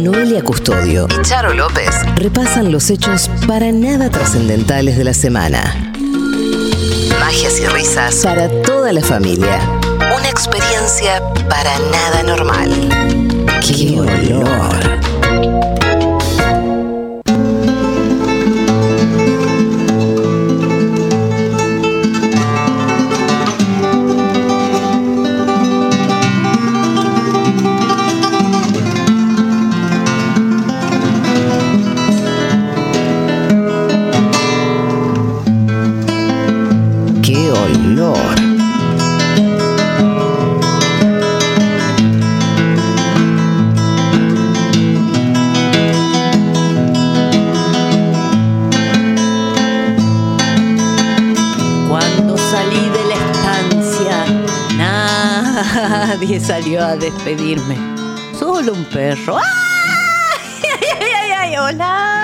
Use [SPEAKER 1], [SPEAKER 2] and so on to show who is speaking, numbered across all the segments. [SPEAKER 1] Noelia Custodio y Charo López repasan los hechos para nada trascendentales de la semana. Magias y risas para toda la familia. Una experiencia para nada normal. ¡Qué olor! ¡Qué olor!
[SPEAKER 2] Cuando salí de la estancia, nadie salió a despedirme. Solo un perro. ¡Ay, ay, ay, ay! ay! hola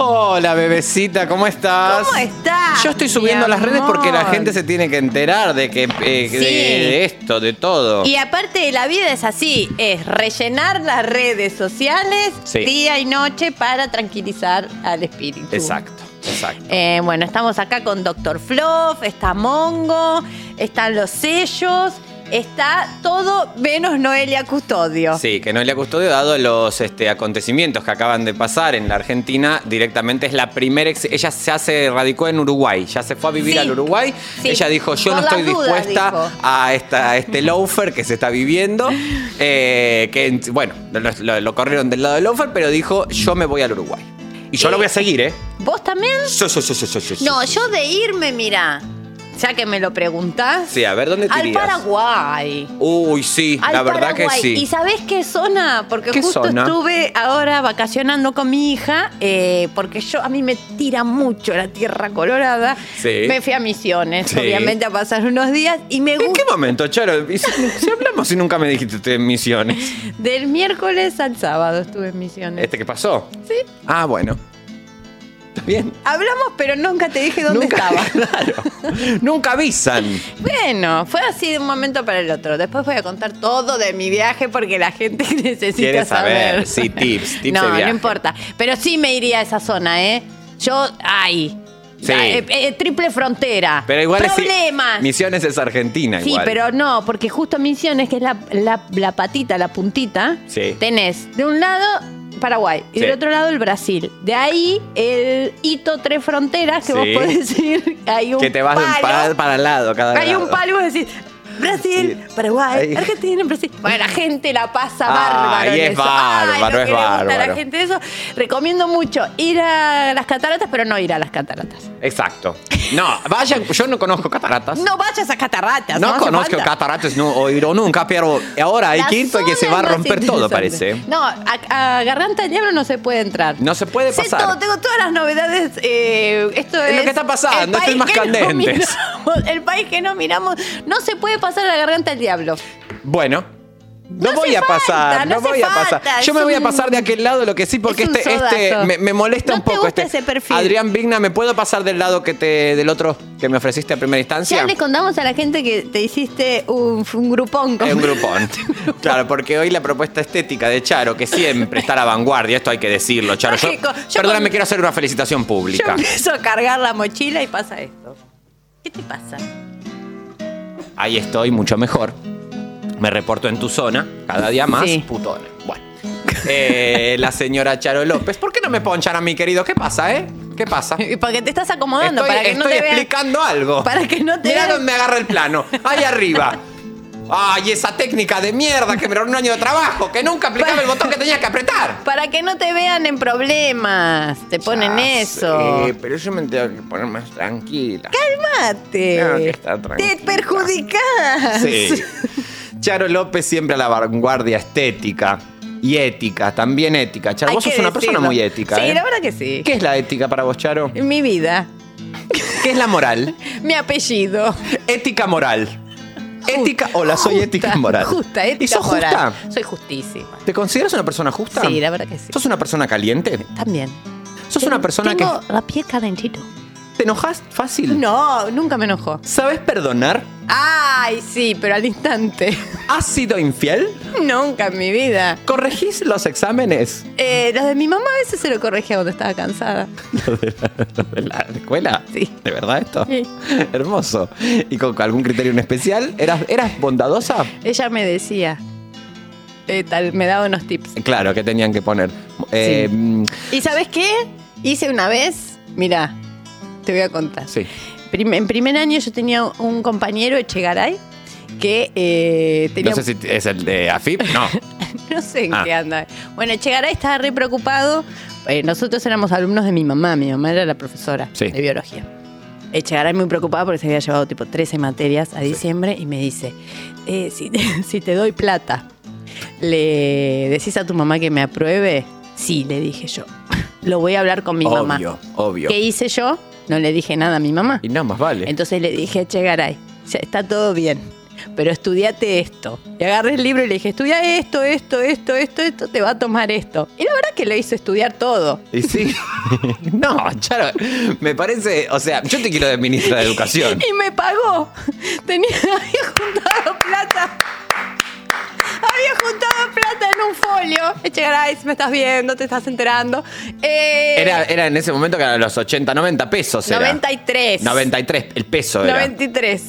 [SPEAKER 3] Hola, bebecita, ¿cómo estás?
[SPEAKER 2] ¿Cómo estás?
[SPEAKER 3] Yo estoy subiendo
[SPEAKER 2] mi
[SPEAKER 3] las redes
[SPEAKER 2] amor?
[SPEAKER 3] porque la gente se tiene que enterar de que eh, de,
[SPEAKER 2] Sí.
[SPEAKER 3] de esto, de todo.
[SPEAKER 2] Y aparte, la vida es así: es rellenar las redes sociales
[SPEAKER 3] Sí.
[SPEAKER 2] día y noche para tranquilizar al espíritu.
[SPEAKER 3] Exacto, exacto.
[SPEAKER 2] Eh, bueno, estamos acá con Doctor Fluff, está Mongo, están los sellos, está todo menos Noelia Custodio.
[SPEAKER 3] Sí, que no le ha custodio dado los este, acontecimientos que acaban de pasar en la Argentina. Directamente es la primera. ex- ella ya se radicó en Uruguay, ya se fue a vivir
[SPEAKER 2] Sí.
[SPEAKER 3] al Uruguay.
[SPEAKER 2] Sí.
[SPEAKER 3] Ella dijo: Yo
[SPEAKER 2] Por
[SPEAKER 3] no estoy
[SPEAKER 2] las dudas,
[SPEAKER 3] dispuesta
[SPEAKER 2] dijo.
[SPEAKER 3] a, esta, a este loafer que se está viviendo. Eh, que en- bueno, lo, lo- lo corrieron del lado del loafer, pero dijo: Yo me voy al Uruguay. Y yo
[SPEAKER 2] Eh.
[SPEAKER 3] lo voy a seguir, ¿eh?
[SPEAKER 2] ¿Vos también?
[SPEAKER 3] Sí, sí, sí, sí, sí, sí,
[SPEAKER 2] No,
[SPEAKER 3] sí.
[SPEAKER 2] yo de irme, mira, ya que me lo preguntás,
[SPEAKER 3] Sí, a ver, ¿dónde te
[SPEAKER 2] al
[SPEAKER 3] irías?
[SPEAKER 2] Paraguay.
[SPEAKER 3] Uy, sí,
[SPEAKER 2] Al
[SPEAKER 3] la verdad
[SPEAKER 2] Paraguay.
[SPEAKER 3] que
[SPEAKER 2] ¿Y
[SPEAKER 3] sí.
[SPEAKER 2] sabés qué zona? Porque
[SPEAKER 3] ¿Qué
[SPEAKER 2] justo
[SPEAKER 3] zona?
[SPEAKER 2] estuve ahora vacacionando con mi hija, eh, porque yo a mí me tira mucho la tierra colorada.
[SPEAKER 3] Sí.
[SPEAKER 2] Me fui a Misiones,
[SPEAKER 3] Sí.
[SPEAKER 2] obviamente, a pasar unos días y me
[SPEAKER 3] ¿En
[SPEAKER 2] gusta.
[SPEAKER 3] qué momento, Charo? Y Si, si hablamos y nunca me dijiste de misiones.
[SPEAKER 2] Del miércoles al sábado estuve en Misiones.
[SPEAKER 3] ¿Este que pasó?
[SPEAKER 2] Sí.
[SPEAKER 3] Ah, bueno. ¿Está bien?
[SPEAKER 2] Hablamos, pero nunca te dije dónde
[SPEAKER 3] Nunca-
[SPEAKER 2] estaba.
[SPEAKER 3] Nunca avisan.
[SPEAKER 2] Bueno, fue así de un momento para el otro. Después voy a contar todo de mi viaje porque la gente necesita
[SPEAKER 3] Quiere saber.
[SPEAKER 2] saber.
[SPEAKER 3] Sí, tips, tips de
[SPEAKER 2] no, no
[SPEAKER 3] viaje.
[SPEAKER 2] importa. Pero sí me iría a esa zona, ¿eh? Yo, ay.
[SPEAKER 3] Sí.
[SPEAKER 2] Ay, eh, eh, triple frontera.
[SPEAKER 3] Pero igual es-
[SPEAKER 2] Problemas.
[SPEAKER 3] Misiones es Argentina
[SPEAKER 2] Sí,
[SPEAKER 3] igual.
[SPEAKER 2] pero no, porque justo Misiones, que es la, la- la patita, la puntita,
[SPEAKER 3] Sí.
[SPEAKER 2] tenés de un lado Paraguay
[SPEAKER 3] Sí.
[SPEAKER 2] y del otro lado el Brasil. De ahí el hito Tres Fronteras, que vos
[SPEAKER 3] Sí.
[SPEAKER 2] podés ir. Hay un
[SPEAKER 3] Que te vas de un
[SPEAKER 2] palo,
[SPEAKER 3] pal para el lado cada
[SPEAKER 2] Hay un
[SPEAKER 3] lado.
[SPEAKER 2] palo y vos decís. Brasil,
[SPEAKER 3] Sí.
[SPEAKER 2] Paraguay,
[SPEAKER 3] Ahí.
[SPEAKER 2] Argentina, Brasil. Bueno, la gente la pasa
[SPEAKER 3] Ay,
[SPEAKER 2] bárbaro. en
[SPEAKER 3] es
[SPEAKER 2] eso. Ay,
[SPEAKER 3] bárbaro,
[SPEAKER 2] lo
[SPEAKER 3] es
[SPEAKER 2] que le gusta a la
[SPEAKER 3] bárbaro.
[SPEAKER 2] gente eso. Recomiendo mucho ir a las cataratas, pero no ir a las cataratas.
[SPEAKER 3] Exacto. No, vayan, yo no conozco cataratas.
[SPEAKER 2] No vayas a cataratas.
[SPEAKER 3] No
[SPEAKER 2] hace
[SPEAKER 3] conozco
[SPEAKER 2] falta.
[SPEAKER 3] cataratas, no oído nunca, pero ahora hay
[SPEAKER 2] La
[SPEAKER 3] que ir porque se
[SPEAKER 2] zona
[SPEAKER 3] va a
[SPEAKER 2] más
[SPEAKER 3] romper todo,
[SPEAKER 2] interesante.
[SPEAKER 3] parece.
[SPEAKER 2] No, a, a Garganta del Diablo no se puede entrar.
[SPEAKER 3] No se puede
[SPEAKER 2] Sé
[SPEAKER 3] pasar.
[SPEAKER 2] todo, tengo todas las novedades. eh, esto
[SPEAKER 3] Es
[SPEAKER 2] es.
[SPEAKER 3] lo que está pasando,
[SPEAKER 2] el país
[SPEAKER 3] estoy más
[SPEAKER 2] que no
[SPEAKER 3] candentes.
[SPEAKER 2] miramos, el país que no miramos. No se puede pasar a la Garganta del Diablo.
[SPEAKER 3] Bueno. No,
[SPEAKER 2] No
[SPEAKER 3] voy
[SPEAKER 2] hace
[SPEAKER 3] a pasar,
[SPEAKER 2] falta, no
[SPEAKER 3] no,
[SPEAKER 2] hace
[SPEAKER 3] voy a pasar.
[SPEAKER 2] falta,
[SPEAKER 3] Yo
[SPEAKER 2] es
[SPEAKER 3] me voy a
[SPEAKER 2] un-
[SPEAKER 3] pasar de aquel lado, lo que sí, porque
[SPEAKER 2] es un
[SPEAKER 3] este, este
[SPEAKER 2] sodazo.
[SPEAKER 3] me, me molesta
[SPEAKER 2] No
[SPEAKER 3] un
[SPEAKER 2] te
[SPEAKER 3] poco.
[SPEAKER 2] gusta
[SPEAKER 3] este.
[SPEAKER 2] ese perfil.
[SPEAKER 3] Adrián Vigna, ¿me puedo pasar del lado que te, del otro que me ofreciste a primera instancia?
[SPEAKER 2] Ya le contamos a la gente que te hiciste un, un grupón. con-
[SPEAKER 3] Es un grupón. claro, porque hoy la propuesta estética de Charo, que siempre está a la vanguardia, esto hay que decirlo, Charo. Yo,
[SPEAKER 2] Lógico, yo
[SPEAKER 3] perdóname,
[SPEAKER 2] con-
[SPEAKER 3] quiero hacer una felicitación
[SPEAKER 2] Yo
[SPEAKER 3] pública.
[SPEAKER 2] empiezo a cargar la mochila y pasa esto. ¿Qué te pasa?
[SPEAKER 3] Ahí estoy, mucho mejor. Me reporto en tu zona, cada día más
[SPEAKER 2] Sí.
[SPEAKER 3] putona. Bueno. Eh, la señora Charo López. ¿Por qué no me ponchan a mi querido? ¿Qué pasa, eh? ¿Qué pasa?
[SPEAKER 2] Porque te estás acomodando
[SPEAKER 3] Estoy,
[SPEAKER 2] para que no
[SPEAKER 3] estoy
[SPEAKER 2] te vean.
[SPEAKER 3] explicando algo.
[SPEAKER 2] para que no te
[SPEAKER 3] Mirá
[SPEAKER 2] vean.
[SPEAKER 3] dónde agarra el plano. Ahí arriba. Ay, esa técnica de mierda que me robó un año de trabajo, que nunca aplicaba el botón que tenía que apretar.
[SPEAKER 2] Para que no te vean en problemas. Te ponen
[SPEAKER 3] Ya
[SPEAKER 2] eso.
[SPEAKER 3] sé, eh, pero yo me tengo que poner más tranquila.
[SPEAKER 2] Mate.
[SPEAKER 3] Tengo que estar
[SPEAKER 2] Te
[SPEAKER 3] tranquila.
[SPEAKER 2] perjudicás.
[SPEAKER 3] Sí. Charo López siempre a la vanguardia estética y ética, también ética. Charo,
[SPEAKER 2] Hay
[SPEAKER 3] vos
[SPEAKER 2] que
[SPEAKER 3] sos una persona
[SPEAKER 2] decirlo.
[SPEAKER 3] muy ética.
[SPEAKER 2] Sí,
[SPEAKER 3] ¿eh?
[SPEAKER 2] la verdad que sí.
[SPEAKER 3] ¿Qué es la ética para vos, Charo?
[SPEAKER 2] Mi vida,
[SPEAKER 3] ¿Qué es la moral?
[SPEAKER 2] mi apellido.
[SPEAKER 3] Ética moral. Ética, hola, soy
[SPEAKER 2] Justa,
[SPEAKER 3] ética moral.
[SPEAKER 2] Justa, ética
[SPEAKER 3] ¿Y sos
[SPEAKER 2] moral.
[SPEAKER 3] justa?
[SPEAKER 2] Soy justísima.
[SPEAKER 3] ¿Te consideras una persona justa?
[SPEAKER 2] Sí, la verdad que sí.
[SPEAKER 3] ¿Sos una persona caliente?
[SPEAKER 2] También.
[SPEAKER 3] ¿Sos una persona
[SPEAKER 2] Tengo la piel calentito.
[SPEAKER 3] que... enojas
[SPEAKER 2] Mm.
[SPEAKER 3] fácil?
[SPEAKER 2] No, nunca me enojó.
[SPEAKER 3] ¿Sabes perdonar?
[SPEAKER 2] Ay, sí, pero al instante.
[SPEAKER 3] ¿Has sido infiel?
[SPEAKER 2] nunca en mi vida.
[SPEAKER 3] ¿Corregís los exámenes
[SPEAKER 2] Eh, los de mi mamá a veces se lo corregía cuando estaba cansada.
[SPEAKER 3] de la escuela?
[SPEAKER 2] Sí.
[SPEAKER 3] ¿De verdad esto?
[SPEAKER 2] Sí.
[SPEAKER 3] Hermoso. ¿Y con algún criterio en especial? ¿Eras, eras bondadosa?
[SPEAKER 2] Ella me decía, eh, tal, me daba unos tips.
[SPEAKER 3] Claro, que tenían que poner. Eh, mm,
[SPEAKER 2] ¿Y sabes qué? Hice una vez, mira, te voy a contar.
[SPEAKER 3] sí.
[SPEAKER 2] Prim- en primer año yo tenía un compañero, Echegaray, que eh, tenía...
[SPEAKER 3] No sé si es el de AFIP. No.
[SPEAKER 2] No sé en
[SPEAKER 3] Ah.
[SPEAKER 2] qué anda. Bueno, Echegaray estaba re preocupado. Eh, nosotros éramos alumnos de mi mamá. Mi mamá era la profesora
[SPEAKER 3] Sí.
[SPEAKER 2] de biología. Echegaray muy preocupada porque se había llevado tipo 13 materias a diciembre y me dice, eh, si, si te doy plata, ¿le decís a tu mamá que me apruebe? Sí, le dije yo. Lo voy a hablar con mi
[SPEAKER 3] obvio,
[SPEAKER 2] mamá.
[SPEAKER 3] obvio.
[SPEAKER 2] ¿Qué hice yo? No le dije nada a mi mamá.
[SPEAKER 3] Y nada más vale.
[SPEAKER 2] Entonces le dije a Chegaray, "Ya está todo bien, pero estudiate esto. Y agarré el libro y le dije, estudia esto, esto, esto, esto, esto, te va a tomar esto. Y la verdad que le hizo estudiar todo.
[SPEAKER 3] Y sí. no, Charo, me parece. O sea, yo te quiero de ministra de Educación.
[SPEAKER 2] Y me pagó. Tenía, había juntado plata. Había juntado plata en un folio. Chegaray, si me estás viendo, te estás enterando. Eh,
[SPEAKER 3] Era, era en ese momento que eran los 80, 90 pesos. Era.
[SPEAKER 2] 93.
[SPEAKER 3] 93, el peso era.
[SPEAKER 2] 93.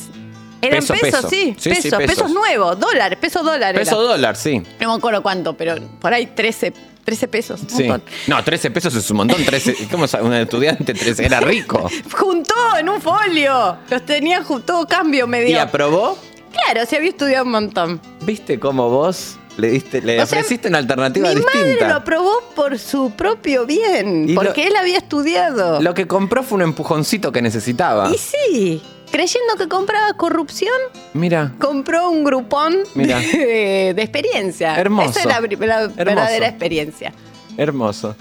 [SPEAKER 2] Eran
[SPEAKER 3] Peso,
[SPEAKER 2] pesos,
[SPEAKER 3] peso.
[SPEAKER 2] sí.
[SPEAKER 3] Sí, sí,
[SPEAKER 2] pesos, pesos,
[SPEAKER 3] pesos.
[SPEAKER 2] nuevos, dólares, peso dólar. era.
[SPEAKER 3] Peso dólar, sí.
[SPEAKER 2] No me acuerdo cuánto, pero por ahí 13, 13 pesos. un
[SPEAKER 3] sí.
[SPEAKER 2] montón.
[SPEAKER 3] No, 13 pesos es un montón. 13, ¿Cómo es un estudiante? 13, era rico.
[SPEAKER 2] Juntó en un folio. Los tenía ju- todo cambio
[SPEAKER 3] ¿Y
[SPEAKER 2] medio.
[SPEAKER 3] aprobó?
[SPEAKER 2] Claro, se había estudiado un montón.
[SPEAKER 3] ¿Viste cómo vos le diste, le
[SPEAKER 2] O sea,
[SPEAKER 3] ofreciste una alternativa
[SPEAKER 2] Mi madre lo
[SPEAKER 3] distinta?
[SPEAKER 2] aprobó por su propio bien,
[SPEAKER 3] Y lo-
[SPEAKER 2] porque él había estudiado.
[SPEAKER 3] Lo que compró fue un empujoncito que necesitaba.
[SPEAKER 2] Y sí, creyendo que compraba corrupción,
[SPEAKER 3] Mira.
[SPEAKER 2] compró un grupón
[SPEAKER 3] Mira.
[SPEAKER 2] de, de experiencia.
[SPEAKER 3] Hermoso.
[SPEAKER 2] Esa es la, bri- la verdadera experiencia.
[SPEAKER 3] Hermoso.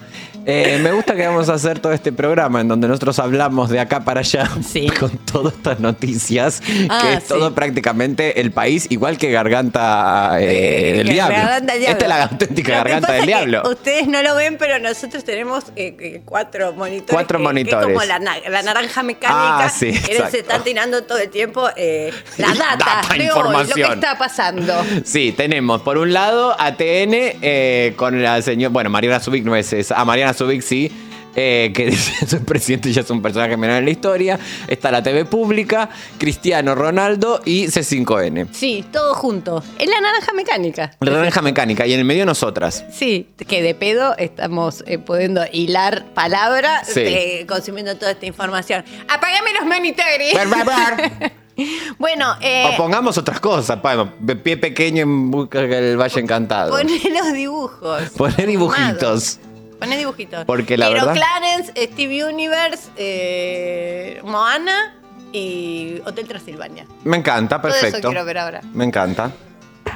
[SPEAKER 3] Eh, me gusta que vamos a hacer todo este programa en donde nosotros hablamos de acá para allá
[SPEAKER 2] Sí.
[SPEAKER 3] con todas estas noticias, que
[SPEAKER 2] Ah,
[SPEAKER 3] es todo
[SPEAKER 2] sí.
[SPEAKER 3] prácticamente el país, igual que Garganta eh, del
[SPEAKER 2] Que
[SPEAKER 3] diablo.
[SPEAKER 2] Garganta del
[SPEAKER 3] Esta es la
[SPEAKER 2] Diablo.
[SPEAKER 3] auténtica
[SPEAKER 2] Lo que
[SPEAKER 3] Garganta
[SPEAKER 2] pasa
[SPEAKER 3] del
[SPEAKER 2] es que
[SPEAKER 3] Diablo.
[SPEAKER 2] Ustedes no lo ven, pero nosotros tenemos eh, eh, cuatro monitores.
[SPEAKER 3] Cuatro
[SPEAKER 2] que- que
[SPEAKER 3] monitores.
[SPEAKER 2] es como la, na- la naranja mecánica.
[SPEAKER 3] Ah, sí,
[SPEAKER 2] que nos
[SPEAKER 3] exacto.
[SPEAKER 2] están tirando todo el tiempo eh, la
[SPEAKER 3] Data,
[SPEAKER 2] data, de hoy, lo
[SPEAKER 3] información.
[SPEAKER 2] que está pasando.
[SPEAKER 3] Sí, tenemos por un lado ATN eh, con la señora. Bueno, Mariana Subic no es esa. A Mariana Subic sí. eh, que es el presidente y ya es un personaje menor en la historia. Está la TV pública, Cristiano Ronaldo y C5N.
[SPEAKER 2] Sí, todos juntos. Es la naranja mecánica.
[SPEAKER 3] La naranja mecánica y en el medio nosotras.
[SPEAKER 2] Sí, que de pedo estamos eh, pudiendo hilar palabras
[SPEAKER 3] Sí.
[SPEAKER 2] eh, consumiendo toda esta información. Apagame los monitores.
[SPEAKER 3] Bar, bar, bar.
[SPEAKER 2] bueno, eh,
[SPEAKER 3] o pongamos otras cosas, pa, pie pequeño en busca del Valle Encantado.
[SPEAKER 2] poné los dibujos.
[SPEAKER 3] Poner dibujitos.
[SPEAKER 2] Poné dibujitos.
[SPEAKER 3] Porque la
[SPEAKER 2] Pero
[SPEAKER 3] verdad-
[SPEAKER 2] Clarence, Steve Universe, eh, Moana y Hotel Transilvania.
[SPEAKER 3] Me encanta,
[SPEAKER 2] Todo eso
[SPEAKER 3] perfecto.
[SPEAKER 2] quiero ver ahora.
[SPEAKER 3] Me encanta.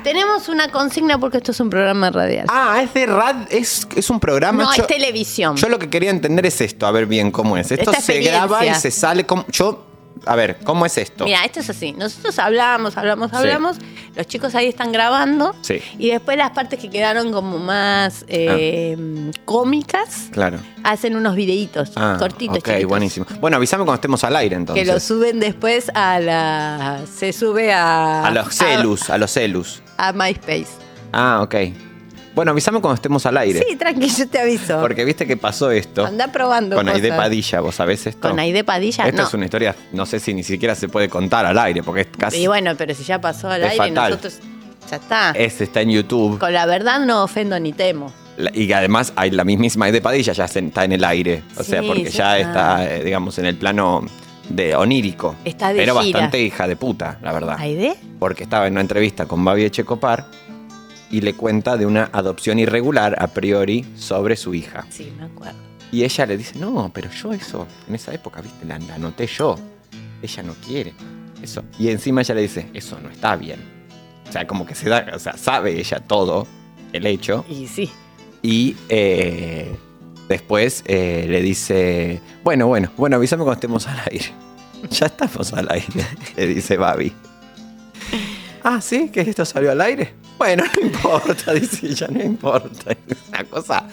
[SPEAKER 2] Tenemos una consigna porque esto es un programa radial.
[SPEAKER 3] Ah, es de rad, es, es un programa.
[SPEAKER 2] no,
[SPEAKER 3] yo-
[SPEAKER 2] es televisión.
[SPEAKER 3] Yo lo que quería entender es esto, a ver bien cómo es. Esto
[SPEAKER 2] Esta
[SPEAKER 3] se graba y
[SPEAKER 2] experiencia.
[SPEAKER 3] se sale. ¿cómo? Yo, a ver, ¿cómo es esto?
[SPEAKER 2] Mira, esto es así. Nosotros hablamos, hablamos,
[SPEAKER 3] Sí.
[SPEAKER 2] hablamos. Los chicos ahí están grabando.
[SPEAKER 3] Sí.
[SPEAKER 2] Y después las partes que quedaron como más eh, cómicas,
[SPEAKER 3] Claro.
[SPEAKER 2] hacen unos videitos
[SPEAKER 3] Ah,
[SPEAKER 2] cortitos.
[SPEAKER 3] ok,
[SPEAKER 2] chiquitos.
[SPEAKER 3] buenísimo. Bueno, avísame cuando estemos al aire entonces.
[SPEAKER 2] Que lo suben después a la. Se sube a.
[SPEAKER 3] a los celus, a, los celus.
[SPEAKER 2] A, a MySpace.
[SPEAKER 3] Ah, ok. Bueno, avísame cuando estemos al aire.
[SPEAKER 2] Sí, tranqui, yo te aviso.
[SPEAKER 3] Porque viste que pasó esto.
[SPEAKER 2] Anda probando.
[SPEAKER 3] Con Aide
[SPEAKER 2] cosas.
[SPEAKER 3] Padilla, ¿vos sabés esto?
[SPEAKER 2] Con Aide Padilla,
[SPEAKER 3] Esto
[SPEAKER 2] no.
[SPEAKER 3] es una historia, no sé si ni siquiera se puede contar al aire, porque es casi.
[SPEAKER 2] Y bueno, pero si ya pasó al
[SPEAKER 3] Es
[SPEAKER 2] aire,
[SPEAKER 3] fatal.
[SPEAKER 2] nosotros. Ya está.
[SPEAKER 3] es- está en YouTube.
[SPEAKER 2] Con la verdad no ofendo ni temo.
[SPEAKER 3] La- Y que además hay la mismísima de Padilla ya se- está en el aire. O sea,
[SPEAKER 2] Sí,
[SPEAKER 3] porque
[SPEAKER 2] sí
[SPEAKER 3] ya
[SPEAKER 2] está.
[SPEAKER 3] está, eh, digamos, en el plano de onírico.
[SPEAKER 2] Está de
[SPEAKER 3] Pero
[SPEAKER 2] gira.
[SPEAKER 3] bastante hija de puta, la verdad.
[SPEAKER 2] ¿Aide?
[SPEAKER 3] Porque estaba en una entrevista con Babi Echecopar y le cuenta de una adopción irregular, a priori, sobre su hija.
[SPEAKER 2] Sí, me acuerdo.
[SPEAKER 3] Y ella le dice, no, pero yo eso, en esa época, viste, la, la anoté yo. Ella no quiere. Eso. Y encima ella le dice, eso no está bien. O sea, como que se da, o sea, sabe ella todo, el hecho.
[SPEAKER 2] Y sí.
[SPEAKER 3] Y eh, después eh, le dice, bueno, bueno, bueno, avísame cuando estemos al aire. Ya estamos al aire, le dice Babi. Ah, ¿sí? ¿Que esto salió al aire? Bueno, no importa, dice ella, no importa. Es una cosa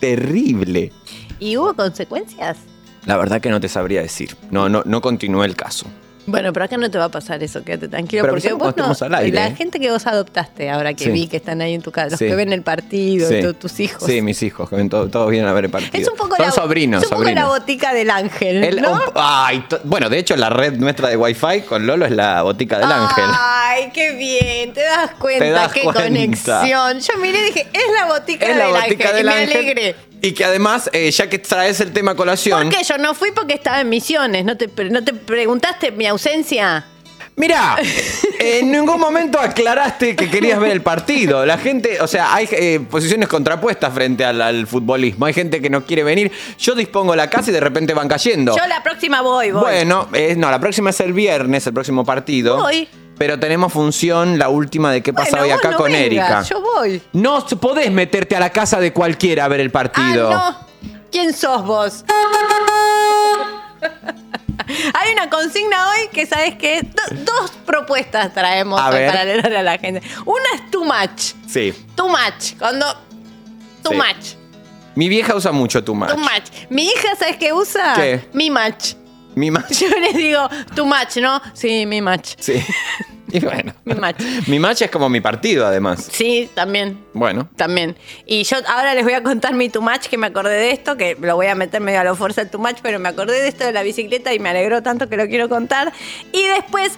[SPEAKER 3] terrible.
[SPEAKER 2] ¿Y hubo consecuencias?
[SPEAKER 3] La verdad que no te sabría decir. No, no, no continué el caso.
[SPEAKER 2] Bueno, pero acá no te va a pasar eso, quédate tranquilo,
[SPEAKER 3] Pero
[SPEAKER 2] porque
[SPEAKER 3] avisame
[SPEAKER 2] vos
[SPEAKER 3] cuando
[SPEAKER 2] no,
[SPEAKER 3] estemos al aire,
[SPEAKER 2] la
[SPEAKER 3] ¿eh?
[SPEAKER 2] gente que vos adoptaste ahora que
[SPEAKER 3] Sí.
[SPEAKER 2] vi que están ahí en tu casa, los
[SPEAKER 3] Sí.
[SPEAKER 2] que ven el partido,
[SPEAKER 3] Sí.
[SPEAKER 2] tu- tus hijos.
[SPEAKER 3] Sí, mis hijos, que ven to- todos vienen a ver el partido.
[SPEAKER 2] es un poco
[SPEAKER 3] Son
[SPEAKER 2] la,
[SPEAKER 3] sobrinos,
[SPEAKER 2] es un poco
[SPEAKER 3] sobrinos.
[SPEAKER 2] la botica del ángel,
[SPEAKER 3] Él-
[SPEAKER 2] ¿no?
[SPEAKER 3] un- ay, to- bueno, de hecho la red nuestra de Wi-Fi con Lolo es la botica del
[SPEAKER 2] Ah,
[SPEAKER 3] ángel.
[SPEAKER 2] Ay, qué bien, te das cuenta,
[SPEAKER 3] Te das
[SPEAKER 2] qué
[SPEAKER 3] cuenta.
[SPEAKER 2] conexión. Yo miré y dije, es la botica
[SPEAKER 3] Es
[SPEAKER 2] del
[SPEAKER 3] la botica del
[SPEAKER 2] ángel, y
[SPEAKER 3] ángel.
[SPEAKER 2] me alegré.
[SPEAKER 3] Y que además, eh, ya que traes el tema a colación.
[SPEAKER 2] ¿Por qué yo no fui porque estaba en misiones? ¿No te, pre- no te preguntaste mi ausencia?
[SPEAKER 3] Mirá, en ningún momento aclaraste que querías ver el partido. La gente, o sea, hay eh, posiciones contrapuestas frente al, al futbolismo. Hay gente que no quiere venir. Yo dispongo la casa y de repente van cayendo.
[SPEAKER 2] Yo la próxima voy, voy.
[SPEAKER 3] Bueno, eh, no, la próxima es el viernes, el próximo partido.
[SPEAKER 2] Voy.
[SPEAKER 3] Pero tenemos función, la última de qué
[SPEAKER 2] Bueno,
[SPEAKER 3] pasa hoy
[SPEAKER 2] vos
[SPEAKER 3] acá
[SPEAKER 2] no
[SPEAKER 3] con
[SPEAKER 2] vengas,
[SPEAKER 3] Erika.
[SPEAKER 2] Yo voy.
[SPEAKER 3] No s- podés meterte a la casa de cualquiera a ver el partido.
[SPEAKER 2] Ah, no. ¿Quién sos vos? Hay una consigna hoy que sabes que dos propuestas traemos
[SPEAKER 3] A
[SPEAKER 2] hoy
[SPEAKER 3] ver.
[SPEAKER 2] para alegrar a la gente. Una es too much.
[SPEAKER 3] Sí.
[SPEAKER 2] Too much. Cuando. Too
[SPEAKER 3] Sí.
[SPEAKER 2] much.
[SPEAKER 3] Mi vieja usa mucho tu
[SPEAKER 2] Too
[SPEAKER 3] match.
[SPEAKER 2] much. Mi hija, ¿sabes qué usa?
[SPEAKER 3] ¿Qué?
[SPEAKER 2] Mi match.
[SPEAKER 3] Mi match.
[SPEAKER 2] Yo le digo too much, ¿no? Sí, mi match.
[SPEAKER 3] Sí. Y bueno.
[SPEAKER 2] Mi match.
[SPEAKER 3] Mi match es como mi partido, además.
[SPEAKER 2] Sí, también.
[SPEAKER 3] Bueno.
[SPEAKER 2] También. Y yo ahora les voy a contar mi too much, que me acordé de esto, que lo voy a meter medio a la fuerza el too much, pero me acordé de esto de la bicicleta y me alegró tanto que lo quiero contar. Y después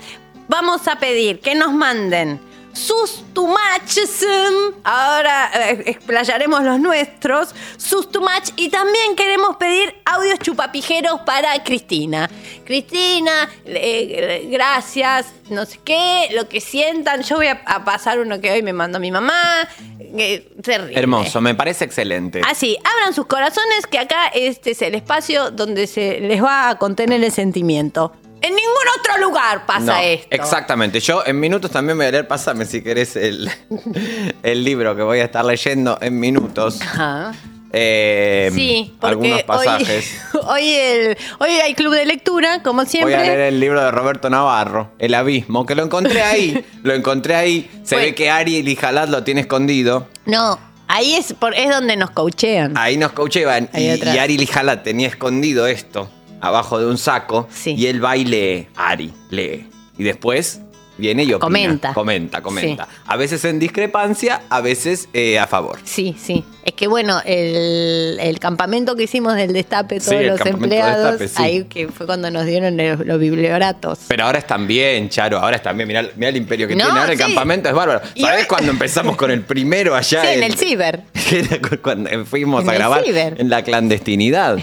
[SPEAKER 2] vamos a pedir que nos manden sus too muches, em, Ahora eh, explayaremos los nuestros, sus too much. Y también queremos pedir audios chupapijeros para Cristina. Cristina, eh, eh, gracias, no sé qué, lo que sientan. Yo voy a, a pasar uno que hoy me mandó mi mamá. eh, terrible.
[SPEAKER 3] Hermoso, me parece excelente.
[SPEAKER 2] Así, Ah, abran sus corazones que acá este es el espacio donde se les va a contener el sentimiento. En ningún otro lugar pasa
[SPEAKER 3] No,
[SPEAKER 2] esto.
[SPEAKER 3] Exactamente. Yo en minutos también voy a leer, pásame si querés el, el libro que voy a estar leyendo en minutos.
[SPEAKER 2] Ajá.
[SPEAKER 3] Eh,
[SPEAKER 2] Sí, porque
[SPEAKER 3] algunos
[SPEAKER 2] hoy-
[SPEAKER 3] pasajes.
[SPEAKER 2] Hoy, el, hoy hay club de lectura, como siempre.
[SPEAKER 3] Voy a leer el libro de Roberto Navarro, El Abismo, que lo encontré ahí. lo encontré ahí. Se
[SPEAKER 2] Bueno.
[SPEAKER 3] ve que Ari y Jalad lo tiene escondido.
[SPEAKER 2] No, ahí es, por, es donde nos coachean.
[SPEAKER 3] Ahí nos coacheaban.
[SPEAKER 2] Ahí
[SPEAKER 3] Y,
[SPEAKER 2] atrás.
[SPEAKER 3] y Ari Lijalat tenía escondido esto abajo de un saco.
[SPEAKER 2] Sí.
[SPEAKER 3] Y él va y lee. Ari lee. Y después viene y opina.
[SPEAKER 2] Comenta.
[SPEAKER 3] Comenta, comenta. A veces en discrepancia, a veces eh, a favor.
[SPEAKER 2] Sí, sí. Es que bueno, el, el campamento que hicimos del Destape,
[SPEAKER 3] Sí,
[SPEAKER 2] todos
[SPEAKER 3] el
[SPEAKER 2] los
[SPEAKER 3] campamento del
[SPEAKER 2] empleados,
[SPEAKER 3] Destape, sí.
[SPEAKER 2] ahí que fue cuando nos dieron el- los biblioratos.
[SPEAKER 3] Pero ahora están bien, Charo. Ahora están bien. Mirá, mirá el imperio que
[SPEAKER 2] No,
[SPEAKER 3] tiene. Ahora el
[SPEAKER 2] sí.
[SPEAKER 3] campamento es bárbaro.
[SPEAKER 2] Y
[SPEAKER 3] ¿Sabés
[SPEAKER 2] ahora-
[SPEAKER 3] cuando empezamos con el primero allá?
[SPEAKER 2] sí, en el ciber,
[SPEAKER 3] que era cu- cuando fuimos
[SPEAKER 2] En
[SPEAKER 3] a
[SPEAKER 2] el
[SPEAKER 3] grabar
[SPEAKER 2] ciber.
[SPEAKER 3] en la clandestinidad.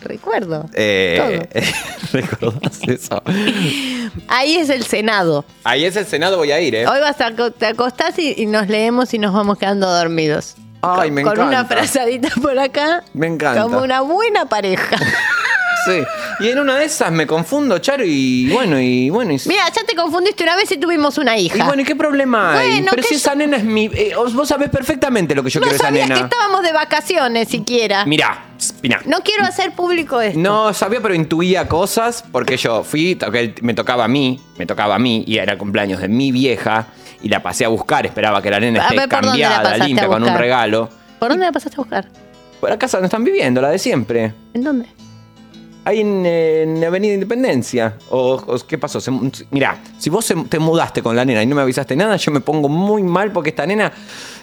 [SPEAKER 2] recuerdo.
[SPEAKER 3] Eh,
[SPEAKER 2] Todo.
[SPEAKER 3] ¿Recordás eso?
[SPEAKER 2] Ahí es el Senado.
[SPEAKER 3] Ahí es el Senado, voy a ir, ¿eh?
[SPEAKER 2] Hoy vas a co- te acostás y, y nos leemos y nos vamos quedando dormidos.
[SPEAKER 3] Ay,
[SPEAKER 2] Con-
[SPEAKER 3] me
[SPEAKER 2] Con una
[SPEAKER 3] encanta.
[SPEAKER 2] frazadita por acá.
[SPEAKER 3] Me encanta.
[SPEAKER 2] Como una buena pareja.
[SPEAKER 3] Sí. Y en una de esas me confundo, Charo, y bueno, y bueno, y,
[SPEAKER 2] Mira, ya te confundiste una vez y tuvimos una hija.
[SPEAKER 3] y bueno, ¿y qué problema hay?
[SPEAKER 2] Bueno,
[SPEAKER 3] Pero
[SPEAKER 2] que
[SPEAKER 3] si
[SPEAKER 2] yo-
[SPEAKER 3] esa nena es mi. eh, os- vos sabés perfectamente lo que yo
[SPEAKER 2] no
[SPEAKER 3] quiero de esa
[SPEAKER 2] sabías que
[SPEAKER 3] nena.
[SPEAKER 2] estábamos de vacaciones siquiera.
[SPEAKER 3] Mirá, mirá.
[SPEAKER 2] No quiero hacer público esto.
[SPEAKER 3] No sabía, pero intuía cosas porque yo fui, toqué- me tocaba a mí, me tocaba a mí y era cumpleaños de mi vieja y la pasé a buscar, esperaba que la nena
[SPEAKER 2] A
[SPEAKER 3] esté
[SPEAKER 2] ver, ¿por dónde la
[SPEAKER 3] cambiada,
[SPEAKER 2] pasaste a
[SPEAKER 3] limpia, con un
[SPEAKER 2] buscar?
[SPEAKER 3] regalo.
[SPEAKER 2] ¿Por dónde la pasaste a buscar?
[SPEAKER 3] Por la casa donde están viviendo, la de siempre.
[SPEAKER 2] ¿En dónde?
[SPEAKER 3] Ahí en, eh, en Avenida Independencia. O, o ¿Qué pasó? Se mu- mirá, si vos se- te mudaste con la nena y no me avisaste nada, yo me pongo muy mal porque esta nena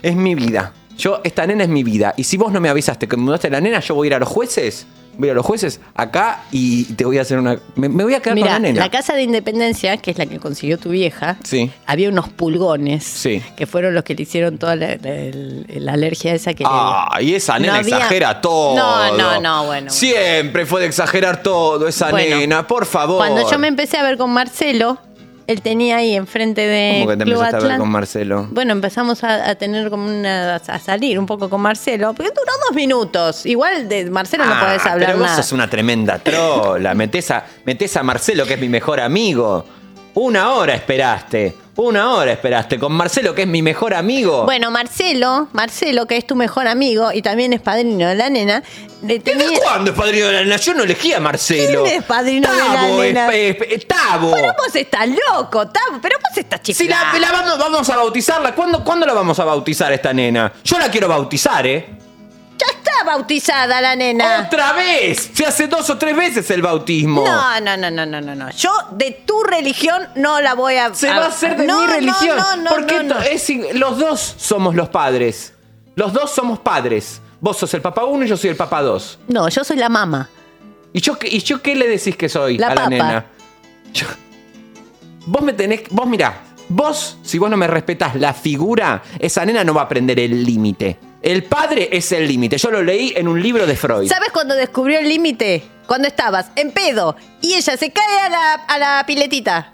[SPEAKER 3] es mi vida. Yo, esta nena es mi vida. Y si vos no me avisaste que me mudaste la nena, yo voy a ir a los jueces. Voy a ir a los jueces acá y te voy a hacer una. Me, me voy a quedar con
[SPEAKER 2] Mira,
[SPEAKER 3] la nena.
[SPEAKER 2] la casa de Independencia, que es la que consiguió tu vieja,
[SPEAKER 3] Sí.
[SPEAKER 2] había unos pulgones
[SPEAKER 3] Sí.
[SPEAKER 2] que fueron los que le hicieron toda la, la- el- la alergia esa que le dio.
[SPEAKER 3] Ah, y esa
[SPEAKER 2] No
[SPEAKER 3] nena
[SPEAKER 2] había-
[SPEAKER 3] exagera todo.
[SPEAKER 2] No, no, no, bueno, bueno.
[SPEAKER 3] Siempre fue de exagerar todo esa
[SPEAKER 2] Bueno,
[SPEAKER 3] nena, por favor.
[SPEAKER 2] Cuando yo me empecé a ver con Marcelo, él tenía ahí enfrente de
[SPEAKER 3] ¿Cómo que te
[SPEAKER 2] Club
[SPEAKER 3] empezaste a ver
[SPEAKER 2] Atlan-
[SPEAKER 3] con Marcelo?
[SPEAKER 2] Bueno, empezamos a, a tener como una. a salir un poco con Marcelo, porque duró dos minutos. Igual de Marcelo no
[SPEAKER 3] Ah,
[SPEAKER 2] podés hablar
[SPEAKER 3] pero vos
[SPEAKER 2] nada.
[SPEAKER 3] sos una tremenda trola. metés, a, metés a Marcelo, que es mi mejor amigo. Una hora esperaste. Una hora esperaste con Marcelo, que es mi mejor amigo.
[SPEAKER 2] Bueno, Marcelo, Marcelo, que es tu mejor amigo y también es padrino de la nena, le
[SPEAKER 3] ¿Desde
[SPEAKER 2] tenía.
[SPEAKER 3] cuándo es padrino de la nena? Yo no elegí a Marcelo.
[SPEAKER 2] ¿Quién es padrino de la
[SPEAKER 3] Tabo es-
[SPEAKER 2] nena? pues,
[SPEAKER 3] es- es- Tabo.
[SPEAKER 2] Pero vos estás loco, Tavo, pero vos estás chiflado.
[SPEAKER 3] Si la, la vamos, vamos a bautizarla, ¿cuándo, ¿cuándo la vamos a bautizar a esta nena? Yo la quiero bautizar, ¿eh?
[SPEAKER 2] Ya está, bautizada la nena.
[SPEAKER 3] ¡Otra vez! Se hace dos o tres veces el bautismo.
[SPEAKER 2] No, no, no, no, no, no, no. Yo de tu religión no la voy a.
[SPEAKER 3] Se va a hacer de
[SPEAKER 2] No,
[SPEAKER 3] mi
[SPEAKER 2] no,
[SPEAKER 3] religión.
[SPEAKER 2] No, no,
[SPEAKER 3] Porque
[SPEAKER 2] no, no.
[SPEAKER 3] to- es in- los dos somos los padres. Los dos somos padres. Vos sos el papá uno y yo soy el papá dos.
[SPEAKER 4] No, yo soy la mamá.
[SPEAKER 3] ¿Y yo, qué- ¿Y yo qué le decís que soy
[SPEAKER 4] La
[SPEAKER 3] a
[SPEAKER 4] papa.
[SPEAKER 3] la nena? Yo- vos me tenés. Vos mirá, vos, si vos no me respetás la figura, esa nena no va a aprender el límite. El padre es el límite. Yo lo leí en un libro de Freud.
[SPEAKER 2] ¿Sabes cuando descubrió el límite? Cuando estabas en pedo y ella se cae a la, a la piletita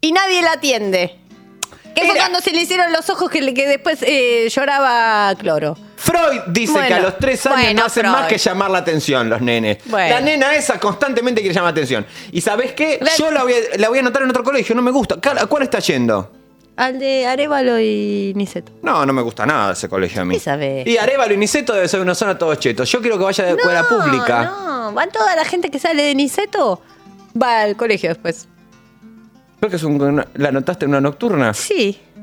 [SPEAKER 2] y nadie la atiende. Que fue
[SPEAKER 3] Era-
[SPEAKER 2] cuando se le hicieron los ojos que, le- que después eh, lloraba cloro.
[SPEAKER 3] Freud dice
[SPEAKER 2] Bueno,
[SPEAKER 3] que a los tres años
[SPEAKER 2] bueno,
[SPEAKER 3] no hacen
[SPEAKER 2] Freud.
[SPEAKER 3] más que llamar la atención los nenes.
[SPEAKER 2] Bueno.
[SPEAKER 3] La nena esa constantemente quiere llamar la atención. ¿Y sabes qué?
[SPEAKER 2] La-
[SPEAKER 3] Yo la voy, a, la voy a anotar en otro colegio, no me gusta. ¿Cuál- ¿A cuál está yendo?
[SPEAKER 2] Al de Arevalo y Niceto.
[SPEAKER 3] No, no me gusta nada ese colegio a mí.
[SPEAKER 2] ¿Qué sabés?
[SPEAKER 3] Y Arevalo y Niceto debe ser una zona todos chetos. Yo quiero que vaya de
[SPEAKER 2] No,
[SPEAKER 3] escuela pública.
[SPEAKER 2] No, van toda la gente que sale de Niceto, va al colegio después.
[SPEAKER 3] Creo que es un- la anotaste en una nocturna.
[SPEAKER 2] Sí. Me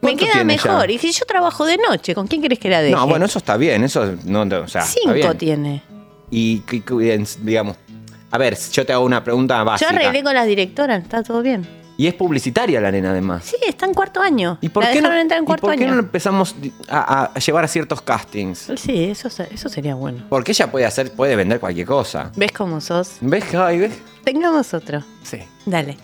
[SPEAKER 3] ¿Cuánto
[SPEAKER 2] queda
[SPEAKER 3] tiene ya?
[SPEAKER 2] mejor. Y si yo trabajo de noche, ¿con quién quieres que la deje?
[SPEAKER 3] No, bueno, eso está bien, eso no, no, o sea, está
[SPEAKER 4] Cinco
[SPEAKER 3] bien.
[SPEAKER 4] tiene.
[SPEAKER 3] Y que- que, digamos, a ver, yo te hago una pregunta
[SPEAKER 2] Yo
[SPEAKER 3] básica.
[SPEAKER 2] arreglé con las directoras, está todo bien.
[SPEAKER 3] Y es publicitaria la nena además.
[SPEAKER 2] Sí, está en cuarto año.
[SPEAKER 3] ¿Y por,
[SPEAKER 2] la
[SPEAKER 3] qué no,
[SPEAKER 2] dejaron entrar en
[SPEAKER 3] y
[SPEAKER 2] cuarto
[SPEAKER 3] por qué
[SPEAKER 2] año.
[SPEAKER 3] no empezamos a, a llevar a ciertos castings?
[SPEAKER 4] Sí, eso, se- eso sería bueno.
[SPEAKER 3] Porque ella puede hacer, puede vender cualquier cosa.
[SPEAKER 4] ¿Ves cómo sos?
[SPEAKER 3] ¿Ves? que- Ay, ¿ves?
[SPEAKER 4] Tengamos otro.
[SPEAKER 3] Sí.
[SPEAKER 4] Dale.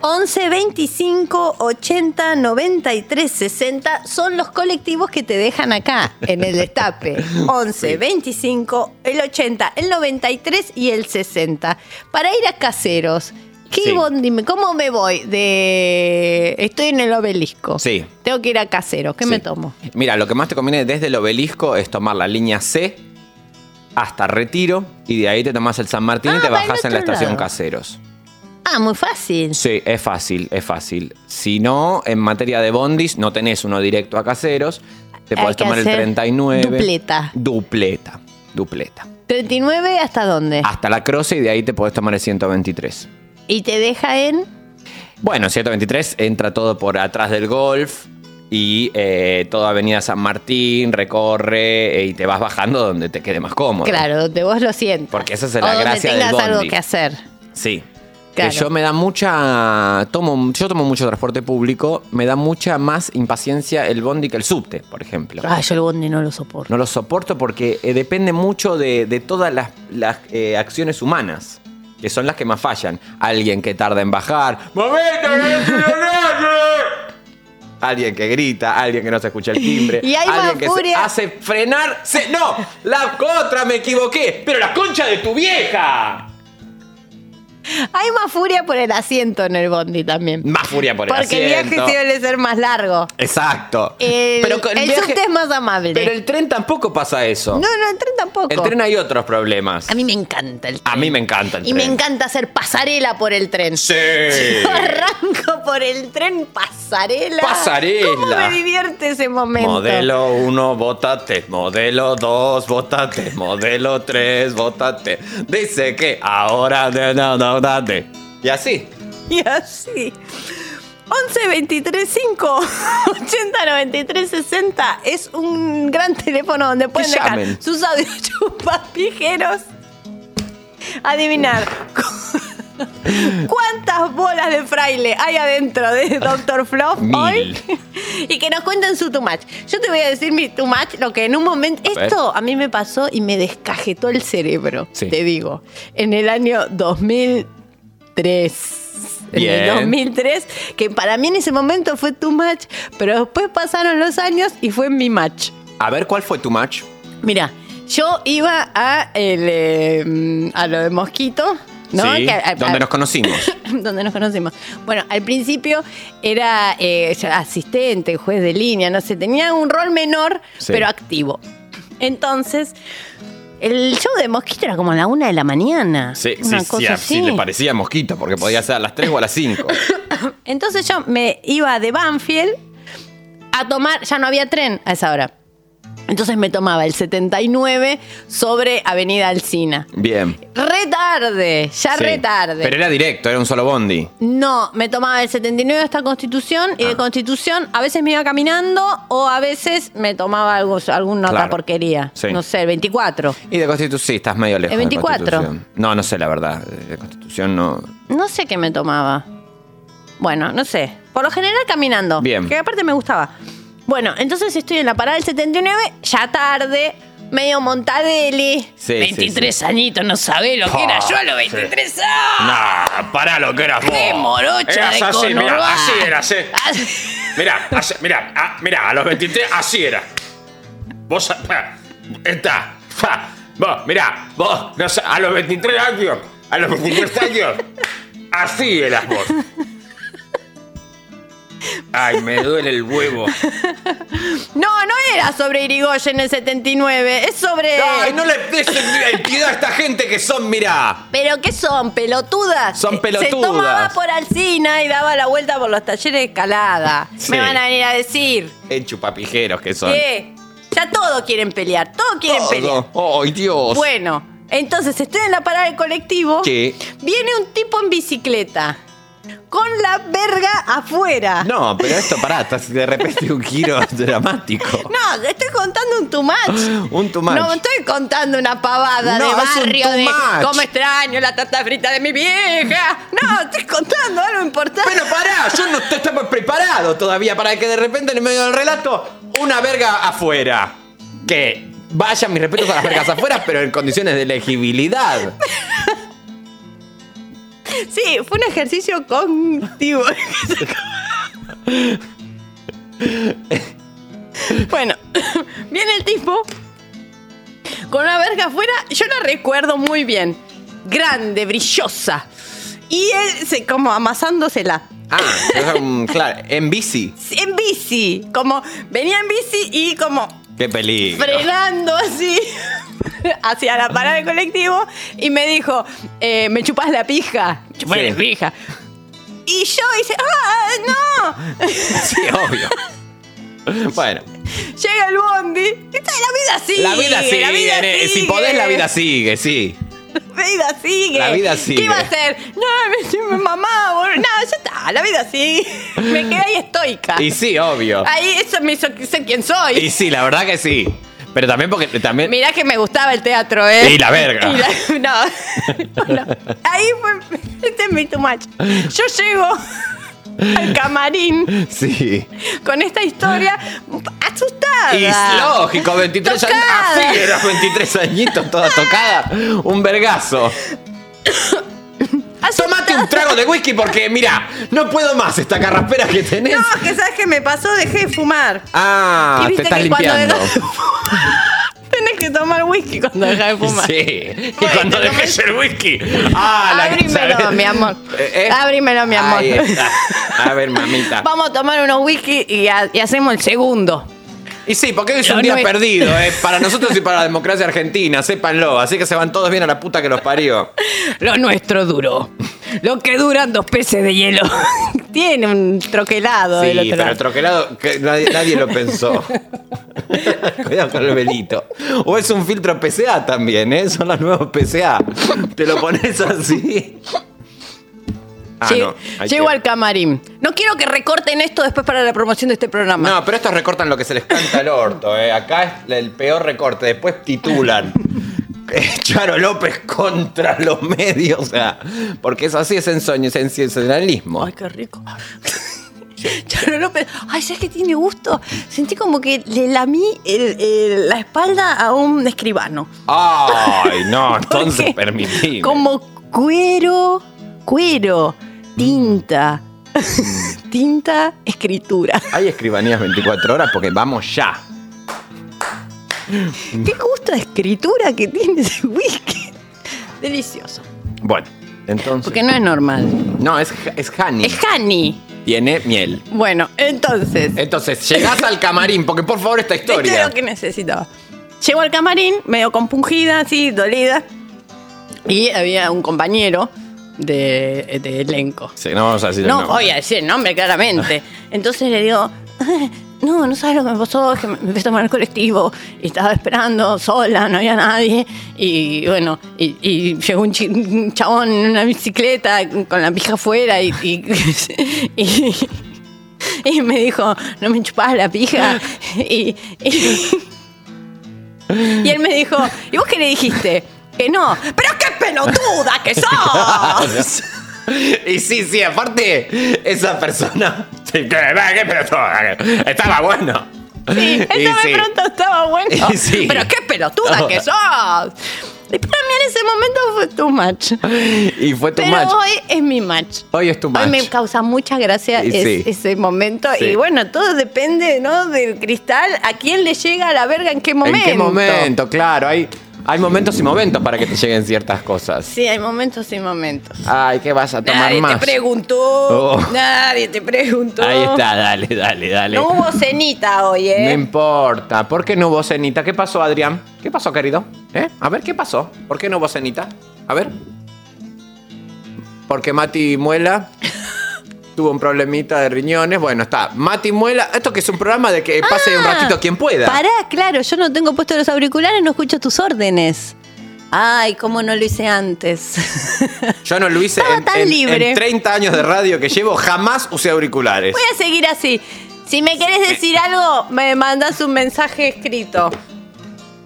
[SPEAKER 2] 11, 25, 80, 93, 60 son los colectivos que te dejan acá en el destape. 11, 25, el 80, el 93 y el 60. Para ir a caseros, ¿qué
[SPEAKER 3] Sí.
[SPEAKER 2] bondi me- ¿cómo me voy? De Estoy en el obelisco.
[SPEAKER 3] Sí.
[SPEAKER 2] Tengo que ir a caseros. ¿Qué
[SPEAKER 3] Sí.
[SPEAKER 2] me tomo?
[SPEAKER 3] Mira, lo que más te conviene desde el obelisco es tomar la línea C hasta Retiro y de ahí te tomas el San Martín
[SPEAKER 2] Ah,
[SPEAKER 3] y te
[SPEAKER 2] va al
[SPEAKER 3] bajás en la
[SPEAKER 2] otro
[SPEAKER 3] estación
[SPEAKER 2] lado.
[SPEAKER 3] Caseros.
[SPEAKER 2] Ah, muy fácil.
[SPEAKER 3] Sí, es fácil, es fácil. Si no, en materia de bondis, no tenés uno directo a Caseros. Te
[SPEAKER 2] Hay
[SPEAKER 3] podés
[SPEAKER 2] que
[SPEAKER 3] tomar el
[SPEAKER 2] hacer
[SPEAKER 3] 39.
[SPEAKER 2] dupleta.
[SPEAKER 3] Dupleta. Dupleta.
[SPEAKER 2] 39 hasta dónde?
[SPEAKER 3] Hasta la Croce y de ahí te podés tomar el 123.
[SPEAKER 2] Y te deja en
[SPEAKER 3] Bueno, 123 entra todo por atrás del golf y eh, toda Avenida San Martín recorre eh, y te vas bajando donde te quede más cómodo.
[SPEAKER 2] Claro, donde vos lo sientas.
[SPEAKER 3] Porque esa es la
[SPEAKER 2] o donde
[SPEAKER 3] gracia del
[SPEAKER 2] tengas algo
[SPEAKER 3] bondi.
[SPEAKER 2] que hacer.
[SPEAKER 3] Sí.
[SPEAKER 2] Claro.
[SPEAKER 3] Que yo me da mucha. Tomo, yo tomo mucho transporte público, me da mucha más impaciencia el bondi que el subte, por ejemplo.
[SPEAKER 4] Ah, yo el bondi no lo soporto.
[SPEAKER 3] No lo soporto porque eh, depende mucho de, de todas las, las, eh, acciones humanas, que son las que más fallan. Alguien que tarda en bajar. ¡Momento, que no se lo hace! Alguien que grita, alguien que no se escucha el timbre,
[SPEAKER 2] Y hay más
[SPEAKER 3] alguien que se
[SPEAKER 2] furia.
[SPEAKER 3] hace frenar. se- ¡No! ¡La contra me equivoqué! ¡Pero la concha de tu vieja!
[SPEAKER 2] Hay más furia por el asiento en el bondi también.
[SPEAKER 3] Más furia por el
[SPEAKER 2] Porque el
[SPEAKER 3] asiento.
[SPEAKER 2] viaje suele ser más largo.
[SPEAKER 3] Exacto.
[SPEAKER 2] El,
[SPEAKER 3] con
[SPEAKER 2] el
[SPEAKER 3] viaje-
[SPEAKER 2] subte es más amable.
[SPEAKER 3] Pero el tren tampoco pasa eso.
[SPEAKER 2] No, no, el tren tampoco.
[SPEAKER 3] el tren hay otros problemas.
[SPEAKER 2] A mí me encanta el tren.
[SPEAKER 3] A mí me encanta el
[SPEAKER 2] Y me
[SPEAKER 3] tren.
[SPEAKER 2] encanta hacer pasarela por el tren.
[SPEAKER 3] Sí.
[SPEAKER 2] Yo arranco por el tren pasarela.
[SPEAKER 3] Pasarela.
[SPEAKER 2] ¿Cómo me divierte ese momento?
[SPEAKER 3] Modelo 1, bótate. Modelo 2, bótate. Modelo 3, bótate. Dice que ahora de no, no, date. Y así.
[SPEAKER 2] Y así. 11 23 5 80 93 60 es un gran teléfono donde pueden dejar
[SPEAKER 3] llamen.
[SPEAKER 2] sus audios chupas pijeros. Adivinar. cu- ¿Cuántas bolas de fraile hay adentro de Dr. Fluff hoy? Y que nos cuenten su too much. Yo te voy a decir mi too much, lo que en un momento.
[SPEAKER 3] ver.
[SPEAKER 2] Esto a mí me pasó y me descajetó el cerebro,
[SPEAKER 3] Sí.
[SPEAKER 2] te digo. En el año 2003. En el
[SPEAKER 3] Bien.
[SPEAKER 2] 2003, que para mí en ese momento fue too much, pero después pasaron los años y fue mi match.
[SPEAKER 3] A ver, ¿cuál fue tu match?
[SPEAKER 2] Mira, yo iba a, el, eh, a lo de Mosquito, ¿no?
[SPEAKER 3] Sí,
[SPEAKER 2] Que a- a-
[SPEAKER 3] donde nos conocimos.
[SPEAKER 2] donde nos conocimos. Bueno, al principio era eh, ya asistente, juez de línea, no sé, tenía un rol menor,
[SPEAKER 3] Sí.
[SPEAKER 2] pero activo. Entonces, el show de Mosquito era como a la una de la mañana. una cosa así.
[SPEAKER 3] parecía mosquito, porque podía ser a las 3 o a las 5.
[SPEAKER 2] Entonces yo me iba de Banfield a tomar, ya no había tren a esa hora. Entonces me tomaba el 79 sobre Avenida Alcina.
[SPEAKER 3] Bien.
[SPEAKER 2] Retarde, ya
[SPEAKER 3] Sí.
[SPEAKER 2] retarde.
[SPEAKER 3] Pero era directo, era un solo bondi.
[SPEAKER 2] No, me tomaba el 79 hasta Constitución y de
[SPEAKER 3] Ah.
[SPEAKER 2] Constitución a veces me iba caminando o a veces me tomaba algo, alguna otra
[SPEAKER 3] Claro.
[SPEAKER 2] porquería.
[SPEAKER 3] Sí.
[SPEAKER 2] No sé, el 24.
[SPEAKER 3] Y de Constitución, sí, estás medio lejos.
[SPEAKER 2] El
[SPEAKER 3] de
[SPEAKER 2] 24.
[SPEAKER 3] Constitución. no, no sé la verdad. De Constitución no.
[SPEAKER 2] No sé qué me tomaba. Bueno, no sé. Por lo general caminando.
[SPEAKER 3] Bien.
[SPEAKER 2] Que aparte me gustaba. Bueno, entonces estoy en la parada del 79, ya tarde, medio Montadeli.
[SPEAKER 3] Sí,
[SPEAKER 2] 23
[SPEAKER 3] sí,
[SPEAKER 2] añitos, no sabés lo que
[SPEAKER 3] Pa,
[SPEAKER 2] era yo a los
[SPEAKER 3] sí.
[SPEAKER 2] 23 años.
[SPEAKER 3] Nah, Ah, pará lo que eras vos.
[SPEAKER 2] ¡Qué morocha
[SPEAKER 5] Eras
[SPEAKER 2] de
[SPEAKER 5] así, mirá,
[SPEAKER 2] conurbano!
[SPEAKER 5] así era, sí. Mirá, así- mirá, ah, mirá, a los 23 así era. Vos, ah, está, ja, vos, mirá, vos, no sé, a los 23 años, a los 23 años, así eras vos. Ay, me duele el huevo.
[SPEAKER 2] Eh. No, no era sobre Irigoyen el 79, es sobre...
[SPEAKER 3] Ay, no le des entidad a esta gente que son, mirá.
[SPEAKER 2] ¿Pero qué son? ¿Pelotudas?
[SPEAKER 3] Son
[SPEAKER 2] Se
[SPEAKER 3] pelotudas.
[SPEAKER 2] tomaba por Alcina y daba la vuelta por los talleres de escalada.
[SPEAKER 3] Sí.
[SPEAKER 2] Me van a venir a decir
[SPEAKER 3] En chupapijeros que son.
[SPEAKER 2] que Eh, ya todo quieren pelear, todo quieren
[SPEAKER 3] Todo.
[SPEAKER 2] pelear.
[SPEAKER 3] Ay, Dios.
[SPEAKER 2] Bueno, entonces estoy en la parada del colectivo.
[SPEAKER 3] Sí.
[SPEAKER 2] Viene un tipo en bicicleta. Con la verga afuera.
[SPEAKER 3] No, pero esto pará, estás de repente un giro dramático.
[SPEAKER 2] No, te estoy contando un tumach.
[SPEAKER 3] Un too much.
[SPEAKER 2] No estoy contando una pavada
[SPEAKER 3] No,
[SPEAKER 2] de
[SPEAKER 3] es un
[SPEAKER 2] barrio
[SPEAKER 3] too
[SPEAKER 2] de
[SPEAKER 3] much.
[SPEAKER 2] cómo extraño la tarta frita de mi vieja. No, estoy contando algo importante.
[SPEAKER 3] Pero pará, yo no te estaba preparado todavía para que de repente en el medio del relato una verga afuera. Que vayan mis respetos a las vergas afuera, pero en condiciones de elegibilidad.
[SPEAKER 2] Sí, fue un ejercicio cognitivo. bueno, viene el tipo con una verga afuera. Yo la recuerdo muy bien. Grande, brillosa. Y él se, como amasándosela.
[SPEAKER 3] Ah, es un- claro, en bici.
[SPEAKER 2] En bici. Como venía en bici y como
[SPEAKER 3] Qué peligro.
[SPEAKER 2] frenando así hacia la parada del colectivo y me dijo, eh, me chupas la pija. Chupame
[SPEAKER 3] Sí.
[SPEAKER 2] la pija. Y yo hice, ¡ah, no!
[SPEAKER 3] Sí, obvio. Bueno,
[SPEAKER 2] Llega el bondi. Y está, la vida sigue.
[SPEAKER 3] la vida sigue.
[SPEAKER 2] la vida
[SPEAKER 3] nene. Si
[SPEAKER 2] sigue.
[SPEAKER 3] podés, la vida sigue, sí.
[SPEAKER 2] La vida sigue.
[SPEAKER 3] La vida sigue.
[SPEAKER 2] ¿Qué iba a hacer? No, me, me- mamá, boludo. No, ya está, la vida sigue. Me quedé ahí estoica.
[SPEAKER 3] Y sí, obvio.
[SPEAKER 2] Ahí eso me hizo ser quien soy.
[SPEAKER 3] Y sí, la verdad que sí. Pero también porque también.
[SPEAKER 2] Mirá que me gustaba el teatro, ¿eh?
[SPEAKER 3] Y la verga.
[SPEAKER 2] Y la- no. Bueno, ahí fue. Este es mi too much. Yo llego al camarín
[SPEAKER 3] Sí.
[SPEAKER 2] con esta historia asustada.
[SPEAKER 3] Y es lógico, 23 años.
[SPEAKER 2] Tocada.
[SPEAKER 3] Así eras 23 añitos, toda tocada. Un vergazo.
[SPEAKER 2] Asustada.
[SPEAKER 3] Tomate un trago de whisky porque, mira, no puedo más esta carraspera que tenés.
[SPEAKER 2] No, es que sabes que me pasó, dejé de fumar.
[SPEAKER 3] Ah,
[SPEAKER 2] Y
[SPEAKER 3] te
[SPEAKER 2] viste
[SPEAKER 3] estás
[SPEAKER 2] que cuando
[SPEAKER 3] limpiando.
[SPEAKER 2] dejas de fumar, Tenés que tomar whisky cuando dejas de fumar.
[SPEAKER 3] Sí. Y
[SPEAKER 2] Bueno,
[SPEAKER 3] cuando
[SPEAKER 2] te
[SPEAKER 3] dejes el whisky. Ah, la Eh,
[SPEAKER 2] Abrímelo, mi amor. Abrímelo, mi amor.
[SPEAKER 3] Ahí está. A ver, mamita.
[SPEAKER 2] Vamos a tomar unos whisky y, ha- y hacemos el segundo.
[SPEAKER 3] Y sí, porque hoy es
[SPEAKER 2] Lo
[SPEAKER 3] un día
[SPEAKER 2] nue-
[SPEAKER 3] perdido, eh, para nosotros y para la democracia argentina, sépanlo. Así que se van todos bien a la puta que los parió.
[SPEAKER 2] Lo nuestro duró. Lo que duran dos peces de hielo. Tiene un troquelado del
[SPEAKER 3] Sí,
[SPEAKER 2] otro
[SPEAKER 3] pero el
[SPEAKER 2] lado.
[SPEAKER 3] troquelado que nadie, nadie lo pensó. Cuidado con el velito. O es un filtro PCA también, ¿eh? Son los nuevos PCA. Te lo pones así. Ah,
[SPEAKER 2] Lle-
[SPEAKER 3] no. hay
[SPEAKER 2] Llego
[SPEAKER 3] que-
[SPEAKER 2] al camarín. No quiero que recorten esto después para la promoción de este programa.
[SPEAKER 3] No, pero estos recortan lo que se les canta el orto, ¿eh? Acá es la- el peor recorte. Después titulan. eh, Charo López contra los medios. O sea, porque es así, es ensueño, es sensacionalismo.
[SPEAKER 2] Ay, qué rico. Charo López, ay, ¿sabes que tiene gusto? Sentí como que le lamí el- el- la espalda a un escribano.
[SPEAKER 3] Ay, no, Ah, entonces
[SPEAKER 2] Porque
[SPEAKER 3] permití.
[SPEAKER 2] Como cuero, cuero, tinta,
[SPEAKER 3] Mm.
[SPEAKER 2] tinta, escritura.
[SPEAKER 3] Hay escribanías 24 horas porque vamos ya.
[SPEAKER 2] Qué gusto de escritura que tiene ese whisky. Delicioso.
[SPEAKER 3] Bueno, entonces.
[SPEAKER 2] Porque no es normal.
[SPEAKER 3] No, es, es honey.
[SPEAKER 2] Es honey.
[SPEAKER 3] Tiene miel.
[SPEAKER 2] Bueno, entonces.
[SPEAKER 3] Entonces, llegás al camarín, porque por favor esta
[SPEAKER 2] Esto es
[SPEAKER 3] historia.
[SPEAKER 2] lo que necesitaba. Llego al camarín, medio compungida, así, dolida. Y había un compañero de, de elenco.
[SPEAKER 3] Sí, no vamos a decir el
[SPEAKER 2] No
[SPEAKER 3] nombre.
[SPEAKER 2] voy a decir el nombre, claramente. Entonces le digo, no, no sabes lo que me pasó, es que me me fui a tomar el colectivo y estaba esperando sola, no había nadie. Y bueno, y, y llegó un, chi- un chabón en una bicicleta con la pija afuera y, y- y- y me dijo, no me chupás la pija. Y, y- y él me dijo, ¿y vos qué le dijiste? Que no, pero qué pelotuda que sos.
[SPEAKER 3] Y sí, sí, aparte, esa persona.
[SPEAKER 6] Sí, que- va, que- pero todo, Estaba bueno.
[SPEAKER 2] Sí,
[SPEAKER 3] Y
[SPEAKER 2] estaba
[SPEAKER 3] sí.
[SPEAKER 2] pronto, estaba bueno.
[SPEAKER 3] Y sí.
[SPEAKER 2] Pero qué pelotuda que sos. Y para mí en ese momento fue tu match.
[SPEAKER 3] Y fue tu
[SPEAKER 2] Pero
[SPEAKER 3] match.
[SPEAKER 2] hoy es mi match.
[SPEAKER 3] Hoy es tu match.
[SPEAKER 2] Hoy me causa mucha gracia
[SPEAKER 3] Y
[SPEAKER 2] es-
[SPEAKER 3] sí.
[SPEAKER 2] ese momento.
[SPEAKER 3] Sí.
[SPEAKER 2] Y bueno, todo depende, ¿no? Del cristal, a quién le llega la verga en qué momento.
[SPEAKER 3] ¿En qué momento? Claro, hay, hay momentos y momentos para que te lleguen ciertas cosas.
[SPEAKER 2] Sí, hay momentos y momentos.
[SPEAKER 3] Ay, ¿qué vas a tomar
[SPEAKER 2] Nadie
[SPEAKER 3] más?
[SPEAKER 2] te preguntó.
[SPEAKER 3] Oh.
[SPEAKER 2] Nadie te preguntó.
[SPEAKER 3] Ahí está, dale, dale, dale.
[SPEAKER 2] No hubo cenita hoy,
[SPEAKER 3] No
[SPEAKER 2] ¿eh?
[SPEAKER 3] importa, ¿por qué no hubo cenita? ¿Qué pasó, Adrián? ¿Qué pasó, querido? ¿Eh? A ver, ¿qué pasó? ¿Por qué no hubo cenita? A ver. Porque Mati Muela tuvo un problemita de riñones. Bueno, está. Mati Muela, esto que es un programa de que pase un
[SPEAKER 2] Ah,
[SPEAKER 3] ratito quien pueda.
[SPEAKER 2] Pará, claro, yo no tengo puestos los auriculares, no escucho tus órdenes. Ay, cómo no lo hice antes.
[SPEAKER 3] Yo no lo hice
[SPEAKER 2] Estaba
[SPEAKER 3] en,
[SPEAKER 2] tan
[SPEAKER 3] en- en
[SPEAKER 2] libre.
[SPEAKER 3] 30 años de radio que llevo, jamás usé auriculares.
[SPEAKER 2] Voy a seguir así. Si me querés decir algo, me mandas un mensaje escrito.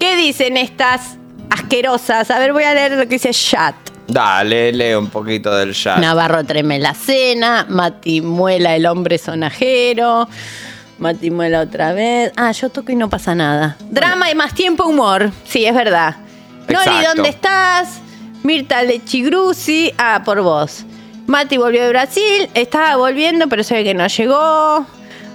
[SPEAKER 2] ¿Qué dicen estas asquerosas? A ver, voy a leer lo que dice chat.
[SPEAKER 3] Dale, lee un poquito del chat.
[SPEAKER 2] Navarro treme la cena, Matimuela el hombre sonajero, Matimuela otra vez. Ah, yo toco y no pasa nada. Drama de más tiempo, humor. Sí, es verdad. Nori,
[SPEAKER 3] Exacto.
[SPEAKER 2] ¿dónde estás? Mirta Lechigruzzi. Ah, por vos. Mati volvió de Brasil, estaba volviendo, pero se ve que no llegó.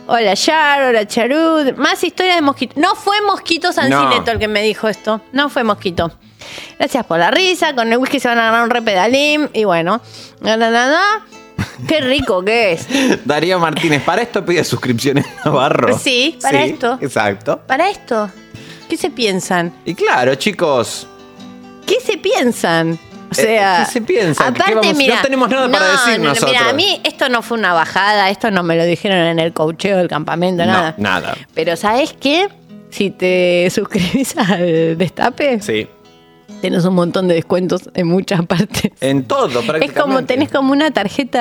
[SPEAKER 2] Hola Char, hola Charud. Más historias de mosquitos. No fue Mosquito Sancileto
[SPEAKER 3] No.
[SPEAKER 2] el que me dijo esto. No fue Mosquito. Gracias por la risa. Con el whisky se van a ganar un repedalín. Y bueno. Na, na, na, na. Qué rico que es.
[SPEAKER 3] Darío Martínez, para esto pide suscripciones Navarro.
[SPEAKER 2] Sí, para esto.
[SPEAKER 3] Exacto.
[SPEAKER 2] Para esto, ¿qué se piensan?
[SPEAKER 3] Y claro, chicos.
[SPEAKER 2] ¿Qué se piensan? O
[SPEAKER 3] Eh,
[SPEAKER 2] sea,
[SPEAKER 3] ¿qué se piensan? ¿Qué
[SPEAKER 2] Aparte,
[SPEAKER 3] vamos- no
[SPEAKER 2] mira,
[SPEAKER 3] tenemos nada para decir nosotros.
[SPEAKER 2] Mira, a mí esto no fue una bajada, esto no me lo dijeron en el cocheo del campamento, nada.
[SPEAKER 3] No, nada.
[SPEAKER 2] Pero ¿sabes qué? Si te suscribís al Destape,
[SPEAKER 3] Sí.
[SPEAKER 2] tenés un montón de descuentos en muchas partes.
[SPEAKER 3] En todo,
[SPEAKER 2] Es
[SPEAKER 3] Eh, prácticamente.
[SPEAKER 2] como tenés como una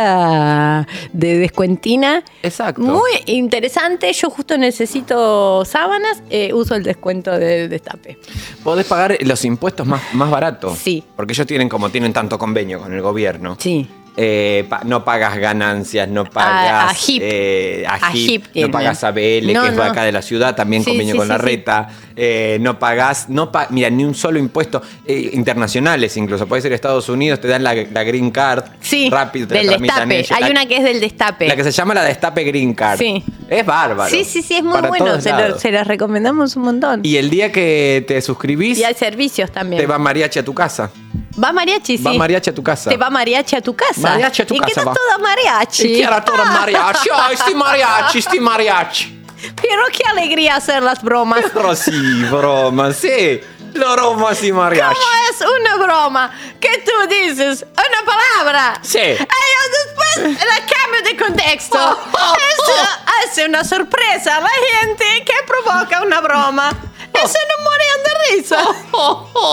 [SPEAKER 2] tarjeta de descuentina.
[SPEAKER 3] Exacto.
[SPEAKER 2] Muy interesante. Yo justo necesito sábanas, eh, uso el descuento del Destape.
[SPEAKER 3] Podés pagar los impuestos más, más barato.
[SPEAKER 2] Sí.
[SPEAKER 3] Porque ellos tienen, como tienen tanto convenio con el gobierno.
[SPEAKER 2] Sí.
[SPEAKER 3] eh, pa- no pagas ganancias, no pagas
[SPEAKER 2] a HIP.
[SPEAKER 3] eh, a
[SPEAKER 2] A
[SPEAKER 3] HIP,
[SPEAKER 2] HIP
[SPEAKER 3] no
[SPEAKER 2] tienen.
[SPEAKER 3] pagas ABL,
[SPEAKER 2] No,
[SPEAKER 3] que es
[SPEAKER 2] no.
[SPEAKER 3] acá de la ciudad, también
[SPEAKER 2] Sí,
[SPEAKER 3] convenio
[SPEAKER 2] sí,
[SPEAKER 3] con
[SPEAKER 2] sí,
[SPEAKER 3] la
[SPEAKER 2] sí.
[SPEAKER 3] reta, eh, no pagas, no pa- mira, ni un solo impuesto, eh, internacionales incluso, puede ser Estados Unidos, te dan la, la green card,
[SPEAKER 2] Sí,
[SPEAKER 3] rápido, te la
[SPEAKER 2] del
[SPEAKER 3] tramitan
[SPEAKER 2] Destape.
[SPEAKER 3] ellos.
[SPEAKER 2] Hay
[SPEAKER 3] La-
[SPEAKER 2] una que es del Destape.
[SPEAKER 3] La que se llama la destape green card.
[SPEAKER 2] Sí.
[SPEAKER 3] Es bárbaro.
[SPEAKER 2] Sí, sí, sí, es muy
[SPEAKER 3] Para
[SPEAKER 2] bueno.
[SPEAKER 3] todos
[SPEAKER 2] Se, lo,
[SPEAKER 3] lados.
[SPEAKER 2] se las recomendamos un montón. Y,
[SPEAKER 3] Y el día que te suscribís,
[SPEAKER 2] hay servicios también.
[SPEAKER 3] te va mariachi a tu casa.
[SPEAKER 2] Va mariachi, sí.
[SPEAKER 3] Va mariachi a tu casa.
[SPEAKER 2] Te va mariachi a tu casa.
[SPEAKER 3] Mariachi a tu
[SPEAKER 2] y
[SPEAKER 3] casa
[SPEAKER 2] quedas
[SPEAKER 3] va.
[SPEAKER 2] toda mariachi.
[SPEAKER 3] Y quiero todo mariachi. Ay, sí, mariachi, sí, mariachi.
[SPEAKER 2] Pero qué alegría hacer las bromas.
[SPEAKER 3] Però sì, broma, sì. La Roma si mariachi.
[SPEAKER 2] ¿Cómo es una broma que tú dices una palabra?
[SPEAKER 3] Sí. Oh,
[SPEAKER 2] Y yo después la cambio de contexto. Eso hace una sorpresa a la gente que provoca una broma. Y se nos morían de risa.
[SPEAKER 3] Oh, oh,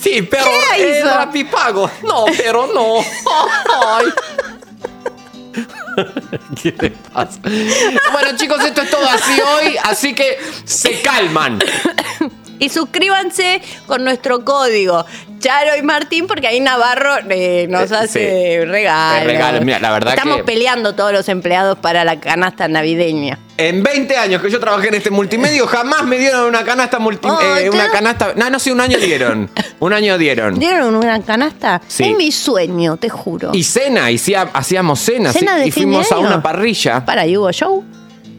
[SPEAKER 3] Sì, però
[SPEAKER 2] Che hai
[SPEAKER 3] era
[SPEAKER 2] visto?
[SPEAKER 3] pago. No, però no. Ai. ¿Qué le pasa? Bueno, chicos, esto es todo así hoy, así que se calman.
[SPEAKER 2] Y suscríbanse con nuestro código Charo y Martín, porque ahí Navarro eh, nos
[SPEAKER 3] Eh,
[SPEAKER 2] hace
[SPEAKER 3] sí.
[SPEAKER 2] regalos.
[SPEAKER 3] Eh, regalos. Mira, la verdad
[SPEAKER 2] Estamos
[SPEAKER 3] que-
[SPEAKER 2] peleando todos los empleados para la canasta navideña.
[SPEAKER 3] En 20 años que yo trabajé en este multimedio, jamás me dieron una canasta multi,
[SPEAKER 2] Oh,
[SPEAKER 3] eh, una
[SPEAKER 2] ya.
[SPEAKER 3] canasta. No, no sé, un año dieron. Un año dieron.
[SPEAKER 2] ¿Dieron una canasta?
[SPEAKER 3] Mm. Sí.
[SPEAKER 2] Es mi sueño, te juro.
[SPEAKER 3] Y cena, y sí, hacíamos cena,
[SPEAKER 2] Cena
[SPEAKER 3] sí,
[SPEAKER 2] de
[SPEAKER 3] y
[SPEAKER 2] fin de
[SPEAKER 3] fuimos a
[SPEAKER 2] año.
[SPEAKER 3] una parrilla.
[SPEAKER 2] Para, ¿y hubo show?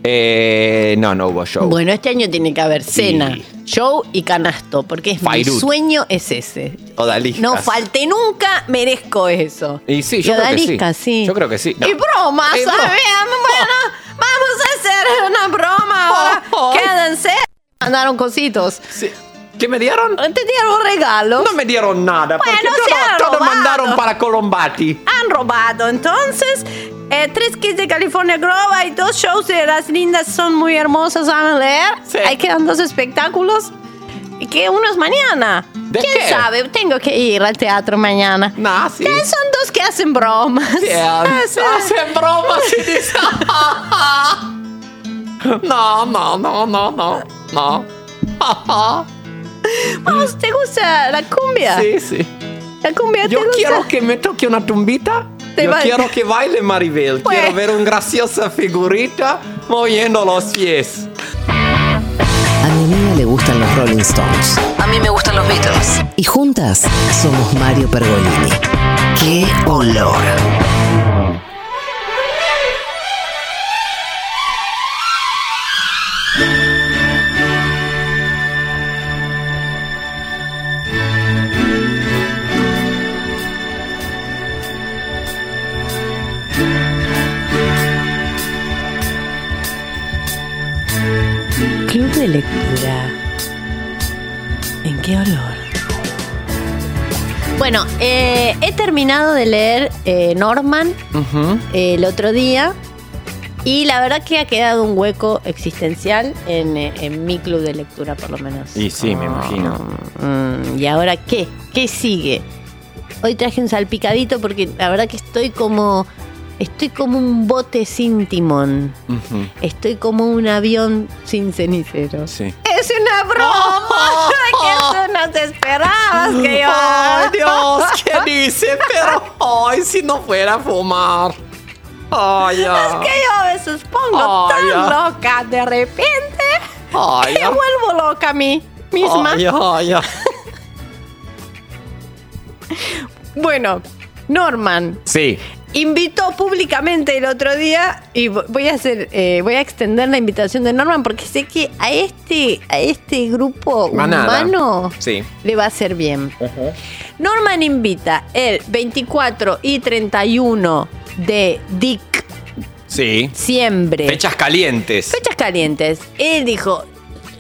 [SPEAKER 3] Eh, no, no hubo show.
[SPEAKER 4] Bueno, este año tiene que haber cena, show y canasto, porque es mi
[SPEAKER 3] Fairut.
[SPEAKER 4] sueño es ese.
[SPEAKER 3] Odaliscas.
[SPEAKER 2] No falté nunca, merezco eso.
[SPEAKER 3] Y sí, yo creo
[SPEAKER 4] Y
[SPEAKER 3] que sí.
[SPEAKER 4] odaliscas, sí.
[SPEAKER 3] Yo creo que sí. No.
[SPEAKER 2] Y broma,
[SPEAKER 3] Eh,
[SPEAKER 2] ¿sabes?
[SPEAKER 3] no.
[SPEAKER 2] Bueno, vamos a hacer una broma ahora.
[SPEAKER 4] Oh.
[SPEAKER 2] Quédense. Mandaron cositos.
[SPEAKER 3] Sí. ¿Qué me dieron?
[SPEAKER 2] Te dieron regalos.
[SPEAKER 3] No me dieron nada. porque
[SPEAKER 2] Bueno, se ha
[SPEAKER 3] todo, todo
[SPEAKER 2] robado.
[SPEAKER 3] mandaron para Colombati.
[SPEAKER 2] Han robado, entonces. eh, tres kits de California Grove y dos shows de las lindas son muy hermosas, saben leer.
[SPEAKER 3] Sí.
[SPEAKER 2] Ahí quedan dos espectáculos. Y que uno es mañana.
[SPEAKER 3] ¿De
[SPEAKER 2] ¿Quién
[SPEAKER 3] qué?
[SPEAKER 2] sabe? Tengo que ir al teatro mañana.
[SPEAKER 3] Nah, sí.
[SPEAKER 2] Eh, son dos que hacen bromas. Ah,
[SPEAKER 3] Bien. Hacen bromas y dicen. No, no, no, no, no. No.
[SPEAKER 2] Vamos, ¿te gusta la cumbia?
[SPEAKER 3] Sí, sí.
[SPEAKER 2] La cumbia
[SPEAKER 3] Yo
[SPEAKER 2] te gusta.
[SPEAKER 3] quiero que me toque una tumbita.
[SPEAKER 2] Te
[SPEAKER 3] Yo
[SPEAKER 2] va-
[SPEAKER 3] quiero que baile Maribel.
[SPEAKER 2] Pues-
[SPEAKER 3] Quiero ver una graciosa figurita moviendo los pies.
[SPEAKER 1] A mi amiga le gustan los Rolling Stones. A mí me gustan los Beatles. Y juntas somos Mario Pergolini. ¡Qué olor!
[SPEAKER 4] Club de lectura. ¿En qué olor?
[SPEAKER 2] Bueno, eh, he terminado de leer eh, Norman eh, el otro día y la verdad que ha quedado un hueco existencial en, eh, en mi club de lectura por lo menos.
[SPEAKER 3] Y sí, me imagino.
[SPEAKER 2] Mm, ¿Y ahora qué? ¿Qué sigue? Hoy traje un salpicadito porque la verdad que estoy como... Estoy como un bote sin timón.
[SPEAKER 3] Ujú,
[SPEAKER 2] Estoy como un avión sin cenicero.
[SPEAKER 3] Sí.
[SPEAKER 2] ¡Es una broma! Oh. que tú no te esperabas que yo...
[SPEAKER 3] ¡Ay, Dios! ¿Qué dice? Pero, ay, si no fuera a fumar. ¡Ay, ya!
[SPEAKER 2] que yo a veces pongo
[SPEAKER 3] Oh,
[SPEAKER 2] tan
[SPEAKER 3] ya.
[SPEAKER 2] loca de repente
[SPEAKER 3] ¡Ay,
[SPEAKER 2] que
[SPEAKER 3] ya!
[SPEAKER 2] vuelvo loca a mí misma.
[SPEAKER 3] ¡Ay, ay, ya!
[SPEAKER 2] Bueno, Norman
[SPEAKER 3] Sí.
[SPEAKER 2] invitó públicamente el otro día y vo- voy a hacer, eh, voy a extender la invitación de Norman porque sé que a este, a este grupo
[SPEAKER 3] Manada.
[SPEAKER 2] humano
[SPEAKER 3] Sí.
[SPEAKER 2] le va a hacer bien. Norman invita el 24 y 31 de Dick
[SPEAKER 3] Sí.
[SPEAKER 2] Siempre.
[SPEAKER 3] Fechas calientes.
[SPEAKER 2] Fechas calientes. Él dijo,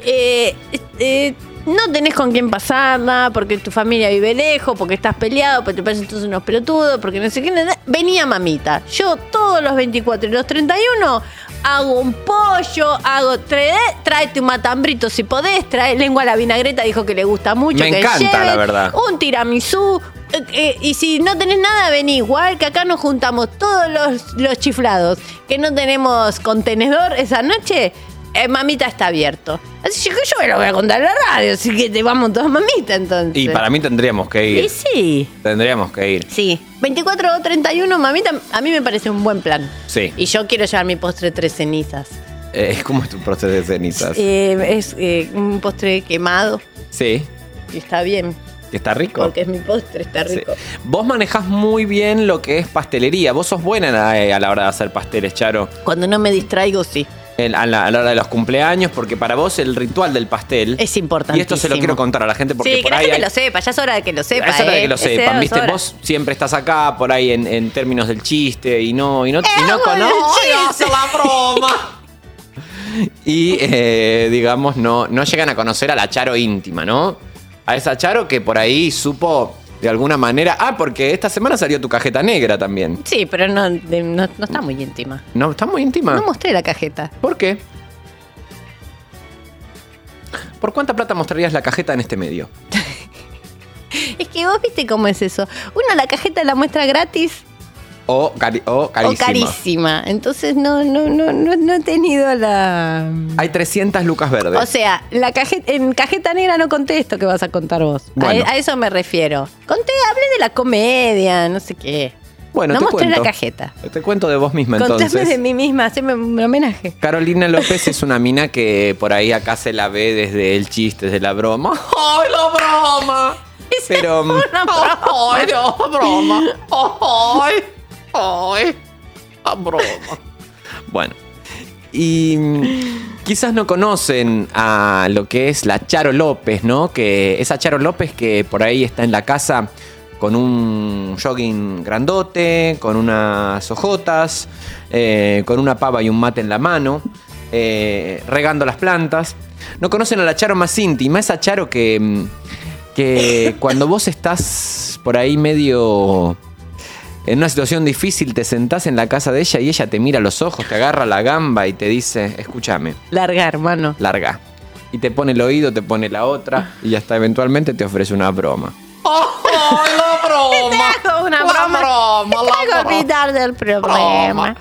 [SPEAKER 2] eh, eh, no tenés con quién pasarla, porque tu familia vive lejos, porque estás peleado, porque te parecen todos unos pelotudos, porque no sé qué. na, na. Venía mamita. Yo todos los 24 y los 31 hago un pollo, hago 3D, tráete un matambrito si podés, trae lengua a la vinagreta, dijo que le gusta mucho.
[SPEAKER 3] Me
[SPEAKER 2] que
[SPEAKER 3] encanta,
[SPEAKER 2] lleve,
[SPEAKER 3] la verdad.
[SPEAKER 2] Un tiramisú. eh, eh, y si no tenés nada, vení igual, que acá nos juntamos todos los, los chiflados, que no tenemos contenedor esa noche, eh, mamita está abierto. Así que yo me lo voy a contar en la radio, así que te vamos todos mamita entonces.
[SPEAKER 3] Y para mí tendríamos que
[SPEAKER 2] Y
[SPEAKER 3] ir.
[SPEAKER 2] sí.
[SPEAKER 3] Tendríamos que ir.
[SPEAKER 2] Sí. 24 o 31, mamita, a mí me parece un buen plan.
[SPEAKER 3] Sí.
[SPEAKER 2] Y yo quiero llevar mi postre tres cenizas.
[SPEAKER 3] Eh, ¿Cómo es tu proceso de cenizas?
[SPEAKER 2] Eh, es eh, un postre quemado
[SPEAKER 3] Sí.
[SPEAKER 2] y está bien,
[SPEAKER 3] Está rico.
[SPEAKER 2] porque es mi postre, está
[SPEAKER 3] Sí.
[SPEAKER 2] rico.
[SPEAKER 3] Vos manejás muy bien lo que es pastelería. Vos sos buena eh, a la hora de hacer pasteles, Charo.
[SPEAKER 2] Cuando no me distraigo, sí.
[SPEAKER 3] En- a, la, a la hora de los cumpleaños, porque para vos el ritual del pastel.
[SPEAKER 2] Es importantísimo.
[SPEAKER 3] Y esto se lo quiero contar a la gente porque
[SPEAKER 2] sí, que
[SPEAKER 3] por
[SPEAKER 2] la
[SPEAKER 3] ahí.
[SPEAKER 2] gente
[SPEAKER 3] hay-
[SPEAKER 2] lo sepa, ya es hora de que lo sepa.
[SPEAKER 3] es hora de
[SPEAKER 2] ¿eh?
[SPEAKER 3] que lo
[SPEAKER 2] Es hora,
[SPEAKER 3] sepan,
[SPEAKER 2] es
[SPEAKER 3] ¿viste?
[SPEAKER 2] hora.
[SPEAKER 3] Vos siempre estás acá por ahí en, en términos del chiste y no, y no, y no
[SPEAKER 2] Hago el
[SPEAKER 3] hace la broma. Y eh, digamos, no, no llegan a conocer a la Charo íntima, ¿no? A esa Charo que por ahí supo de alguna manera. Ah, porque esta semana salió tu cajeta negra también.
[SPEAKER 2] Sí, pero no, de- no, no está muy íntima.
[SPEAKER 3] No, está muy íntima.
[SPEAKER 2] No mostré la cajeta.
[SPEAKER 3] ¿Por qué? ¿Por cuánta plata mostrarías la cajeta en este medio?
[SPEAKER 2] Es que vos viste cómo es eso. Uno la cajeta la muestra gratis
[SPEAKER 3] O, cari- o carísima.
[SPEAKER 2] o carísima. Entonces no, no, no, no, no he tenido la.
[SPEAKER 3] Hay 300 lucas verdes.
[SPEAKER 2] O sea, la caje- en cajeta negra no conté esto que vas a contar vos. A- e,
[SPEAKER 3] Bueno.
[SPEAKER 2] A, eso me refiero. Conté, hablé de la comedia, no sé qué.
[SPEAKER 3] Bueno,
[SPEAKER 2] no
[SPEAKER 3] te
[SPEAKER 2] mostré
[SPEAKER 3] cuento.
[SPEAKER 2] la cajeta.
[SPEAKER 3] Te cuento de vos misma
[SPEAKER 2] Contame
[SPEAKER 3] entonces.
[SPEAKER 2] de mí misma, haceme un homenaje.
[SPEAKER 3] Carolina López es una mina que por ahí acá se la ve desde el chiste, desde la broma. ¡Ay, la broma! Pero.
[SPEAKER 2] Una broma.
[SPEAKER 3] ¡Ay, no, broma! ¡Ay! ¡Ay! ¡La broma! Bueno. Y mm, quizás no conocen a lo que es la Charo López, ¿no? Que esa Charo López que por ahí está en la casa con un jogging grandote, con unas hojotas, eh, con una pava y un mate en la mano, eh, regando las plantas. No conocen a la Charo más íntima, esa Charo que, mm, que cuando vos estás por ahí medio en una situación difícil, te sentás en la casa de ella y ella te mira a los ojos, te agarra la gamba y te dice, escúchame,
[SPEAKER 4] Larga, hermano.
[SPEAKER 3] larga. Y te pone el oído, te pone la otra y hasta eventualmente te ofrece una broma.
[SPEAKER 2] Te hago una broma. Te hago olvidar del problema.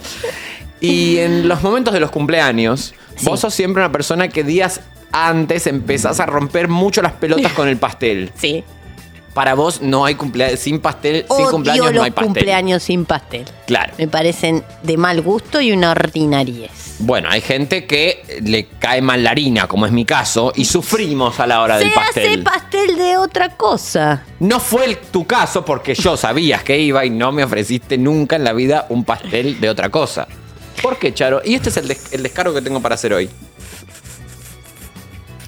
[SPEAKER 3] Y en los momentos de los cumpleaños, vos sos siempre una persona que días antes empezás a romper mucho las pelotas con el pastel.
[SPEAKER 4] Sí.
[SPEAKER 3] Para vos no hay cumpleaños, sin pastel, sin
[SPEAKER 2] Odio
[SPEAKER 3] cumpleaños no
[SPEAKER 2] los
[SPEAKER 3] hay pastel.
[SPEAKER 2] cumpleaños sin pastel.
[SPEAKER 3] Claro.
[SPEAKER 2] Me parecen de mal gusto y una ordinariez.
[SPEAKER 3] Bueno, hay gente que le cae mal la harina, como es mi caso, y sufrimos a la hora
[SPEAKER 2] Se
[SPEAKER 3] del
[SPEAKER 2] hace
[SPEAKER 3] pastel.
[SPEAKER 2] pastel de otra cosa.
[SPEAKER 3] No fue el- tu caso porque yo sabías que iba y no me ofreciste nunca en la vida un pastel de otra cosa. ¿Por qué, Charo? Y este es el, des- el descargo que tengo para hacer hoy.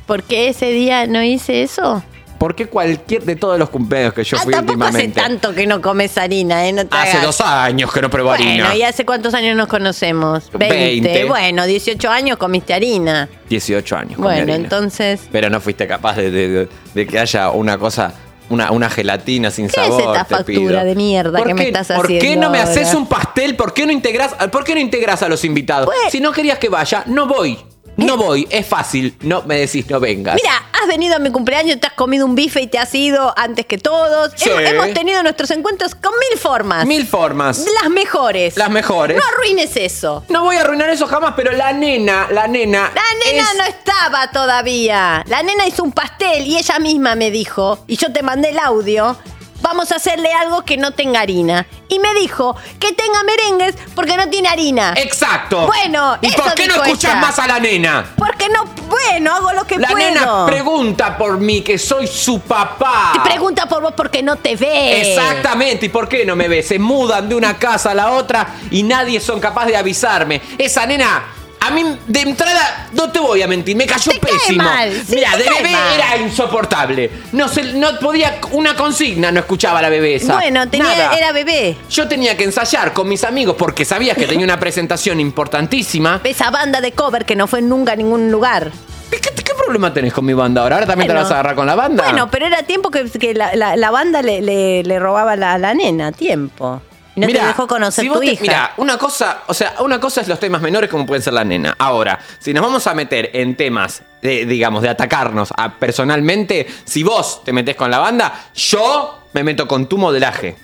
[SPEAKER 2] ¿Por qué ese día no hice eso?
[SPEAKER 3] ¿Por qué cualquier de todos los cumpleaños que yo
[SPEAKER 2] Ah,
[SPEAKER 3] fui
[SPEAKER 2] tampoco hace
[SPEAKER 3] últimamente?
[SPEAKER 2] tanto que no comes harina, ¿eh? No te
[SPEAKER 3] Hace
[SPEAKER 2] hagas.
[SPEAKER 3] dos años que no pruebo harina.
[SPEAKER 2] Bueno, ¿y hace cuántos años nos conocemos?
[SPEAKER 3] 20.
[SPEAKER 2] 20. Bueno, 18 años comiste harina.
[SPEAKER 3] 18 años. comí
[SPEAKER 2] Bueno,
[SPEAKER 3] harina.
[SPEAKER 2] entonces.
[SPEAKER 3] Pero no fuiste capaz de, de- de- de que haya una cosa, una, una gelatina sin
[SPEAKER 2] es
[SPEAKER 3] sabor.
[SPEAKER 2] esta
[SPEAKER 3] te pido.
[SPEAKER 2] factura de mierda
[SPEAKER 3] ¿Por
[SPEAKER 2] que me
[SPEAKER 3] qué-
[SPEAKER 2] estás
[SPEAKER 3] ¿Por qué
[SPEAKER 2] haciendo
[SPEAKER 3] no me
[SPEAKER 2] ahora?
[SPEAKER 3] haces un pastel? ¿Por qué no integrás, por qué no integrás a los invitados?
[SPEAKER 2] Pues-
[SPEAKER 3] si no querías que vaya, no voy. No voy, es fácil. No me decís, no vengas.
[SPEAKER 2] Mira, has venido a mi cumpleaños, te has comido un bife y te has ido antes que todos.
[SPEAKER 3] Sí.
[SPEAKER 2] Hemos, hemos tenido nuestros encuentros con mil formas.
[SPEAKER 3] Mil formas.
[SPEAKER 2] Las mejores.
[SPEAKER 3] Las mejores.
[SPEAKER 2] No arruines eso.
[SPEAKER 3] No voy a arruinar eso jamás, pero la nena, la nena.
[SPEAKER 2] La nena
[SPEAKER 3] es-
[SPEAKER 2] no estaba todavía. La nena hizo un pastel y ella misma me dijo, y yo te mandé el audio, vamos a hacerle algo que no tenga harina. Y me dijo que tenga merengues porque no tiene harina.
[SPEAKER 3] Eh. Exacto.
[SPEAKER 2] Bueno,
[SPEAKER 3] ¿Y por
[SPEAKER 2] eso
[SPEAKER 3] qué no
[SPEAKER 2] dijo
[SPEAKER 3] escuchás
[SPEAKER 2] ella.
[SPEAKER 3] más a la nena?
[SPEAKER 2] Porque no, bueno, hago lo que
[SPEAKER 3] La
[SPEAKER 2] puedo.
[SPEAKER 3] nena pregunta por mí, que soy su papá.
[SPEAKER 2] Te pregunta por vos porque no te ve.
[SPEAKER 3] Exactamente, ¿y por qué no me ves? Se mudan de una casa a la otra y nadie son capaz de avisarme. Esa nena, a mí de entrada no te voy a mentir, me cayó
[SPEAKER 2] Te cae
[SPEAKER 3] pésimo.
[SPEAKER 2] mal, sí,
[SPEAKER 3] Mira,
[SPEAKER 2] te
[SPEAKER 3] de
[SPEAKER 2] cae
[SPEAKER 3] bebé
[SPEAKER 2] mal.
[SPEAKER 3] era insoportable. No se, no podía una consigna, no escuchaba la bebé esa.
[SPEAKER 2] Bueno, tenía,
[SPEAKER 3] Nada.
[SPEAKER 2] era bebé.
[SPEAKER 3] Yo tenía que ensayar con mis amigos porque sabía que tenía una presentación importantísima.
[SPEAKER 2] Esa banda de cover que no fue nunca a ningún lugar.
[SPEAKER 3] ¿Qué, qué- qué problema tenés con mi banda ahora? ¿Ahora también te
[SPEAKER 2] Bueno.
[SPEAKER 3] la vas a agarrar con la banda?
[SPEAKER 2] Bueno, pero era tiempo que, que la, la- la banda le, le- le robaba la, la nena, tiempo. Y no
[SPEAKER 3] Mirá,
[SPEAKER 2] te dejó conocer
[SPEAKER 3] si vos
[SPEAKER 2] tu
[SPEAKER 3] te-
[SPEAKER 2] hija.
[SPEAKER 3] Mirá, una cosa, o sea, una cosa es los temas menores como pueden ser la nena. Ahora, si nos vamos a meter en temas, de, digamos, de atacarnos a- personalmente, si vos te metés con la banda, yo me meto con tu modelaje.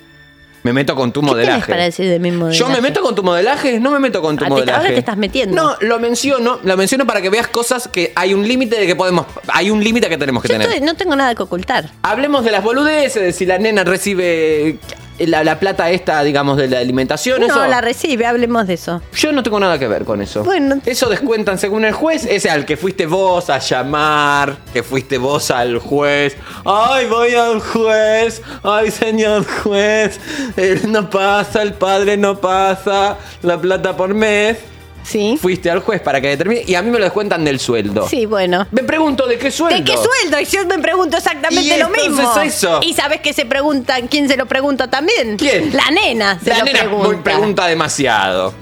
[SPEAKER 3] Me meto con tu
[SPEAKER 2] ¿Qué tenés
[SPEAKER 3] modelaje.
[SPEAKER 2] para decir de mi modelaje?
[SPEAKER 3] Yo me meto con tu modelaje, no me meto con tu
[SPEAKER 2] Ah, te-
[SPEAKER 3] modelaje.
[SPEAKER 2] ahora te estás metiendo.
[SPEAKER 3] No, lo menciono, lo menciono para que veas cosas que hay un límite de que podemos, hay un límite que tenemos que
[SPEAKER 2] Yo
[SPEAKER 3] tener.
[SPEAKER 2] estoy- no tengo nada que ocultar.
[SPEAKER 3] Hablemos de las boludeces, de si la nena recibe la, la plata esta, digamos, de la alimentación.
[SPEAKER 2] No,
[SPEAKER 3] eso.
[SPEAKER 2] la recibe, hablemos de eso.
[SPEAKER 3] Yo no tengo nada que ver con eso.
[SPEAKER 2] Bueno.
[SPEAKER 3] Eso descuentan según el juez, ese al que fuiste vos a llamar, que fuiste vos al juez. Ay, voy al juez. Ay, señor juez. Eh, no pasa, el padre no pasa. La plata por mes.
[SPEAKER 2] ¿Sí?
[SPEAKER 3] Fuiste al juez para que determine. Y a mí me lo descuentan del sueldo.
[SPEAKER 2] Sí, bueno.
[SPEAKER 3] Me pregunto de qué sueldo.
[SPEAKER 2] ¿De qué sueldo? Y yo me pregunto exactamente
[SPEAKER 3] Y
[SPEAKER 2] lo mismo.
[SPEAKER 3] entonces eso.
[SPEAKER 2] Y sabes que se preguntan, ¿quién se lo pregunta también?
[SPEAKER 3] ¿Quién?
[SPEAKER 2] La nena se
[SPEAKER 3] La
[SPEAKER 2] lo
[SPEAKER 3] nena muy
[SPEAKER 2] pregunta.
[SPEAKER 3] pregunta demasiado.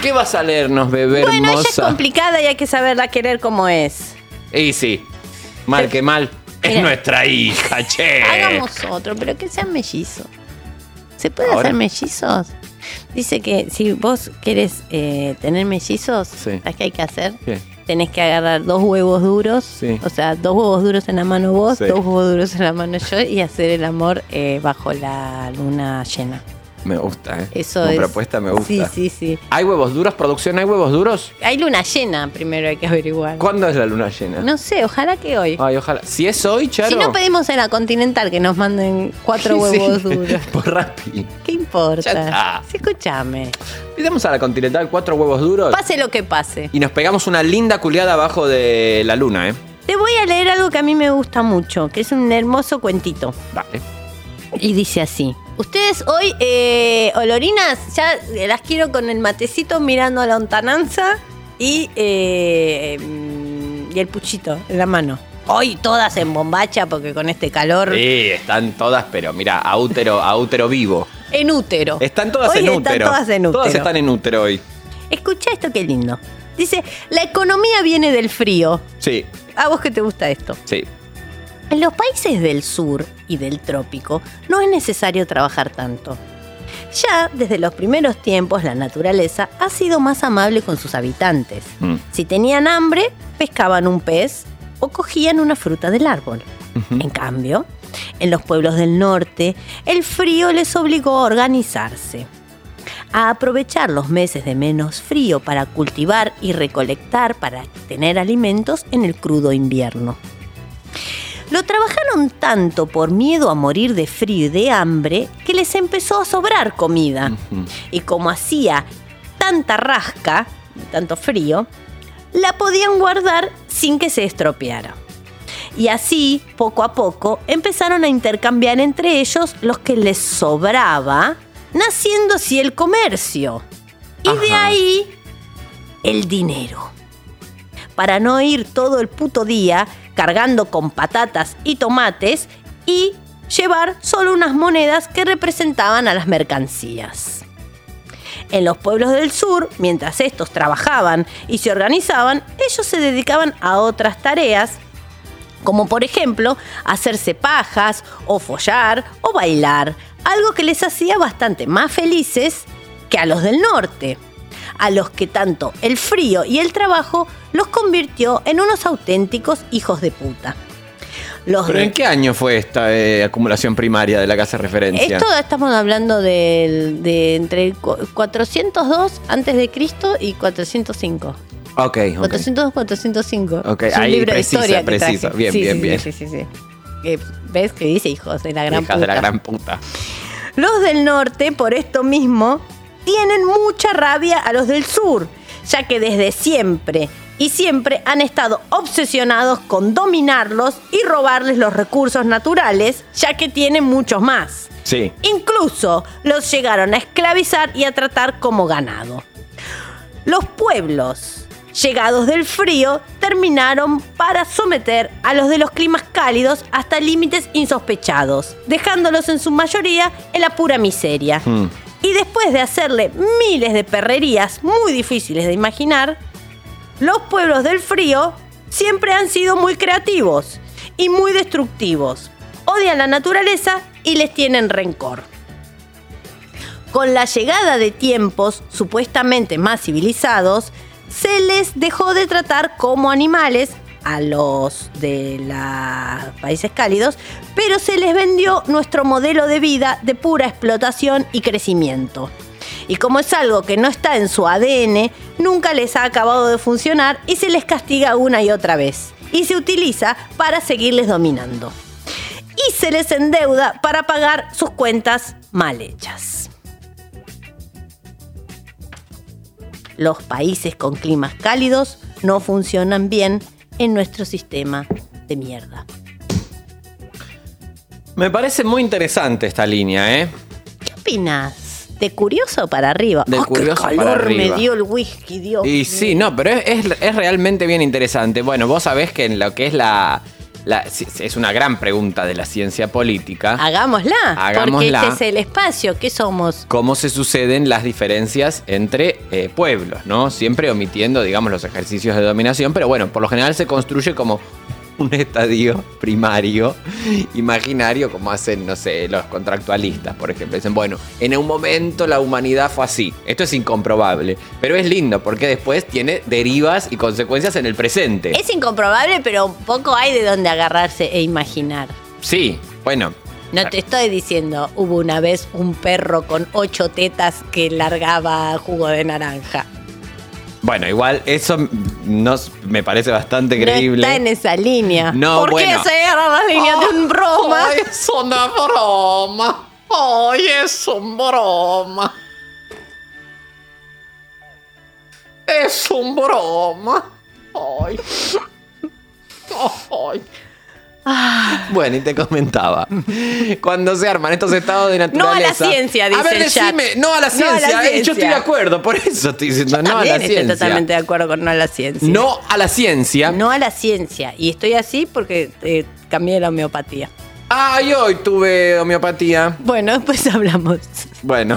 [SPEAKER 3] ¿Qué vas a leernos, bebé
[SPEAKER 2] bueno, ella es
[SPEAKER 3] hermosa?
[SPEAKER 2] complicada y hay que saberla querer como es.
[SPEAKER 3] y sí, mal que mal. Es
[SPEAKER 2] Eh, Mira.
[SPEAKER 3] nuestra hija, che.
[SPEAKER 2] Hagamos otro, pero que sean mellizos. ¿Se puede
[SPEAKER 3] Ahora.
[SPEAKER 2] hacer mellizos? Dice que si vos querés eh, tener mellizos,
[SPEAKER 3] Sí.
[SPEAKER 2] ¿sabes qué hay que hacer?
[SPEAKER 3] ¿Qué?
[SPEAKER 2] Tenés que agarrar dos huevos duros,
[SPEAKER 3] Sí.
[SPEAKER 2] o sea, dos huevos duros en la mano vos,
[SPEAKER 3] Sí.
[SPEAKER 2] dos huevos duros en la mano yo, y hacer el amor eh, bajo la luna llena.
[SPEAKER 3] Me gusta, ¿eh?
[SPEAKER 2] Eso
[SPEAKER 3] Como
[SPEAKER 2] es.
[SPEAKER 3] propuesta me gusta.
[SPEAKER 2] Sí, sí, sí.
[SPEAKER 3] ¿Hay huevos duros? ¿Producción hay huevos duros?
[SPEAKER 2] Hay luna llena, primero hay que averiguar.
[SPEAKER 3] ¿Cuándo es la luna llena?
[SPEAKER 2] No sé, ojalá que hoy.
[SPEAKER 3] Ay, ojalá. Si es hoy, Charo.
[SPEAKER 2] Si no pedimos en la Continental que nos manden cuatro
[SPEAKER 3] Sí,
[SPEAKER 2] huevos
[SPEAKER 3] sí.
[SPEAKER 2] duros.
[SPEAKER 3] Por Rappi.
[SPEAKER 2] ¿Qué importa?
[SPEAKER 3] Ya está.
[SPEAKER 2] Sí, escúchame.
[SPEAKER 3] Pidamos a la Continental cuatro huevos duros
[SPEAKER 2] Pase lo que pase.
[SPEAKER 3] y nos pegamos una linda culiada abajo de la luna, ¿eh?
[SPEAKER 2] Te voy a leer algo que a mí me gusta mucho, que es un hermoso cuentito.
[SPEAKER 3] Dale.
[SPEAKER 2] Y dice así. Ustedes hoy, eh, olorinas, ya las quiero con el matecito mirando a la lontananza y, eh, mm, y el puchito en la mano. Hoy todas en bombacha porque con este calor.
[SPEAKER 3] Sí, están todas, pero mira, a útero, a útero vivo.
[SPEAKER 2] En útero.
[SPEAKER 3] Están todas
[SPEAKER 2] Hoy
[SPEAKER 3] en
[SPEAKER 2] están
[SPEAKER 3] útero.
[SPEAKER 2] todas en útero.
[SPEAKER 3] Todas están en útero hoy.
[SPEAKER 2] Escucha esto qué lindo. Dice, la economía viene del frío.
[SPEAKER 3] Sí,
[SPEAKER 2] ¿A vos que te gusta esto?
[SPEAKER 3] sí.
[SPEAKER 2] En los países del sur y del trópico no es necesario trabajar tanto. Ya desde los primeros tiempos la naturaleza ha sido más amable con sus habitantes.
[SPEAKER 3] Mm.
[SPEAKER 2] Si tenían hambre, pescaban un pez o cogían una fruta del árbol. En cambio, en los pueblos del norte, el frío les obligó a organizarse, a aprovechar los meses de menos frío para cultivar y recolectar para tener alimentos en el crudo invierno. Lo trabajaron tanto por miedo a morir de frío y de hambre que les empezó a sobrar comida. Y como hacía tanta rasca, tanto frío, la podían guardar sin que se estropeara. Y así, poco a poco, empezaron a intercambiar entre ellos los que les sobraba, naciendo así el comercio. Y de
[SPEAKER 3] Ajá.
[SPEAKER 2] ahí, el dinero. Para no ir todo el puto día cargando con patatas y tomates y llevar solo unas monedas que representaban a las mercancías. En los pueblos del sur, mientras estos trabajaban y se organizaban, ellos se dedicaban a otras tareas, como por ejemplo hacerse pajas o follar o bailar, algo que les hacía bastante más felices que a los del norte, a los que tanto el frío y el trabajo los convirtió en unos auténticos hijos de puta. Los
[SPEAKER 3] ¿Pero
[SPEAKER 2] de-
[SPEAKER 3] en qué año fue esta eh, acumulación primaria de la casa de referencia?
[SPEAKER 2] esto estamos hablando del- de, entre el cu- 402 antes de Cristo y 405.
[SPEAKER 3] Ok, ok.
[SPEAKER 2] 402, 405.
[SPEAKER 3] Ok,
[SPEAKER 2] Es un
[SPEAKER 3] ahí
[SPEAKER 2] libro
[SPEAKER 3] precisa,
[SPEAKER 2] de historia que
[SPEAKER 3] precisa.
[SPEAKER 2] traje.
[SPEAKER 3] Bien,
[SPEAKER 2] Sí,
[SPEAKER 3] bien,
[SPEAKER 2] sí,
[SPEAKER 3] bien.
[SPEAKER 2] Sí, sí, sí. Que ¿Ves que dice hijos de la gran
[SPEAKER 3] Hijas de la
[SPEAKER 2] puta.
[SPEAKER 3] gran puta.
[SPEAKER 2] Los del norte, por esto mismo, tienen mucha rabia a los del sur, ya que desde siempre y siempre han estado obsesionados con dominarlos y robarles los recursos naturales, ya que tienen muchos más.
[SPEAKER 3] Sí.
[SPEAKER 2] Incluso los llegaron a esclavizar y a tratar como ganado. Los pueblos, llegados del frío, terminaron para someter a los de los climas cálidos hasta límites insospechados, dejándolos en su mayoría en la pura miseria.
[SPEAKER 3] Mm.
[SPEAKER 2] Y después de hacerle miles de perrerías muy difíciles de imaginar, los pueblos del frío siempre han sido muy creativos y muy destructivos. Odian la naturaleza y les tienen rencor. Con la llegada de tiempos supuestamente más civilizados, se les dejó de tratar como animales a los de los países cálidos, pero se les vendió nuestro modelo de vida de pura explotación y crecimiento. Y como es algo que no está en su ADN, nunca les ha acabado de funcionar y se les castiga una y otra vez. Y se utiliza para seguirles dominando. Y se les endeuda para pagar sus cuentas mal hechas. Los países con climas cálidos no funcionan bien en nuestro sistema de mierda.
[SPEAKER 3] Me parece muy interesante esta línea, ¿eh?
[SPEAKER 2] ¿Qué opinas? De curioso para arriba.
[SPEAKER 3] De
[SPEAKER 2] ¡Oh, qué
[SPEAKER 3] curioso para
[SPEAKER 2] calor
[SPEAKER 3] arriba.
[SPEAKER 2] me dio el whisky, Dios.
[SPEAKER 3] Y sí, no, pero es, es- es realmente bien interesante. Bueno, vos sabés que en lo que es la, la- si- si- Es una gran pregunta de la ciencia política.
[SPEAKER 2] Hagámosla. Porque
[SPEAKER 3] Hagámosla.
[SPEAKER 2] este es el espacio. ¿Qué somos?
[SPEAKER 3] ¿Cómo se suceden las diferencias entre eh, pueblos, no? Siempre omitiendo, digamos, los ejercicios de dominación, pero bueno, por lo general se construye como un estadio primario, imaginario, como hacen, no sé, los contractualistas, por ejemplo. Dicen, bueno, en un momento la humanidad fue así. Esto es incomprobable, pero es lindo porque después tiene derivas y consecuencias en el presente.
[SPEAKER 2] Es incomprobable, pero un poco hay de dónde agarrarse e imaginar.
[SPEAKER 3] Sí, bueno.
[SPEAKER 2] No te estoy diciendo, hubo una vez un perro con ocho tetas que largaba jugo de naranja.
[SPEAKER 3] Bueno, igual eso m- nos, me parece bastante creíble.
[SPEAKER 2] No está en esa línea.
[SPEAKER 3] No,
[SPEAKER 2] ¿Por
[SPEAKER 3] bueno. Oh,
[SPEAKER 2] qué se agarra la línea de un broma?
[SPEAKER 3] Ay, es una broma. Ay, es un broma. Es un broma. Ay. Ay. Bueno, y te comentaba. Cuando se arman estos estados de
[SPEAKER 2] No a
[SPEAKER 3] naturaleza.
[SPEAKER 2] la ciencia, dice
[SPEAKER 3] A ver,
[SPEAKER 2] el chat.
[SPEAKER 3] decime, no a la
[SPEAKER 2] No a la
[SPEAKER 3] ciencia. Eh, Yo estoy
[SPEAKER 2] ciencia.
[SPEAKER 3] de acuerdo, por eso estoy diciendo no a la
[SPEAKER 2] También estoy
[SPEAKER 3] ciencia.
[SPEAKER 2] totalmente de acuerdo con no a la ciencia.
[SPEAKER 3] No a la ciencia.
[SPEAKER 2] No a la ciencia. Y estoy así porque eh, cambié la homeopatía.
[SPEAKER 3] Ay, hoy tuve homeopatía.
[SPEAKER 2] Bueno, después hablamos.
[SPEAKER 3] Bueno,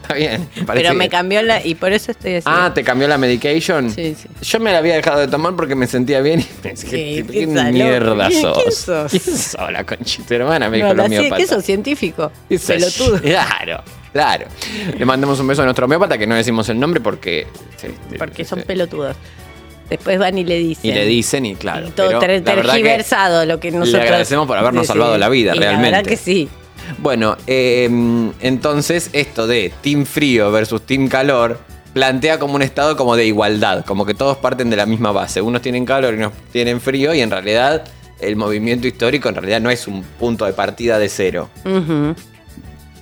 [SPEAKER 3] está bien. parece
[SPEAKER 2] Pero me
[SPEAKER 3] bien.
[SPEAKER 2] cambió la. Y por eso estoy así.
[SPEAKER 3] Ah, ¿te cambió la medication?
[SPEAKER 2] Sí, sí.
[SPEAKER 3] Yo me la había dejado de tomar porque me sentía bien y pensé,
[SPEAKER 2] Sí,
[SPEAKER 3] ¿qué,
[SPEAKER 2] qué
[SPEAKER 3] qué
[SPEAKER 2] salón.
[SPEAKER 3] mierda
[SPEAKER 2] ¿Quién-
[SPEAKER 3] sos?
[SPEAKER 2] quién sos?
[SPEAKER 3] ¿Quién sos la conchita hermana? Me
[SPEAKER 2] no,
[SPEAKER 3] dijo la
[SPEAKER 2] la ciencia,
[SPEAKER 3] homeopata.
[SPEAKER 2] que eso científico.
[SPEAKER 3] Y se-
[SPEAKER 2] Pelotudo.
[SPEAKER 3] Claro, claro. Le mandamos un beso a nuestro homeópata, que no decimos el nombre porque... sí, sí,
[SPEAKER 2] Porque
[SPEAKER 3] sí,
[SPEAKER 2] son
[SPEAKER 3] sí.
[SPEAKER 2] pelotudos. Después van y le dicen.
[SPEAKER 3] Y le dicen y claro.
[SPEAKER 2] Y todo
[SPEAKER 3] pero
[SPEAKER 2] ter-
[SPEAKER 3] la verdad que-
[SPEAKER 2] tergiversado lo que nosotros.
[SPEAKER 3] agradecemos por habernos salvado la vida,
[SPEAKER 2] Y La verdad
[SPEAKER 3] realmente.
[SPEAKER 2] que sí.
[SPEAKER 3] Bueno, eh, entonces esto de Team Frío versus Team Calor plantea como un estado como de igualdad, como que todos parten de la misma base. Unos tienen calor y unos tienen frío y en realidad el movimiento histórico en realidad no es un punto de partida de cero.
[SPEAKER 4] Ujú.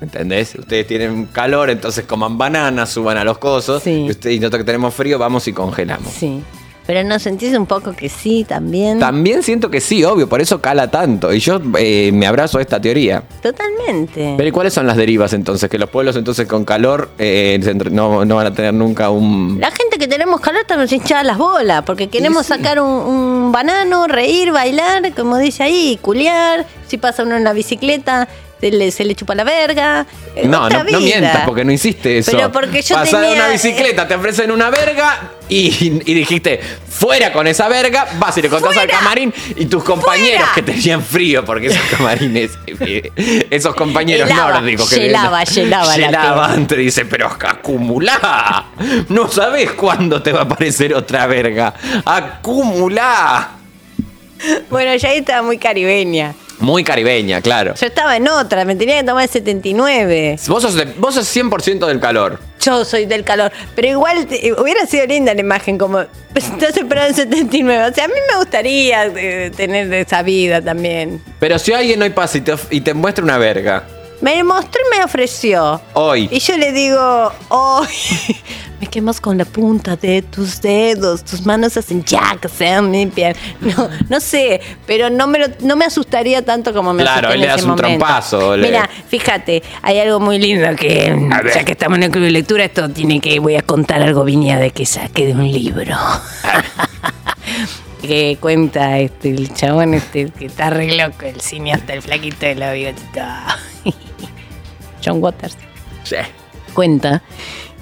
[SPEAKER 3] ¿Entendés? Ustedes tienen calor, entonces coman bananas, suban a los cosos.
[SPEAKER 4] Sí.
[SPEAKER 3] Y, usted- y nosotros que tenemos frío, vamos y congelamos.
[SPEAKER 4] Sí.
[SPEAKER 2] Pero no sentís un poco que sí también.
[SPEAKER 3] También siento que sí, obvio, por eso cala tanto. Y yo eh, me abrazo a esta teoría.
[SPEAKER 2] Totalmente.
[SPEAKER 3] Pero ¿y cuáles son las derivas entonces? Que los pueblos entonces con calor eh, se entre- no, no van a tener nunca un...
[SPEAKER 2] La gente que tenemos calor estamos hinchadas las bolas, porque queremos sacar un, un banano, reír, bailar, como dice ahí, culiar. Si pasa uno en la bicicleta, se le, se le chupa la verga. Eh,
[SPEAKER 3] No,
[SPEAKER 2] otra
[SPEAKER 3] no, no
[SPEAKER 2] vida.
[SPEAKER 3] mientas porque no hiciste eso.
[SPEAKER 2] Pero porque yo
[SPEAKER 3] Pasada
[SPEAKER 2] tenía- eh,
[SPEAKER 3] una bicicleta, te ofrecen una verga y, y dijiste, fuera con esa verga, vas y le contás al
[SPEAKER 2] ¡Fuera!
[SPEAKER 3] camarín y tus compañeros
[SPEAKER 2] ¡Fuera!
[SPEAKER 3] que tenían frío, porque esos camarines, eh, esos compañeros
[SPEAKER 2] Helaba,
[SPEAKER 3] nórdicos que
[SPEAKER 2] helaba, helaba la
[SPEAKER 3] Helaban, te dice, pero acumulá, no sabes cuándo te va a aparecer otra verga, acumulá.
[SPEAKER 2] Bueno, ya ahí estaba muy caribeña.
[SPEAKER 3] Muy caribeña, claro.
[SPEAKER 2] Yo estaba en otra, me tenía que tomar el 79.
[SPEAKER 3] Vos sos, de- vos sos 100% del calor.
[SPEAKER 2] Yo soy del calor. Pero igual te- eh, hubiera sido linda la imagen, como estás esperando el 79. O sea, a mí me gustaría eh, tener esa vida también.
[SPEAKER 3] Pero si alguien hoy pasa y te, of- y te muestra una verga,
[SPEAKER 2] Me mostró y me ofreció.
[SPEAKER 3] hoy,
[SPEAKER 2] Y yo le digo, oh, me quemas con la punta de tus dedos, tus manos hacen ya que sean mi piel. No, no sé, pero no me, lo- no me asustaría tanto como me
[SPEAKER 3] Claro, él
[SPEAKER 2] asusté en
[SPEAKER 3] le das
[SPEAKER 2] ese
[SPEAKER 3] un
[SPEAKER 2] momento.
[SPEAKER 3] trompazo, le-
[SPEAKER 2] Mira, fíjate, hay algo muy lindo que,
[SPEAKER 6] A ver.
[SPEAKER 2] ya que estamos en el club de lectura, esto tiene que, voy a contar algo viña de que saqué de un libro. que cuenta este, el chabón este que está re loco, el cineasta, el flaquito de la bigotita. John Waters cuenta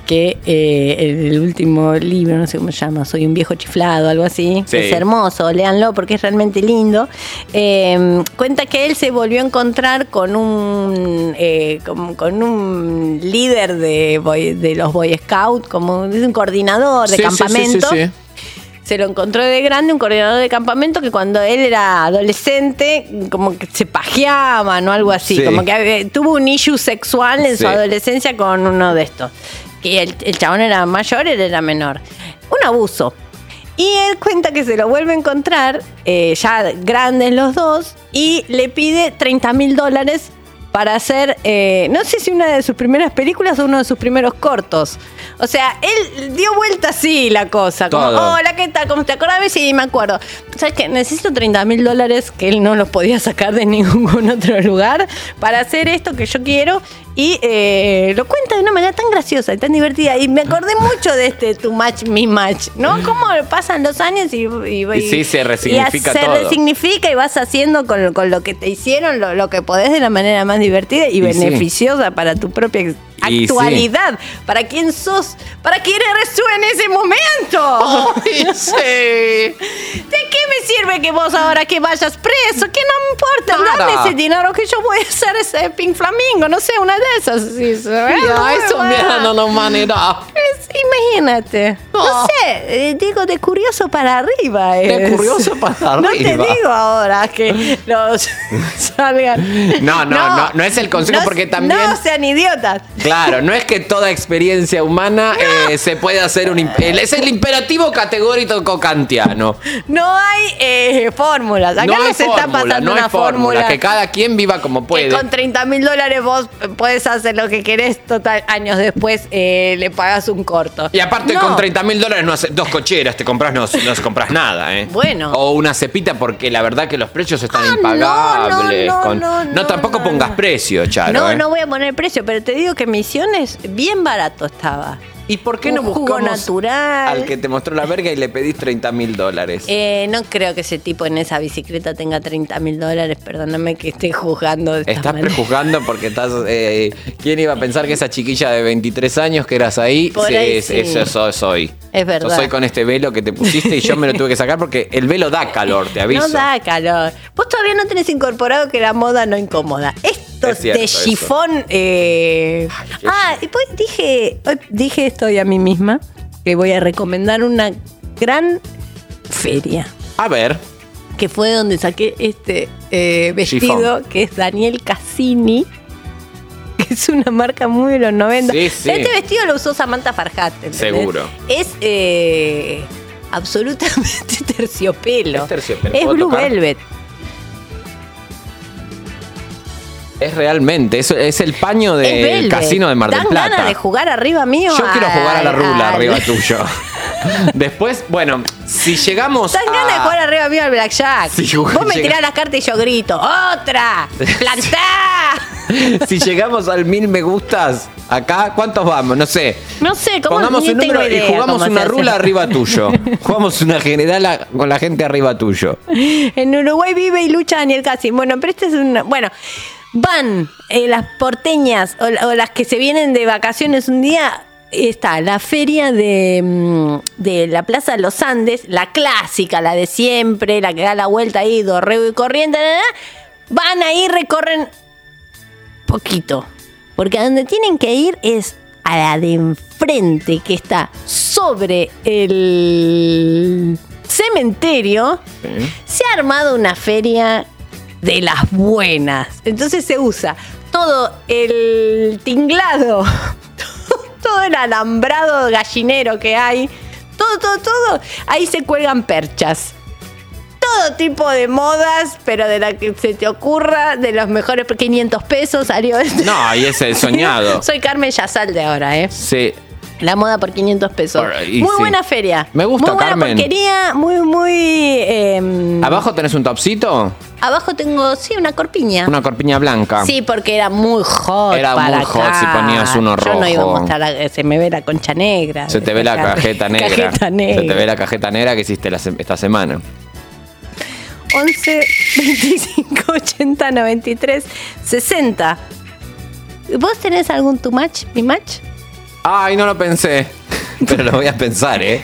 [SPEAKER 2] que eh, el, el último libro, no sé cómo se llama, Soy un viejo chiflado, algo así,
[SPEAKER 3] Sí.
[SPEAKER 2] es hermoso, léanlo porque es realmente lindo, eh, cuenta que él se volvió a encontrar con un, eh, con, con un líder de, boy- de los Boy Scouts, como un- es un coordinador de campamento. Se lo encontró de grande un coordinador de campamento que cuando él era adolescente, como que se pajeaban o algo así.
[SPEAKER 3] Sí.
[SPEAKER 2] Como que eh, tuvo un issue sexual en
[SPEAKER 3] Sí.
[SPEAKER 2] su adolescencia con uno de estos. Que el, el chabón era mayor, él era menor. Un abuso. Y él cuenta que se lo vuelve a encontrar, eh, ya grandes los dos, y le pide 30 mil dólares para hacer, eh, no sé si una de sus primeras películas o uno de sus primeros cortos. O sea, él dio vuelta así la cosa, como,
[SPEAKER 3] Todo.
[SPEAKER 2] hola, ¿qué tal? ¿Cómo te acordabas? Sí, me acuerdo. ¿Sabes qué? Necesito 30 mil dólares que él no los podía sacar de ningún otro lugar para hacer esto que yo quiero. Y eh, lo cuenta de una manera tan graciosa y tan divertida. Y me acordé mucho de este Tu Match, Mi Match, ¿no? Cómo pasan los años y... Y,
[SPEAKER 3] Y sí, se resignifica
[SPEAKER 2] se
[SPEAKER 3] todo.
[SPEAKER 2] resignifica y vas haciendo con, con lo que te hicieron lo, lo que podés de la manera más divertida y,
[SPEAKER 3] Y sí.
[SPEAKER 2] beneficiosa para tu propia ex-
[SPEAKER 3] Y sí.
[SPEAKER 2] actualidad. Para quién sos, para quién eres tú en ese momento.
[SPEAKER 3] Ay, sí.
[SPEAKER 2] ¿De qué me sirve que vos ahora que vayas preso? Que no me importa,
[SPEAKER 3] Nada.
[SPEAKER 2] dame ese dinero que yo voy a hacer ese Pink Flamingo, no sé, una de esas. Sí, sí,
[SPEAKER 3] Mira, eso
[SPEAKER 2] bueno.
[SPEAKER 3] me da la humanidad.
[SPEAKER 2] Es- imagínate. No
[SPEAKER 3] No.
[SPEAKER 2] sé, eh, digo de curioso para arriba.
[SPEAKER 3] De
[SPEAKER 2] es.
[SPEAKER 3] curioso para
[SPEAKER 2] No te
[SPEAKER 3] arriba.
[SPEAKER 2] digo ahora que los salgan.
[SPEAKER 3] No, no, no, no es el consejo
[SPEAKER 2] No,
[SPEAKER 3] porque también-
[SPEAKER 2] No sean idiotas.
[SPEAKER 3] Claro, no es que toda experiencia humana eh, se puede hacer un... imp- el- Es el imperativo categórico kantiano.
[SPEAKER 2] No hay eh, fórmulas. Acá no,
[SPEAKER 3] no hay
[SPEAKER 2] se está
[SPEAKER 3] fórmula,
[SPEAKER 2] pasando
[SPEAKER 3] no
[SPEAKER 2] una
[SPEAKER 3] hay
[SPEAKER 2] fórmula.
[SPEAKER 3] fórmula. Que cada quien viva como
[SPEAKER 2] Que
[SPEAKER 3] puede.
[SPEAKER 2] con 30 mil dólares vos puedes hacer lo que querés, total, años después eh, le pagas un corto.
[SPEAKER 3] Y aparte
[SPEAKER 2] No.
[SPEAKER 3] con 30 mil dólares no hace- dos cocheras te compras, no, no compras nada, ¿eh?
[SPEAKER 4] Bueno.
[SPEAKER 3] O una cepita porque la verdad que los precios están
[SPEAKER 2] Ah, no,
[SPEAKER 3] impagables.
[SPEAKER 2] no, no,
[SPEAKER 3] con-
[SPEAKER 2] no, no,
[SPEAKER 3] tampoco
[SPEAKER 2] no,
[SPEAKER 3] pongas
[SPEAKER 2] no.
[SPEAKER 3] precio, Charo.
[SPEAKER 2] no,
[SPEAKER 3] ¿eh?
[SPEAKER 2] no voy a poner precio, pero te digo que Misiones bien barato estaba.
[SPEAKER 3] ¿Y por qué
[SPEAKER 2] Un
[SPEAKER 3] no
[SPEAKER 2] jugo
[SPEAKER 3] buscamos
[SPEAKER 2] natural.
[SPEAKER 3] al que te mostró la verga y le pedís 30 mil dólares?
[SPEAKER 2] Eh, no creo que ese tipo en esa bicicleta tenga 30 mil dólares, perdóname que esté juzgando de esta
[SPEAKER 3] Estás
[SPEAKER 2] manera.
[SPEAKER 3] prejuzgando porque estás. eh, ¿Quién iba a pensar que esa chiquilla de 23 años que eras ahí?
[SPEAKER 2] Por ahí sí.
[SPEAKER 3] Eso soy, soy.
[SPEAKER 2] Es verdad.
[SPEAKER 3] Yo soy con este velo que te pusiste y yo me lo tuve que sacar porque el velo da calor, te aviso.
[SPEAKER 2] No da calor. Vos todavía no tenés incorporado que la moda no incomoda. Esto
[SPEAKER 3] Es cierto
[SPEAKER 2] de
[SPEAKER 3] eso.
[SPEAKER 2] chifón. eh,
[SPEAKER 3] qué
[SPEAKER 2] Ah, y pues dije, hoy dije esto hoy a mí misma, que voy a recomendar una gran feria,
[SPEAKER 3] A ver,
[SPEAKER 2] que fue donde saqué este eh, vestido, que es Daniel Cassini. que Es una marca muy de los 90.
[SPEAKER 3] Sí, sí.
[SPEAKER 2] Este vestido lo usó Samantha Farhat. ¿entendés?
[SPEAKER 3] Seguro.
[SPEAKER 2] Es eh, absolutamente terciopelo.
[SPEAKER 3] Es terciopelo.
[SPEAKER 2] Es
[SPEAKER 3] ¿Puedo
[SPEAKER 2] Blue
[SPEAKER 3] tocar?
[SPEAKER 2] Velvet.
[SPEAKER 3] es realmente, es, es el paño
[SPEAKER 2] Es
[SPEAKER 3] del
[SPEAKER 2] velvet.
[SPEAKER 3] casino de Mar del
[SPEAKER 2] Dan
[SPEAKER 3] Plata.
[SPEAKER 2] ganas de jugar arriba mío.
[SPEAKER 3] Yo quiero jugar a la
[SPEAKER 2] al-
[SPEAKER 3] rula
[SPEAKER 2] al-
[SPEAKER 3] arriba tuyo. Después, bueno, si llegamos.
[SPEAKER 2] Dan
[SPEAKER 3] a-
[SPEAKER 2] ganas de jugar arriba mío al blackjack.
[SPEAKER 3] Sí,
[SPEAKER 2] Vos
[SPEAKER 3] jugar-
[SPEAKER 2] me
[SPEAKER 3] llega-
[SPEAKER 2] tirás las cartas y yo grito. ¡Otra! ¡Plantá!
[SPEAKER 3] Si llegamos al mil me gustas acá, ¿cuántos vamos? No sé.
[SPEAKER 2] No sé, ¿cómo
[SPEAKER 3] Pongamos
[SPEAKER 2] Ni
[SPEAKER 3] un número
[SPEAKER 2] tengo idea
[SPEAKER 3] y jugamos
[SPEAKER 2] cómo se
[SPEAKER 3] una
[SPEAKER 2] hace.
[SPEAKER 3] rula arriba tuyo. Jugamos una general a- con la gente arriba tuyo.
[SPEAKER 2] En Uruguay vive y lucha Daniel Cassin. Bueno, pero este es una. Bueno. Van eh, las porteñas o, la- o las que se vienen de vacaciones un día. Está la feria de, mm, de la Plaza de los Andes, la clásica, la de siempre, la que da la vuelta ahí, Dorrego y Corriente. na, na, na. Van ahí, recorren poquito. Porque a donde tienen que ir es a la de enfrente, que está sobre el cementerio. Se ha armado una feria de las buenas. Entonces se usa todo el tinglado, todo el alambrado gallinero que hay, todo, todo, todo. Ahí se cuelgan perchas todo tipo de modas, pero de la que se te ocurra, de los mejores por 500 pesos salió este.
[SPEAKER 3] No, y ese es soñado.
[SPEAKER 2] Soy Carmen Yazal de ahora, ¿eh?
[SPEAKER 3] Sí.
[SPEAKER 2] La moda por 500 pesos.
[SPEAKER 3] Por- y
[SPEAKER 2] muy
[SPEAKER 3] sí.
[SPEAKER 2] buena feria.
[SPEAKER 3] Me gusta,
[SPEAKER 2] Muy buena
[SPEAKER 3] Carmen. Ah.
[SPEAKER 2] porquería, muy, muy... eh,
[SPEAKER 3] ¿Abajo tenés un topsito?
[SPEAKER 2] abajo tengo, sí, una corpiña.
[SPEAKER 3] Una corpiña blanca.
[SPEAKER 2] Ah. Sí, porque era muy hot
[SPEAKER 3] Era
[SPEAKER 2] para
[SPEAKER 3] muy hot
[SPEAKER 2] acá.
[SPEAKER 3] si ponías uno
[SPEAKER 2] Yo no iba a
[SPEAKER 3] rojo.
[SPEAKER 2] mostrar, la- se me ve la concha negra.
[SPEAKER 3] Se te ve la cajeta negra.
[SPEAKER 2] Cajeta negra.
[SPEAKER 3] Se te ve la cajeta negra que hiciste la se- esta semana.
[SPEAKER 2] 11 25 80 93 60. ¿Vos tenés algún tu match, mi match?
[SPEAKER 3] Ay, no lo pensé. Pero lo voy a pensar, ¿eh?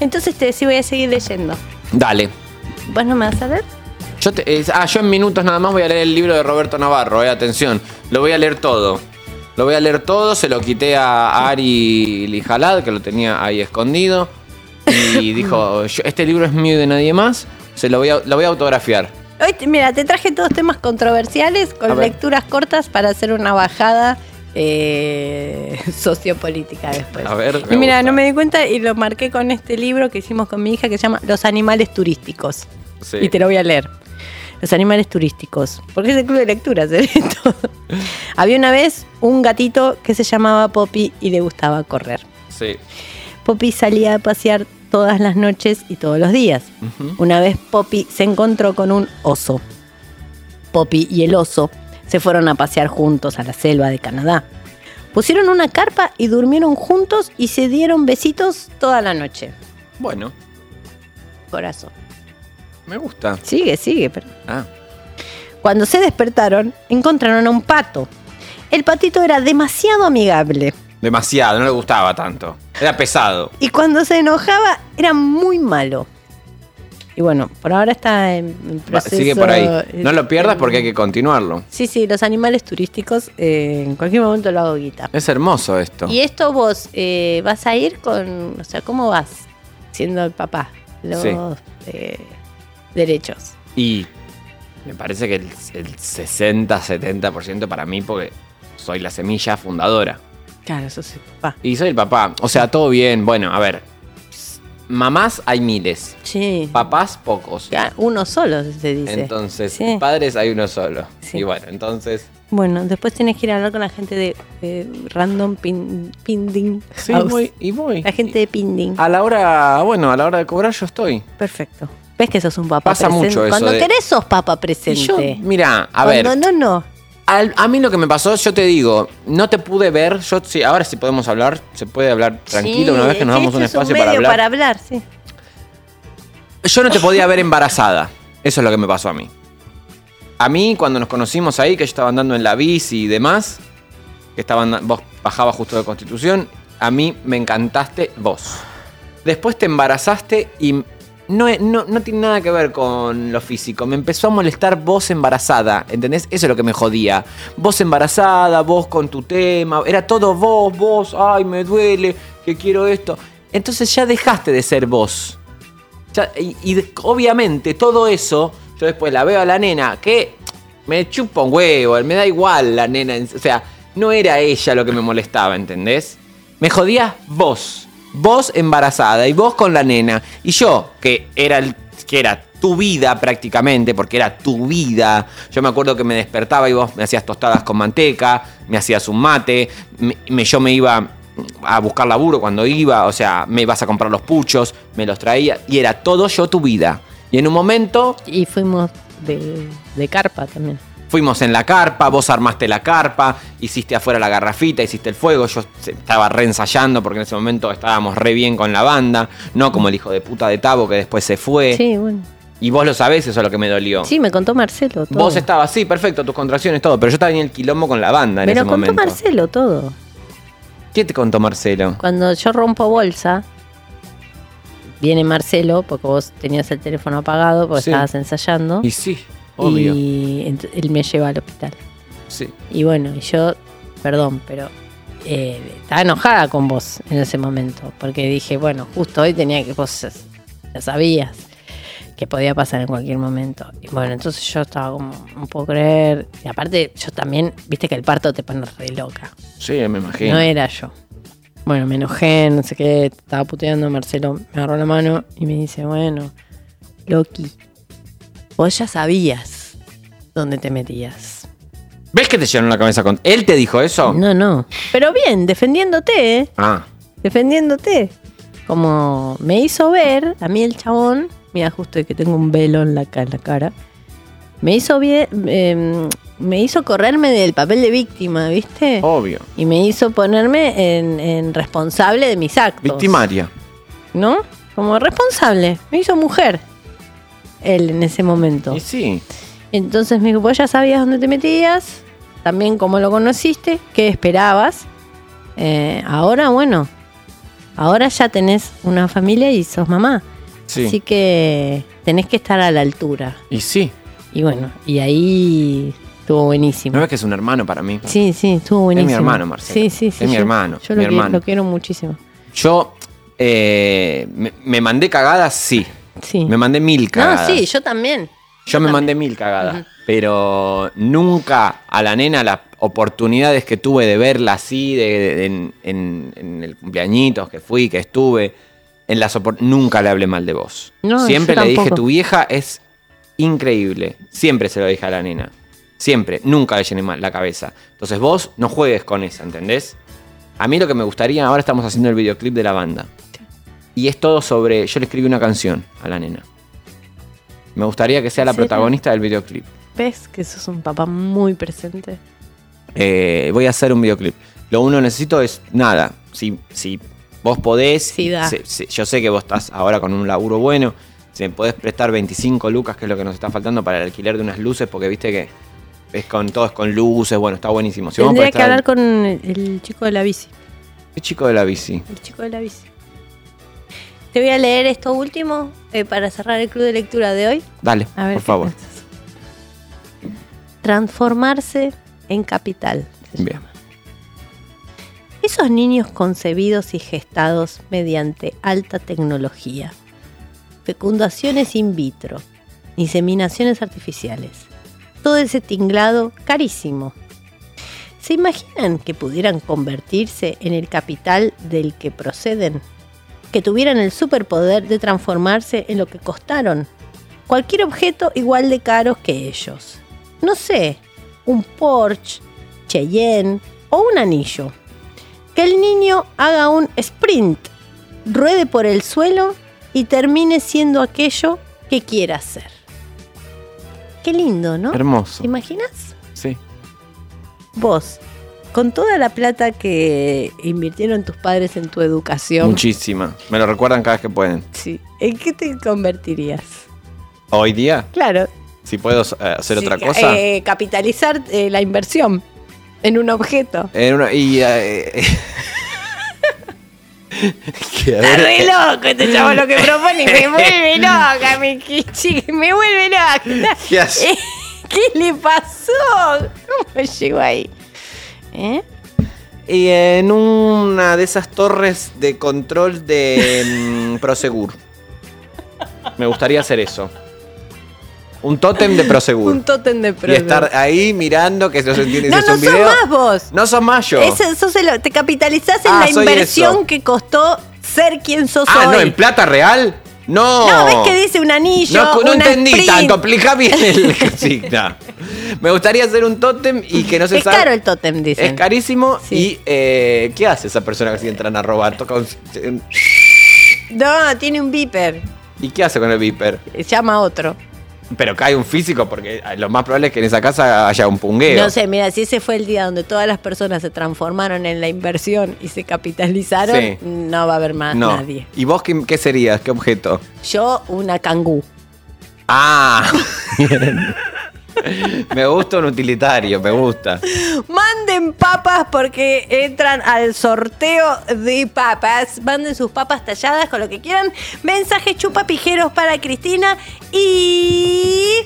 [SPEAKER 2] Entonces te sí voy a seguir leyendo.
[SPEAKER 3] Dale.
[SPEAKER 2] ¿Vos no me vas a ver?
[SPEAKER 3] Yo te- eh, ah, yo en minutos nada más voy a leer el libro de Roberto Navarro, eh, atención. Lo voy a leer todo. Lo voy a leer todo, se lo quité a Ari Lijalad, que lo tenía ahí escondido. Y dijo, "Yo- este libro es mío y de nadie más, se lo voy a, lo voy a autografiar.
[SPEAKER 2] Hoy, te- mira, te traje todos temas controversiales
[SPEAKER 3] A
[SPEAKER 2] con
[SPEAKER 3] ver.
[SPEAKER 2] lecturas cortas para hacer una bajada eh, sociopolítica después.
[SPEAKER 3] A ver,
[SPEAKER 2] Y
[SPEAKER 3] me
[SPEAKER 2] mira,
[SPEAKER 3] gusta.
[SPEAKER 2] no me di cuenta y lo marqué con este libro que hicimos con mi hija que se llama Los animales turísticos.
[SPEAKER 3] Sí.
[SPEAKER 2] Y te lo voy a leer. Los animales turísticos. Porque es el club de lecturas, ¿eh? Todo. Había una vez un gatito que se llamaba Poppy y le gustaba correr.
[SPEAKER 3] Sí.
[SPEAKER 2] Poppy salía a pasear todas las noches y todos los días. Una vez Poppy se encontró con un oso. Poppy y el oso se fueron a pasear juntos a la selva de Canadá. Pusieron una carpa y durmieron juntos y se dieron besitos toda la noche.
[SPEAKER 3] Bueno,
[SPEAKER 2] Corazón.
[SPEAKER 3] me gusta.
[SPEAKER 2] Sigue, sigue, pero
[SPEAKER 3] Ah,
[SPEAKER 2] Cuando se despertaron, encontraron a un pato. El patito era demasiado amigable
[SPEAKER 3] demasiado, no le gustaba tanto. Era pesado.
[SPEAKER 2] y cuando se enojaba era muy malo. Y bueno, por ahora está en, en
[SPEAKER 3] Va,
[SPEAKER 2] proceso.
[SPEAKER 3] sigue por ahí. No lo pierdas
[SPEAKER 2] eh,
[SPEAKER 3] porque hay que continuarlo.
[SPEAKER 2] Sí, sí, los animales turísticos eh, en cualquier momento lo hago guita.
[SPEAKER 3] Es hermoso esto.
[SPEAKER 2] Y esto vos eh, vas a ir con, o sea, ¿cómo vas siendo el papá? Los
[SPEAKER 3] Sí.
[SPEAKER 2] eh, derechos.
[SPEAKER 3] Y me parece que el, el 60-70% para mí, porque soy la semilla fundadora.
[SPEAKER 4] Claro, eso sí.
[SPEAKER 2] Pa.
[SPEAKER 3] Y soy el papá. O sea, todo bien. Bueno, a ver. Mamás hay miles.
[SPEAKER 2] Sí.
[SPEAKER 3] Papás pocos.
[SPEAKER 2] Ya, Uno solo se dice.
[SPEAKER 3] Entonces,
[SPEAKER 2] Sí.
[SPEAKER 3] padres hay uno solo.
[SPEAKER 2] Sí.
[SPEAKER 3] Y bueno, entonces
[SPEAKER 2] Bueno, después tienes que ir a hablar con la gente de eh, Random Pin- Pinding.
[SPEAKER 3] Sí,
[SPEAKER 2] House.
[SPEAKER 3] voy, y voy.
[SPEAKER 2] La gente de Pinding.
[SPEAKER 3] A la hora, bueno, a la hora de cobrar yo estoy.
[SPEAKER 2] Perfecto. Ves que sos un papá
[SPEAKER 3] Pasa
[SPEAKER 2] presente.
[SPEAKER 3] mucho eso
[SPEAKER 2] Cuando
[SPEAKER 3] de-
[SPEAKER 2] querés sos papá
[SPEAKER 3] Y
[SPEAKER 2] presente.
[SPEAKER 3] yo, mira, a ver,
[SPEAKER 2] Cuando no, no.
[SPEAKER 3] al- a mí lo que me pasó, yo te digo, no te pude ver, yo sí, ahora sí podemos hablar, se puede hablar tranquilo
[SPEAKER 2] Sí,
[SPEAKER 3] una vez que nos
[SPEAKER 2] es
[SPEAKER 3] damos un
[SPEAKER 2] es
[SPEAKER 3] espacio
[SPEAKER 2] medio
[SPEAKER 3] para hablar.
[SPEAKER 2] para hablar, sí.
[SPEAKER 3] Yo no te podía ver embarazada, eso es lo que me pasó a mí. A mí cuando nos conocimos ahí, que yo estaba andando en la bici y demás, que estaba andan- vos bajabas justo de Constitución, a mí me encantaste vos. Después te embarazaste y no, e- no, no tiene nada que ver con lo físico. Me empezó a molestar vos embarazada, ¿entendés? Eso es lo que me jodía. Vos embarazada, vos con tu tema, era todo vos, vos, ay, me duele, que quiero esto. Entonces ya dejaste de ser vos. Ya- y, y de- obviamente todo eso, yo después la veo a la nena, que me chupa un huevo, me da igual la nena. en- O sea, no era ella lo que me molestaba, ¿entendés? Me jodías vos. Vos embarazada y vos con la nena. Y yo, que era, el- que era tu vida prácticamente, porque era tu vida. Yo me acuerdo que me despertaba y vos me hacías tostadas con manteca, me hacías un mate, me- me- yo me iba a buscar laburo cuando iba, o sea, me ibas a comprar los puchos, me los traía, y era todo yo tu vida. Y en un momento
[SPEAKER 4] Y fuimos de, de carpa también.
[SPEAKER 3] fuimos en la carpa, vos armaste la carpa, hiciste afuera la garrafita, hiciste el fuego, yo se- estaba reensayando porque en ese momento estábamos re bien con la banda, no como el hijo de puta de Tabo que después se fue.
[SPEAKER 2] Sí, bueno.
[SPEAKER 3] Y vos lo sabés, eso es lo que me dolió.
[SPEAKER 2] Sí, me contó Marcelo todo.
[SPEAKER 3] Vos estabas, sí, perfecto, tus contracciones, todo, pero yo estaba en el quilombo con la banda en
[SPEAKER 2] me
[SPEAKER 3] ese
[SPEAKER 2] lo contó
[SPEAKER 3] momento.
[SPEAKER 2] Marcelo todo.
[SPEAKER 3] ¿Qué te contó Marcelo?
[SPEAKER 2] Cuando yo rompo bolsa, viene Marcelo, porque vos tenías el teléfono apagado, porque
[SPEAKER 3] Sí.
[SPEAKER 2] estabas ensayando.
[SPEAKER 3] Y sí, obvio.
[SPEAKER 2] Y ent- él me lleva al hospital.
[SPEAKER 3] Sí.
[SPEAKER 2] Y bueno, y yo, perdón, pero eh, estaba enojada con vos en ese momento, porque dije, bueno, justo hoy tenía que vos ya sabías que podía pasar en cualquier momento. Y bueno, entonces yo estaba como, no puedo creer. Y aparte, yo también, viste que el parto te pone re loca.
[SPEAKER 3] Sí, me imagino.
[SPEAKER 2] No era yo. Bueno, me enojé, no sé qué, estaba puteando, Marcelo me agarró la mano y me dice, bueno, Loki, vos ya sabías dónde te metías.
[SPEAKER 3] ¿Ves que te llenaron la cabeza con.? ¿Él te dijo eso?
[SPEAKER 2] No, no. Pero bien, defendiéndote, ¿eh?
[SPEAKER 3] Ah,
[SPEAKER 2] defendiéndote. Como me hizo ver, a mí el chabón, mira justo que tengo un velo en la, ca- en la cara, me hizo bien, em, me hizo correrme del papel de víctima, ¿viste?
[SPEAKER 3] obvio.
[SPEAKER 2] Y me hizo ponerme en, en responsable de mis actos.
[SPEAKER 3] Victimaria.
[SPEAKER 2] ¿No? Como responsable. Me hizo mujer. Él en ese momento.
[SPEAKER 3] Y sí.
[SPEAKER 2] Entonces me dijo, vos ya sabías dónde te metías, también cómo lo conociste, qué esperabas. Eh, ahora, bueno, ahora ya tenés una familia y sos mamá.
[SPEAKER 3] Sí.
[SPEAKER 2] Así que tenés que estar a la altura.
[SPEAKER 3] Y sí.
[SPEAKER 2] Y bueno, y ahí estuvo
[SPEAKER 3] No
[SPEAKER 2] buenísimo.
[SPEAKER 3] ves que es un hermano para mí.
[SPEAKER 2] Sí, sí, estuvo buenísimo.
[SPEAKER 3] hermano, Marcela.
[SPEAKER 2] Sí, sí, sí.
[SPEAKER 3] Es mi
[SPEAKER 2] yo-
[SPEAKER 3] hermano,
[SPEAKER 2] Yo
[SPEAKER 3] mi
[SPEAKER 2] lo, qui-
[SPEAKER 3] hermano.
[SPEAKER 2] lo quiero muchísimo.
[SPEAKER 3] Yo. eh, me, me mandé cagadas, sí.
[SPEAKER 2] Sí.
[SPEAKER 3] Me mandé mil
[SPEAKER 2] no,
[SPEAKER 3] cagadas.
[SPEAKER 2] sí, yo también.
[SPEAKER 3] Yo me mandé mil cagadas.
[SPEAKER 2] Ujú.
[SPEAKER 3] Pero nunca a la nena las oportunidades que tuve de verla así, de, de- de- en, en- en el cumpleañitos que fui, que estuve, en las opor- nunca le hablé mal de vos.
[SPEAKER 2] No,
[SPEAKER 3] Siempre
[SPEAKER 2] yo
[SPEAKER 3] le dije,
[SPEAKER 2] tampoco.
[SPEAKER 3] tu vieja es increíble. Siempre se lo dije a la nena. Siempre, nunca le llené mal la cabeza. Entonces vos no juegues con esa, ¿entendés? A mí lo que me gustaría, ahora estamos haciendo el videoclip de la banda. Y es todo sobre. Yo le escribí una canción a la nena. Me gustaría que sea la
[SPEAKER 2] ¿En serio?
[SPEAKER 3] protagonista del videoclip.
[SPEAKER 2] Ves que sos un papá muy presente.
[SPEAKER 3] Eh, voy a hacer un videoclip. Lo único que necesito es nada. Si, si vos podés.
[SPEAKER 2] Sí, da.
[SPEAKER 3] se- se- yo sé que vos estás ahora con un laburo bueno. Si me podés prestar 25 lucas, que es lo que nos está faltando para el alquiler de unas luces, porque viste que es con todo es con luces, bueno, está buenísimo. Si vos me
[SPEAKER 2] Tendría
[SPEAKER 3] podés
[SPEAKER 2] que hablar
[SPEAKER 3] traer-
[SPEAKER 2] con el- el chico de la bici.
[SPEAKER 3] ¿Qué chico de la bici?
[SPEAKER 2] El chico de la bici. Te voy a leer esto último eh, para cerrar el club de lectura de hoy.
[SPEAKER 3] Dale,
[SPEAKER 2] A ver
[SPEAKER 3] por
[SPEAKER 2] qué
[SPEAKER 3] favor.
[SPEAKER 2] piensas. Transformarse en capital. se
[SPEAKER 3] Bien.
[SPEAKER 2] llama. Esos niños concebidos y gestados mediante alta tecnología, fecundaciones in vitro, inseminaciones artificiales, todo ese tinglado carísimo. ¿Se imaginan que pudieran convertirse en el capital del que proceden? Que tuvieran el superpoder de transformarse en lo que costaron, cualquier objeto igual de caros que ellos. No sé, un Porsche, Cheyenne o un anillo. Que el niño haga un sprint, ruede por el suelo y termine siendo aquello que quiera hacer. Qué lindo, ¿no?
[SPEAKER 3] Hermoso.
[SPEAKER 2] ¿Te imaginas?
[SPEAKER 3] Sí.
[SPEAKER 2] Vos, con toda la plata que invirtieron tus padres en tu educación,
[SPEAKER 3] Muchísima. Me lo recuerdan cada vez que pueden.
[SPEAKER 2] sí, ¿en qué te convertirías?
[SPEAKER 3] Hoy día,
[SPEAKER 2] Claro,
[SPEAKER 3] si puedo eh, hacer
[SPEAKER 2] Sí,
[SPEAKER 3] otra
[SPEAKER 2] ca-
[SPEAKER 3] cosa.
[SPEAKER 2] eh, capitalizar eh, la inversión en un objeto.
[SPEAKER 3] en una- y, eh, que a ver,
[SPEAKER 2] re loco este chavo lo que propone. Me vuelve loca, mi Kichi. Me vuelve loca.
[SPEAKER 3] ¿Qué
[SPEAKER 2] Eh.
[SPEAKER 3] hace?
[SPEAKER 2] ¿Qué le pasó? ¿Cómo llegó ahí? ¿Eh?
[SPEAKER 3] y en una de esas torres de control de mm, Prosegur. Me gustaría hacer eso. Un tótem de Prosegur.
[SPEAKER 2] Un tótem de
[SPEAKER 3] y
[SPEAKER 2] prueba.
[SPEAKER 3] estar ahí mirando que se os entiende
[SPEAKER 2] No,
[SPEAKER 3] si es
[SPEAKER 2] no
[SPEAKER 3] un
[SPEAKER 2] sos
[SPEAKER 3] video.
[SPEAKER 2] más vos.
[SPEAKER 3] No sos más yo.
[SPEAKER 2] Ese- sos el- te capitalizás en
[SPEAKER 3] Ah,
[SPEAKER 2] la
[SPEAKER 3] soy
[SPEAKER 2] inversión
[SPEAKER 3] eso.
[SPEAKER 2] que costó ser quien sos
[SPEAKER 3] ah,
[SPEAKER 2] hoy.
[SPEAKER 3] no, en plata real. No.
[SPEAKER 2] No, ves que dice un anillo,
[SPEAKER 3] No, no
[SPEAKER 2] una
[SPEAKER 3] entendí
[SPEAKER 2] sprint.
[SPEAKER 3] tanto, aplica bien el consigna. Me gustaría hacer un tótem y que no se
[SPEAKER 2] Es
[SPEAKER 3] sabe.
[SPEAKER 2] caro el tótem, dicen.
[SPEAKER 3] Es carísimo.
[SPEAKER 2] Sí.
[SPEAKER 3] ¿Y eh, qué hace esa persona que si entran a robar? Toca un-
[SPEAKER 2] No, tiene un viper.
[SPEAKER 3] ¿Y qué hace con el viper?
[SPEAKER 2] Llama a otro.
[SPEAKER 3] Pero cae un físico porque ah, lo más probable es que en esa casa haya un pungueo.
[SPEAKER 2] No sé, mira, si ese fue el día donde todas las personas se transformaron en la inversión y se capitalizaron,
[SPEAKER 3] Sí.
[SPEAKER 2] no va a haber más
[SPEAKER 3] No.
[SPEAKER 2] nadie.
[SPEAKER 3] ¿Y vos qué, qué serías? ¿Qué objeto?
[SPEAKER 2] Yo, una cangú.
[SPEAKER 3] Ah. bien. me gusta un utilitario, me gusta.
[SPEAKER 2] Manden papas porque entran al sorteo de papas. Manden sus papas talladas con lo que quieran. Mensajes chupapijeros para Cristina y.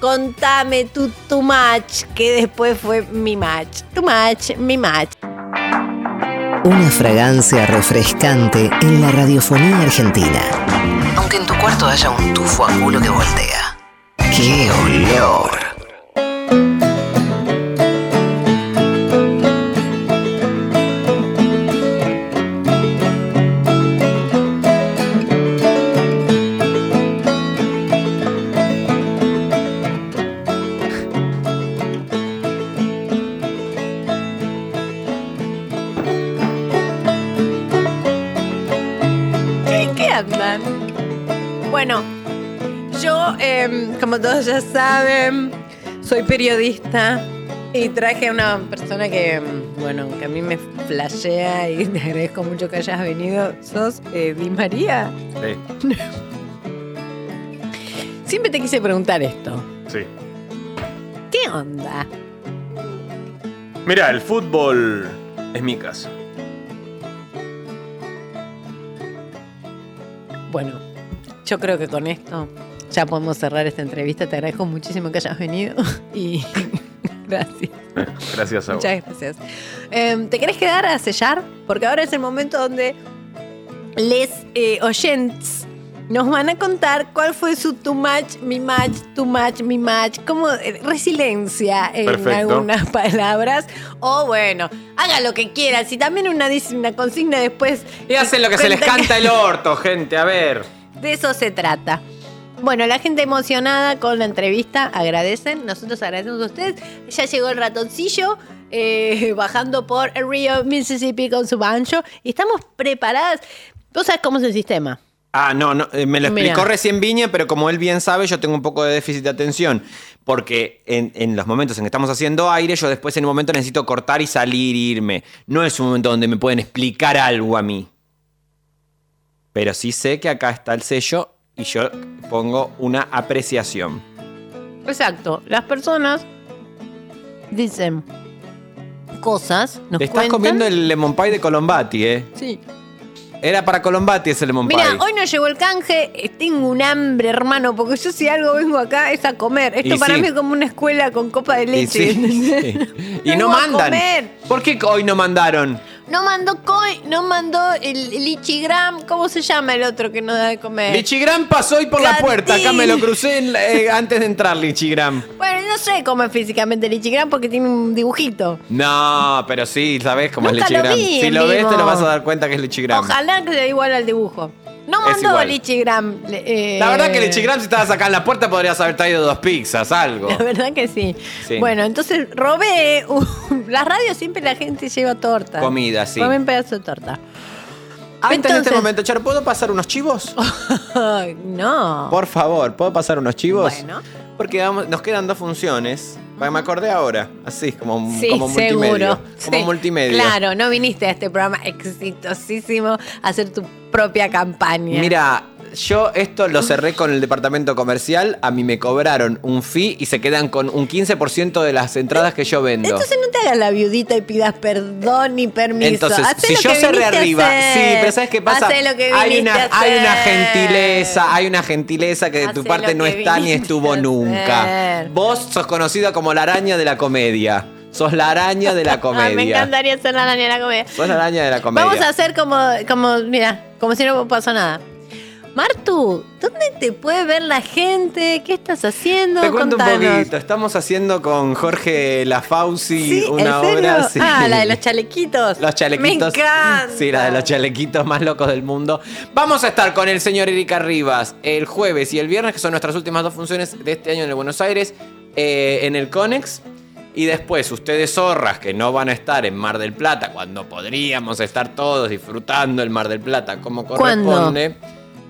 [SPEAKER 2] Contame tu, tu match, que después fue mi match. Tu match, mi match.
[SPEAKER 1] Una fragancia refrescante en la radiofonía argentina. Aunque en tu cuarto haya un tufo a culo que voltea. ¡Qué olor!
[SPEAKER 2] ¿En qué andan? Bueno, yo, em, como todos ya saben, soy periodista y traje a una persona que, em, bueno, que a mí me flashea y te agradezco mucho que hayas venido. ¿Sos eh, Di María?
[SPEAKER 6] Sí,
[SPEAKER 2] Siempre te quise preguntar esto.
[SPEAKER 6] sí.
[SPEAKER 2] ¿Qué onda?
[SPEAKER 6] Mira, el fútbol es mi casa.
[SPEAKER 2] Bueno, yo creo que con esto ya podemos cerrar esta entrevista. Te agradezco muchísimo que hayas venido y gracias.
[SPEAKER 6] Gracias a vos.
[SPEAKER 2] Muchas gracias. Em, ¿Te querés quedar a sellar? Porque ahora es el momento donde les eh, oyentes nos van a contar cuál fue su too much, mi match, too much, mi match, como eh, resiliencia en
[SPEAKER 6] Perfecto.
[SPEAKER 2] algunas palabras. O bueno, haga lo que quieran. Si también una dice una consigna después.
[SPEAKER 3] Y hacen lo que se les
[SPEAKER 2] cuenta
[SPEAKER 3] canta el orto, gente, a ver.
[SPEAKER 2] de eso se trata. Bueno, la gente emocionada con la entrevista agradecen. Nosotros agradecemos a ustedes. Ya llegó el ratoncillo eh, bajando por el río Mississippi con su bancho. Y estamos preparadas. Vos sabés cómo es el sistema.
[SPEAKER 3] Ah, no, no, eh, me lo
[SPEAKER 2] Mira.
[SPEAKER 3] explicó recién Viña, pero como él bien sabe, yo tengo un poco de déficit de atención. Porque en, en los momentos en que estamos haciendo aire, yo después en un momento necesito cortar y salir e irme. No es un momento donde me pueden explicar algo a mí. Pero sí sé que acá está el sello y yo pongo una apreciación.
[SPEAKER 2] Exacto. Las personas dicen cosas. Nos
[SPEAKER 3] Te estás
[SPEAKER 2] cuentan.
[SPEAKER 3] comiendo el lemon pie de Colombati, ¿eh?
[SPEAKER 2] Sí.
[SPEAKER 3] Era para Colombati ese lemon
[SPEAKER 2] Mira,
[SPEAKER 3] pie.
[SPEAKER 2] hoy no llegó el canje, eh, tengo un hambre, hermano, porque yo si algo vengo acá es a comer. Esto
[SPEAKER 3] Y
[SPEAKER 2] para
[SPEAKER 3] sí.
[SPEAKER 2] mí es como una escuela con copa de
[SPEAKER 3] y,
[SPEAKER 2] leche.
[SPEAKER 3] sí,
[SPEAKER 2] ¿entendés?
[SPEAKER 3] sí. Y no
[SPEAKER 2] Vengo a
[SPEAKER 3] mandan.
[SPEAKER 2] comer.
[SPEAKER 3] ¿Por qué hoy no mandaron?
[SPEAKER 2] No mandó Coin, no mandó el, el Ichigram, ¿cómo se llama el otro que nos da de comer?
[SPEAKER 3] Lichigram pasó hoy por
[SPEAKER 2] Gatín.
[SPEAKER 3] la puerta. Acá me lo crucé en la- eh, antes de entrar, Lichigram.
[SPEAKER 2] bueno, no sé cómo es físicamente el Ichigram porque tiene un dibujito.
[SPEAKER 3] No, pero sí, sabes cómo
[SPEAKER 2] Nunca
[SPEAKER 3] es
[SPEAKER 2] lo
[SPEAKER 3] Lichigram.
[SPEAKER 2] vi
[SPEAKER 3] si
[SPEAKER 2] en
[SPEAKER 3] lo ves,
[SPEAKER 2] vivo.
[SPEAKER 3] te lo vas a dar cuenta que es Lichigram.
[SPEAKER 2] Ojalá que sea igual al dibujo. No
[SPEAKER 3] Es
[SPEAKER 2] mandó
[SPEAKER 3] igual.
[SPEAKER 2] Lichigram. eh,
[SPEAKER 3] La verdad que el Chigram, si estabas acá en la puerta, podrías haber traído dos pizzas, algo.
[SPEAKER 2] La verdad que sí.
[SPEAKER 3] Sí.
[SPEAKER 2] Bueno, entonces robé. un- las radios siempre la gente lleva torta.
[SPEAKER 3] Comida, sí.
[SPEAKER 2] Comen pedazo de torta.
[SPEAKER 3] Ahorita en este
[SPEAKER 2] Entonces- Oh.
[SPEAKER 3] momento, Charo, ¿puedo pasar unos chivos?
[SPEAKER 2] Ay, no.
[SPEAKER 3] Por favor, ¿puedo pasar unos chivos?
[SPEAKER 2] Bueno.
[SPEAKER 3] Porque vamos- nos quedan dos funciones. Porque me acordé ahora. Así, como,
[SPEAKER 2] Sí,
[SPEAKER 3] como multimedia.
[SPEAKER 2] seguro.
[SPEAKER 3] Como
[SPEAKER 2] Sí.
[SPEAKER 3] multimedia.
[SPEAKER 2] Claro, no viniste a este programa exitosísimo a hacer tu propia campaña.
[SPEAKER 3] Mira, yo esto lo cerré con el departamento comercial. A mí me cobraron un fee y se quedan con un 15% de las entradas que yo vendo.
[SPEAKER 2] Entonces no te hagas la viudita y pidas perdón ni permiso.
[SPEAKER 3] Entonces,
[SPEAKER 2] Hacé
[SPEAKER 3] si
[SPEAKER 2] lo
[SPEAKER 3] yo
[SPEAKER 2] que
[SPEAKER 3] cerré
[SPEAKER 2] viniste a
[SPEAKER 3] arriba, sí,
[SPEAKER 2] hacer.
[SPEAKER 3] pero ¿sabes qué pasa?
[SPEAKER 2] Hacé lo que
[SPEAKER 3] hay,
[SPEAKER 2] viniste
[SPEAKER 3] una,
[SPEAKER 2] a
[SPEAKER 3] hay una
[SPEAKER 2] hacer. Ah,
[SPEAKER 3] gentileza, hay una gentileza que de tu
[SPEAKER 2] Hacé
[SPEAKER 3] parte
[SPEAKER 2] lo
[SPEAKER 3] no
[SPEAKER 2] que
[SPEAKER 3] está ni
[SPEAKER 2] viniste
[SPEAKER 3] estuvo
[SPEAKER 2] a
[SPEAKER 3] nunca.
[SPEAKER 2] hacer.
[SPEAKER 3] Vos sos conocida como la araña de la comedia. Sos la araña de la comedia.
[SPEAKER 2] Ay, Ah, me encantaría hacer la araña de la comedia.
[SPEAKER 3] Sos la araña de la comedia.
[SPEAKER 2] Vamos a hacer como, como, mira, como si no pasó nada. Martu, ¿dónde te puede ver la gente? ¿Qué estás haciendo?
[SPEAKER 3] Te cuento un
[SPEAKER 2] Contanos.
[SPEAKER 3] poquito. Estamos haciendo con Jorge Lafauci
[SPEAKER 2] Sí, ¿en
[SPEAKER 3] una
[SPEAKER 2] serio?
[SPEAKER 3] obra. sí.
[SPEAKER 2] Ah, la de los chalequitos.
[SPEAKER 3] Los chalequitos.
[SPEAKER 2] Me encanta.
[SPEAKER 3] Sí, la de los chalequitos más locos del mundo. Vamos a estar con el señor Erika Rivas el jueves y el viernes, que son nuestras últimas dos funciones de este año en el Buenos Aires, eh, en el Conex. Y después, ustedes zorras que no van a estar en Mar del Plata, cuando podríamos estar todos disfrutando el Mar del Plata como
[SPEAKER 2] ¿Cuándo?
[SPEAKER 3] corresponde.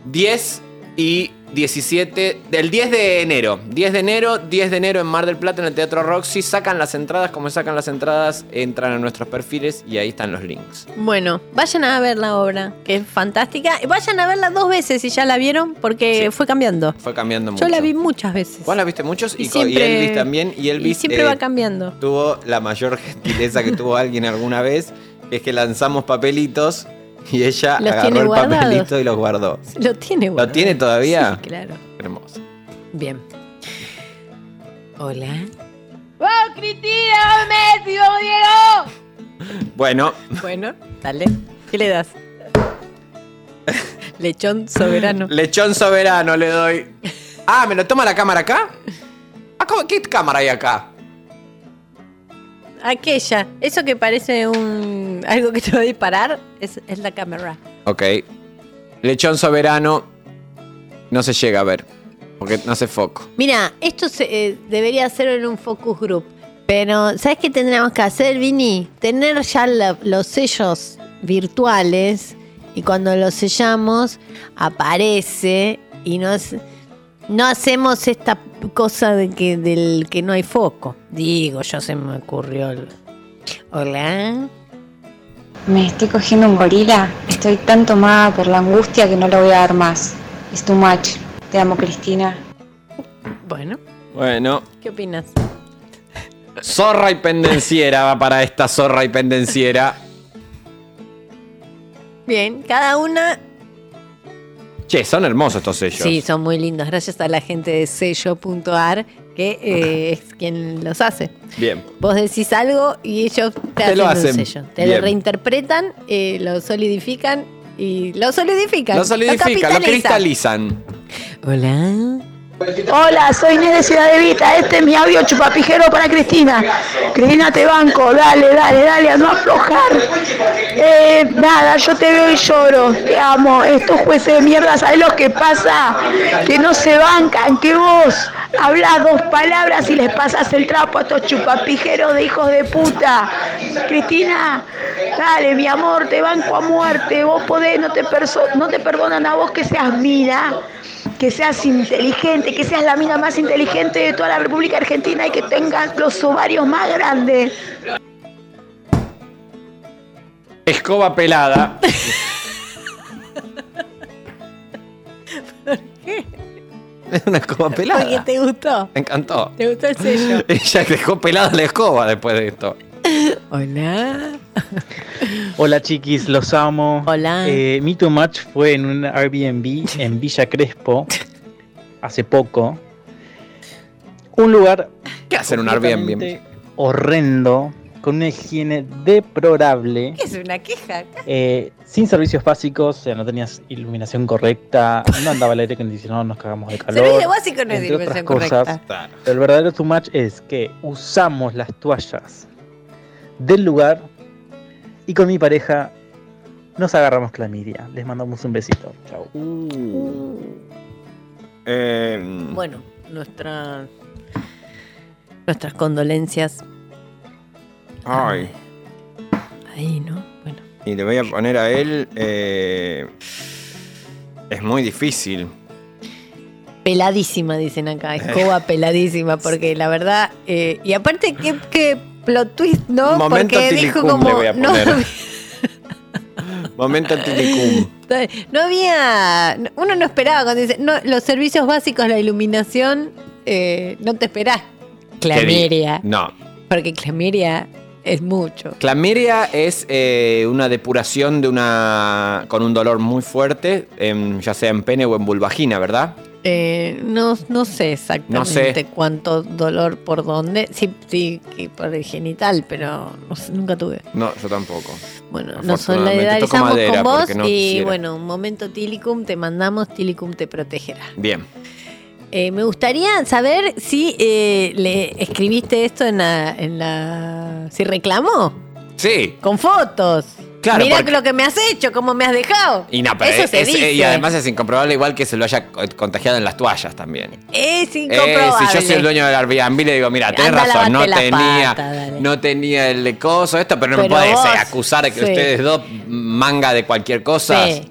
[SPEAKER 3] 10 y 17, del 10 de enero. 10 de enero, 10 de enero en Mar del Plata en el Teatro Roxy. Sacan las entradas, como sacan las entradas, entran a nuestros perfiles y ahí están los links.
[SPEAKER 2] Bueno, vayan a ver la obra, que es fantástica. Y Vayan a verla dos veces si ya la vieron, porque
[SPEAKER 3] Sí.
[SPEAKER 2] fue cambiando.
[SPEAKER 3] Fue cambiando mucho.
[SPEAKER 2] Yo la vi muchas veces.
[SPEAKER 3] Vos la viste muchos y,
[SPEAKER 2] Y
[SPEAKER 3] co- y
[SPEAKER 2] siempre-
[SPEAKER 3] Elvis también. Y Elvis
[SPEAKER 2] y siempre
[SPEAKER 3] eh,
[SPEAKER 2] va cambiando.
[SPEAKER 3] tuvo la mayor gentileza que tuvo alguien alguna vez, que es que lanzamos papelitos y ella
[SPEAKER 2] Los
[SPEAKER 3] agarró
[SPEAKER 2] tiene
[SPEAKER 3] el
[SPEAKER 2] guardados.
[SPEAKER 3] papelito y los guardó.
[SPEAKER 2] Lo tiene,
[SPEAKER 3] ¿Lo
[SPEAKER 2] guardado.
[SPEAKER 3] tiene todavía?
[SPEAKER 2] Sí, claro.
[SPEAKER 3] Hermoso.
[SPEAKER 2] Bien. Hola.
[SPEAKER 3] Bueno,
[SPEAKER 2] Bueno, dale. ¿Qué le das? Lechón soberano.
[SPEAKER 3] Lechón soberano le doy. Ah, ¿me lo toma la cámara acá? Ah, ¿cómo- ¿Qué cámara hay acá?
[SPEAKER 2] Aquella, eso que parece un algo que te va a disparar, es, es la cámara.
[SPEAKER 3] Ok. Lechón soberano. No se llega a ver. Porque no hace foco.
[SPEAKER 2] Mira, esto se, eh, debería hacerlo en un focus group. Pero, ¿sabes qué tendríamos que hacer, Vini? Tener ya la- los sellos virtuales y cuando los sellamos aparece y nos, no hacemos esta cosa de que, del que no hay foco. Digo, yo se me ocurrió. el- Hola.
[SPEAKER 7] Me estoy cogiendo un gorila. Estoy tan tomada por la angustia que no lo voy a dar más. Es too much. Te amo, Cristina.
[SPEAKER 2] Bueno,
[SPEAKER 3] Bueno.
[SPEAKER 2] ¿qué opinas?
[SPEAKER 3] Zorra y pendenciera va para esta zorra y pendenciera.
[SPEAKER 2] Bien, cada una
[SPEAKER 3] Che, son hermosos estos sellos.
[SPEAKER 2] Sí, son muy lindos. Gracias a la gente de sello.ar que eh, es quien los hace.
[SPEAKER 3] Bien.
[SPEAKER 2] Vos decís algo y ellos te, hacen,
[SPEAKER 3] lo
[SPEAKER 2] un
[SPEAKER 3] hacen.
[SPEAKER 2] sello. Te
[SPEAKER 3] Bien.
[SPEAKER 2] lo reinterpretan, eh, lo solidifican y lo solidifican.
[SPEAKER 3] Lo solidifican, lo
[SPEAKER 2] capitalizan.
[SPEAKER 3] cristalizan.
[SPEAKER 2] Hola.
[SPEAKER 8] Hola, soy Inés de Ciudad de Vita. Este es mi audio chupapijero para Cristina. Cristina, te banco. Dale, dale, dale, a no aflojar. Eh, nada, yo te veo y lloro. Te amo. Estos jueces de mierda, ¿sabes lo que pasa? Que no se bancan, que vos hablás dos palabras y les pasas el trapo a estos chupapijeros de hijos de puta. Cristina, dale, mi amor, te banco a muerte. Vos podés, no te, perso- no te perdonan a vos que seas mina que seas inteligente, que seas la mina más inteligente de toda la República Argentina y que tengas los ovarios más grandes.
[SPEAKER 3] Escoba pelada. Es una escoba pelada.
[SPEAKER 2] Porque te gustó.
[SPEAKER 3] Me encantó.
[SPEAKER 2] Te gustó el sello.
[SPEAKER 3] Ella dejó pelada la escoba después de esto.
[SPEAKER 2] Hola.
[SPEAKER 9] Hola chiquis, los amo.
[SPEAKER 2] Hola.
[SPEAKER 9] Eh, Me Too Much fue en un Airbnb en Villa Crespo hace poco. Un lugar
[SPEAKER 3] ¿Qué hacen un Airbnb?
[SPEAKER 9] completamente horrendo, con una higiene deplorable,
[SPEAKER 2] ¿Qué es una queja?
[SPEAKER 9] eh, sin servicios básicos, o sea, no tenías iluminación correcta, no andaba el aire acondicionado, nos cagamos de
[SPEAKER 2] Servicio
[SPEAKER 9] calor.
[SPEAKER 2] básico no es
[SPEAKER 9] entre otras
[SPEAKER 2] dimensión correcta.
[SPEAKER 9] cosas. Pero el verdadero Too Much es que usamos las toallas del lugar y con mi pareja Nos agarramos clamidia. Les mandamos un besito. Chau.
[SPEAKER 6] Eh,
[SPEAKER 2] Bueno, nuestra, nuestras condolencias
[SPEAKER 6] Ay.
[SPEAKER 2] ahí, ¿no? Bueno.
[SPEAKER 3] Y le voy a poner a él. eh, es muy difícil.
[SPEAKER 2] Peladísima, dicen acá. Escoba peladísima, porque la verdad. eh, y aparte, qué, qué plot twist, ¿no?
[SPEAKER 3] Momento
[SPEAKER 2] porque dijo
[SPEAKER 3] tilicum
[SPEAKER 2] como.
[SPEAKER 3] le voy a
[SPEAKER 2] no,
[SPEAKER 3] poner. Momento antilicum.
[SPEAKER 2] no había. Uno no esperaba cuando dice. No, los servicios básicos, la iluminación, eh, no te esperás. Clamiria.
[SPEAKER 3] No.
[SPEAKER 2] Porque clamiria es mucho.
[SPEAKER 3] Clamiria es eh, una depuración de una con un dolor muy fuerte, en- ya sea en pene o en vulvagina, ¿verdad?
[SPEAKER 2] Eh, no, no sé exactamente
[SPEAKER 3] No sé.
[SPEAKER 2] cuánto dolor por dónde. Sí, sí, que por el genital, pero no sé, nunca tuve.
[SPEAKER 3] No, yo tampoco.
[SPEAKER 2] Bueno, nos
[SPEAKER 3] Afortunadamente toco
[SPEAKER 2] solidarizamos
[SPEAKER 3] madera
[SPEAKER 2] con vos
[SPEAKER 3] porque no
[SPEAKER 2] y
[SPEAKER 3] quisiera.
[SPEAKER 2] bueno, un momento Tilicum, te mandamos, Tilicum te protegerá.
[SPEAKER 3] Bien.
[SPEAKER 2] Eh, me gustaría saber si eh, le escribiste esto en la, en la... si reclamó,
[SPEAKER 3] Sí.
[SPEAKER 2] con fotos.
[SPEAKER 3] Claro,
[SPEAKER 2] Mira
[SPEAKER 3] porque-
[SPEAKER 2] lo que me has hecho, cómo me has dejado.
[SPEAKER 3] Y, no, pero
[SPEAKER 2] Eso
[SPEAKER 3] es-
[SPEAKER 2] se
[SPEAKER 3] es-
[SPEAKER 2] dice.
[SPEAKER 3] y además es incomprobable igual que se lo haya co- contagiado en las toallas también.
[SPEAKER 2] es
[SPEAKER 3] Eh,
[SPEAKER 2] incomprobable.
[SPEAKER 3] si yo soy el dueño del Airbnb le digo, mira, tenés
[SPEAKER 2] Anda,
[SPEAKER 3] razón, no
[SPEAKER 2] lavate la
[SPEAKER 3] tenía,
[SPEAKER 2] pata, dale.
[SPEAKER 3] no tenía el coso, esto, pero no
[SPEAKER 2] Pero
[SPEAKER 3] me podés
[SPEAKER 2] vos,
[SPEAKER 3] eh, acusar de que
[SPEAKER 2] sí.
[SPEAKER 3] ustedes dos manga de cualquier cosa.
[SPEAKER 2] Sí.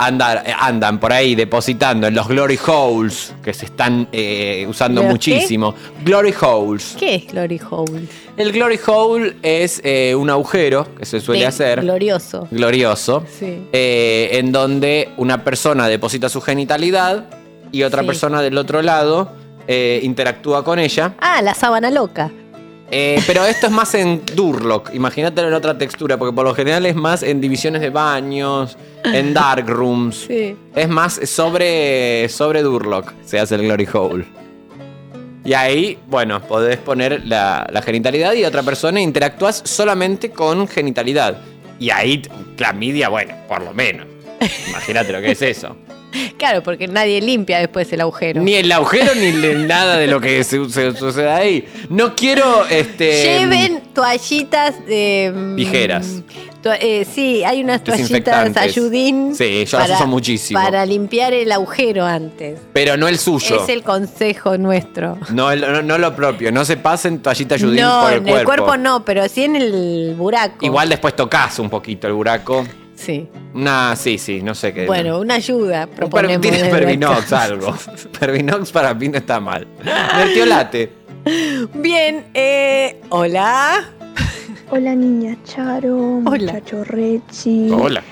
[SPEAKER 3] Andar, eh, andan por ahí depositando en los glory holes que se están eh, usando
[SPEAKER 2] ¿Los qué?
[SPEAKER 3] muchísimo. Glory holes.
[SPEAKER 2] ¿Qué es Glory Hole?
[SPEAKER 3] El glory hole es eh, un agujero que se suele
[SPEAKER 2] De-
[SPEAKER 3] hacer
[SPEAKER 2] Glorioso.
[SPEAKER 3] glorioso,
[SPEAKER 2] Sí.
[SPEAKER 3] eh, en donde una persona deposita su genitalidad y otra
[SPEAKER 2] Sí.
[SPEAKER 3] persona del otro lado eh, interactúa con ella.
[SPEAKER 2] Ah, la sábana loca.
[SPEAKER 3] Eh, pero esto es más en Durlock, imagínate en otra textura, porque por lo general es más en divisiones de baños, en dark rooms.
[SPEAKER 2] Sí.
[SPEAKER 3] Es más sobre, sobre Durlock se hace el Glory Hole. Y ahí, bueno, podés poner la, la genitalidad y otra persona interactúas solamente con genitalidad. Y ahí, clamidia, bueno, por lo menos. Imagínate lo que es eso.
[SPEAKER 2] Claro, porque nadie limpia después el agujero.
[SPEAKER 3] Ni el agujero ni le- nada de lo que se- se- sucede ahí. No quiero, este...
[SPEAKER 2] Lleven toallitas. eh,
[SPEAKER 3] Tijeras.
[SPEAKER 2] to- eh, sí, hay unas toallitas
[SPEAKER 3] Desinfectantes.
[SPEAKER 2] ayudín.
[SPEAKER 3] Sí, yo las uso muchísimo.
[SPEAKER 2] Para limpiar el agujero antes.
[SPEAKER 3] Pero no el suyo.
[SPEAKER 2] Es el consejo nuestro.
[SPEAKER 3] No, el- no, no lo propio. No se pasen toallita ayudín
[SPEAKER 2] no,
[SPEAKER 3] por el
[SPEAKER 2] en
[SPEAKER 3] cuerpo.
[SPEAKER 2] el cuerpo no, pero sí en el buraco.
[SPEAKER 3] Igual después tocas un poquito el buraco.
[SPEAKER 2] Sí.
[SPEAKER 3] Nah, sí, sí, no sé qué.
[SPEAKER 2] Bueno, una ayuda.
[SPEAKER 3] eh, Un per-
[SPEAKER 2] Proponemos
[SPEAKER 3] tiene
[SPEAKER 2] desde
[SPEAKER 3] Pervinox
[SPEAKER 2] acá.
[SPEAKER 3] algo. Pervinox para mí no está mal. Mertiolate.
[SPEAKER 2] Bien, eh, hola.
[SPEAKER 10] Hola niña Charo,
[SPEAKER 2] Hola.
[SPEAKER 10] muchacho Rechi.
[SPEAKER 6] Hola.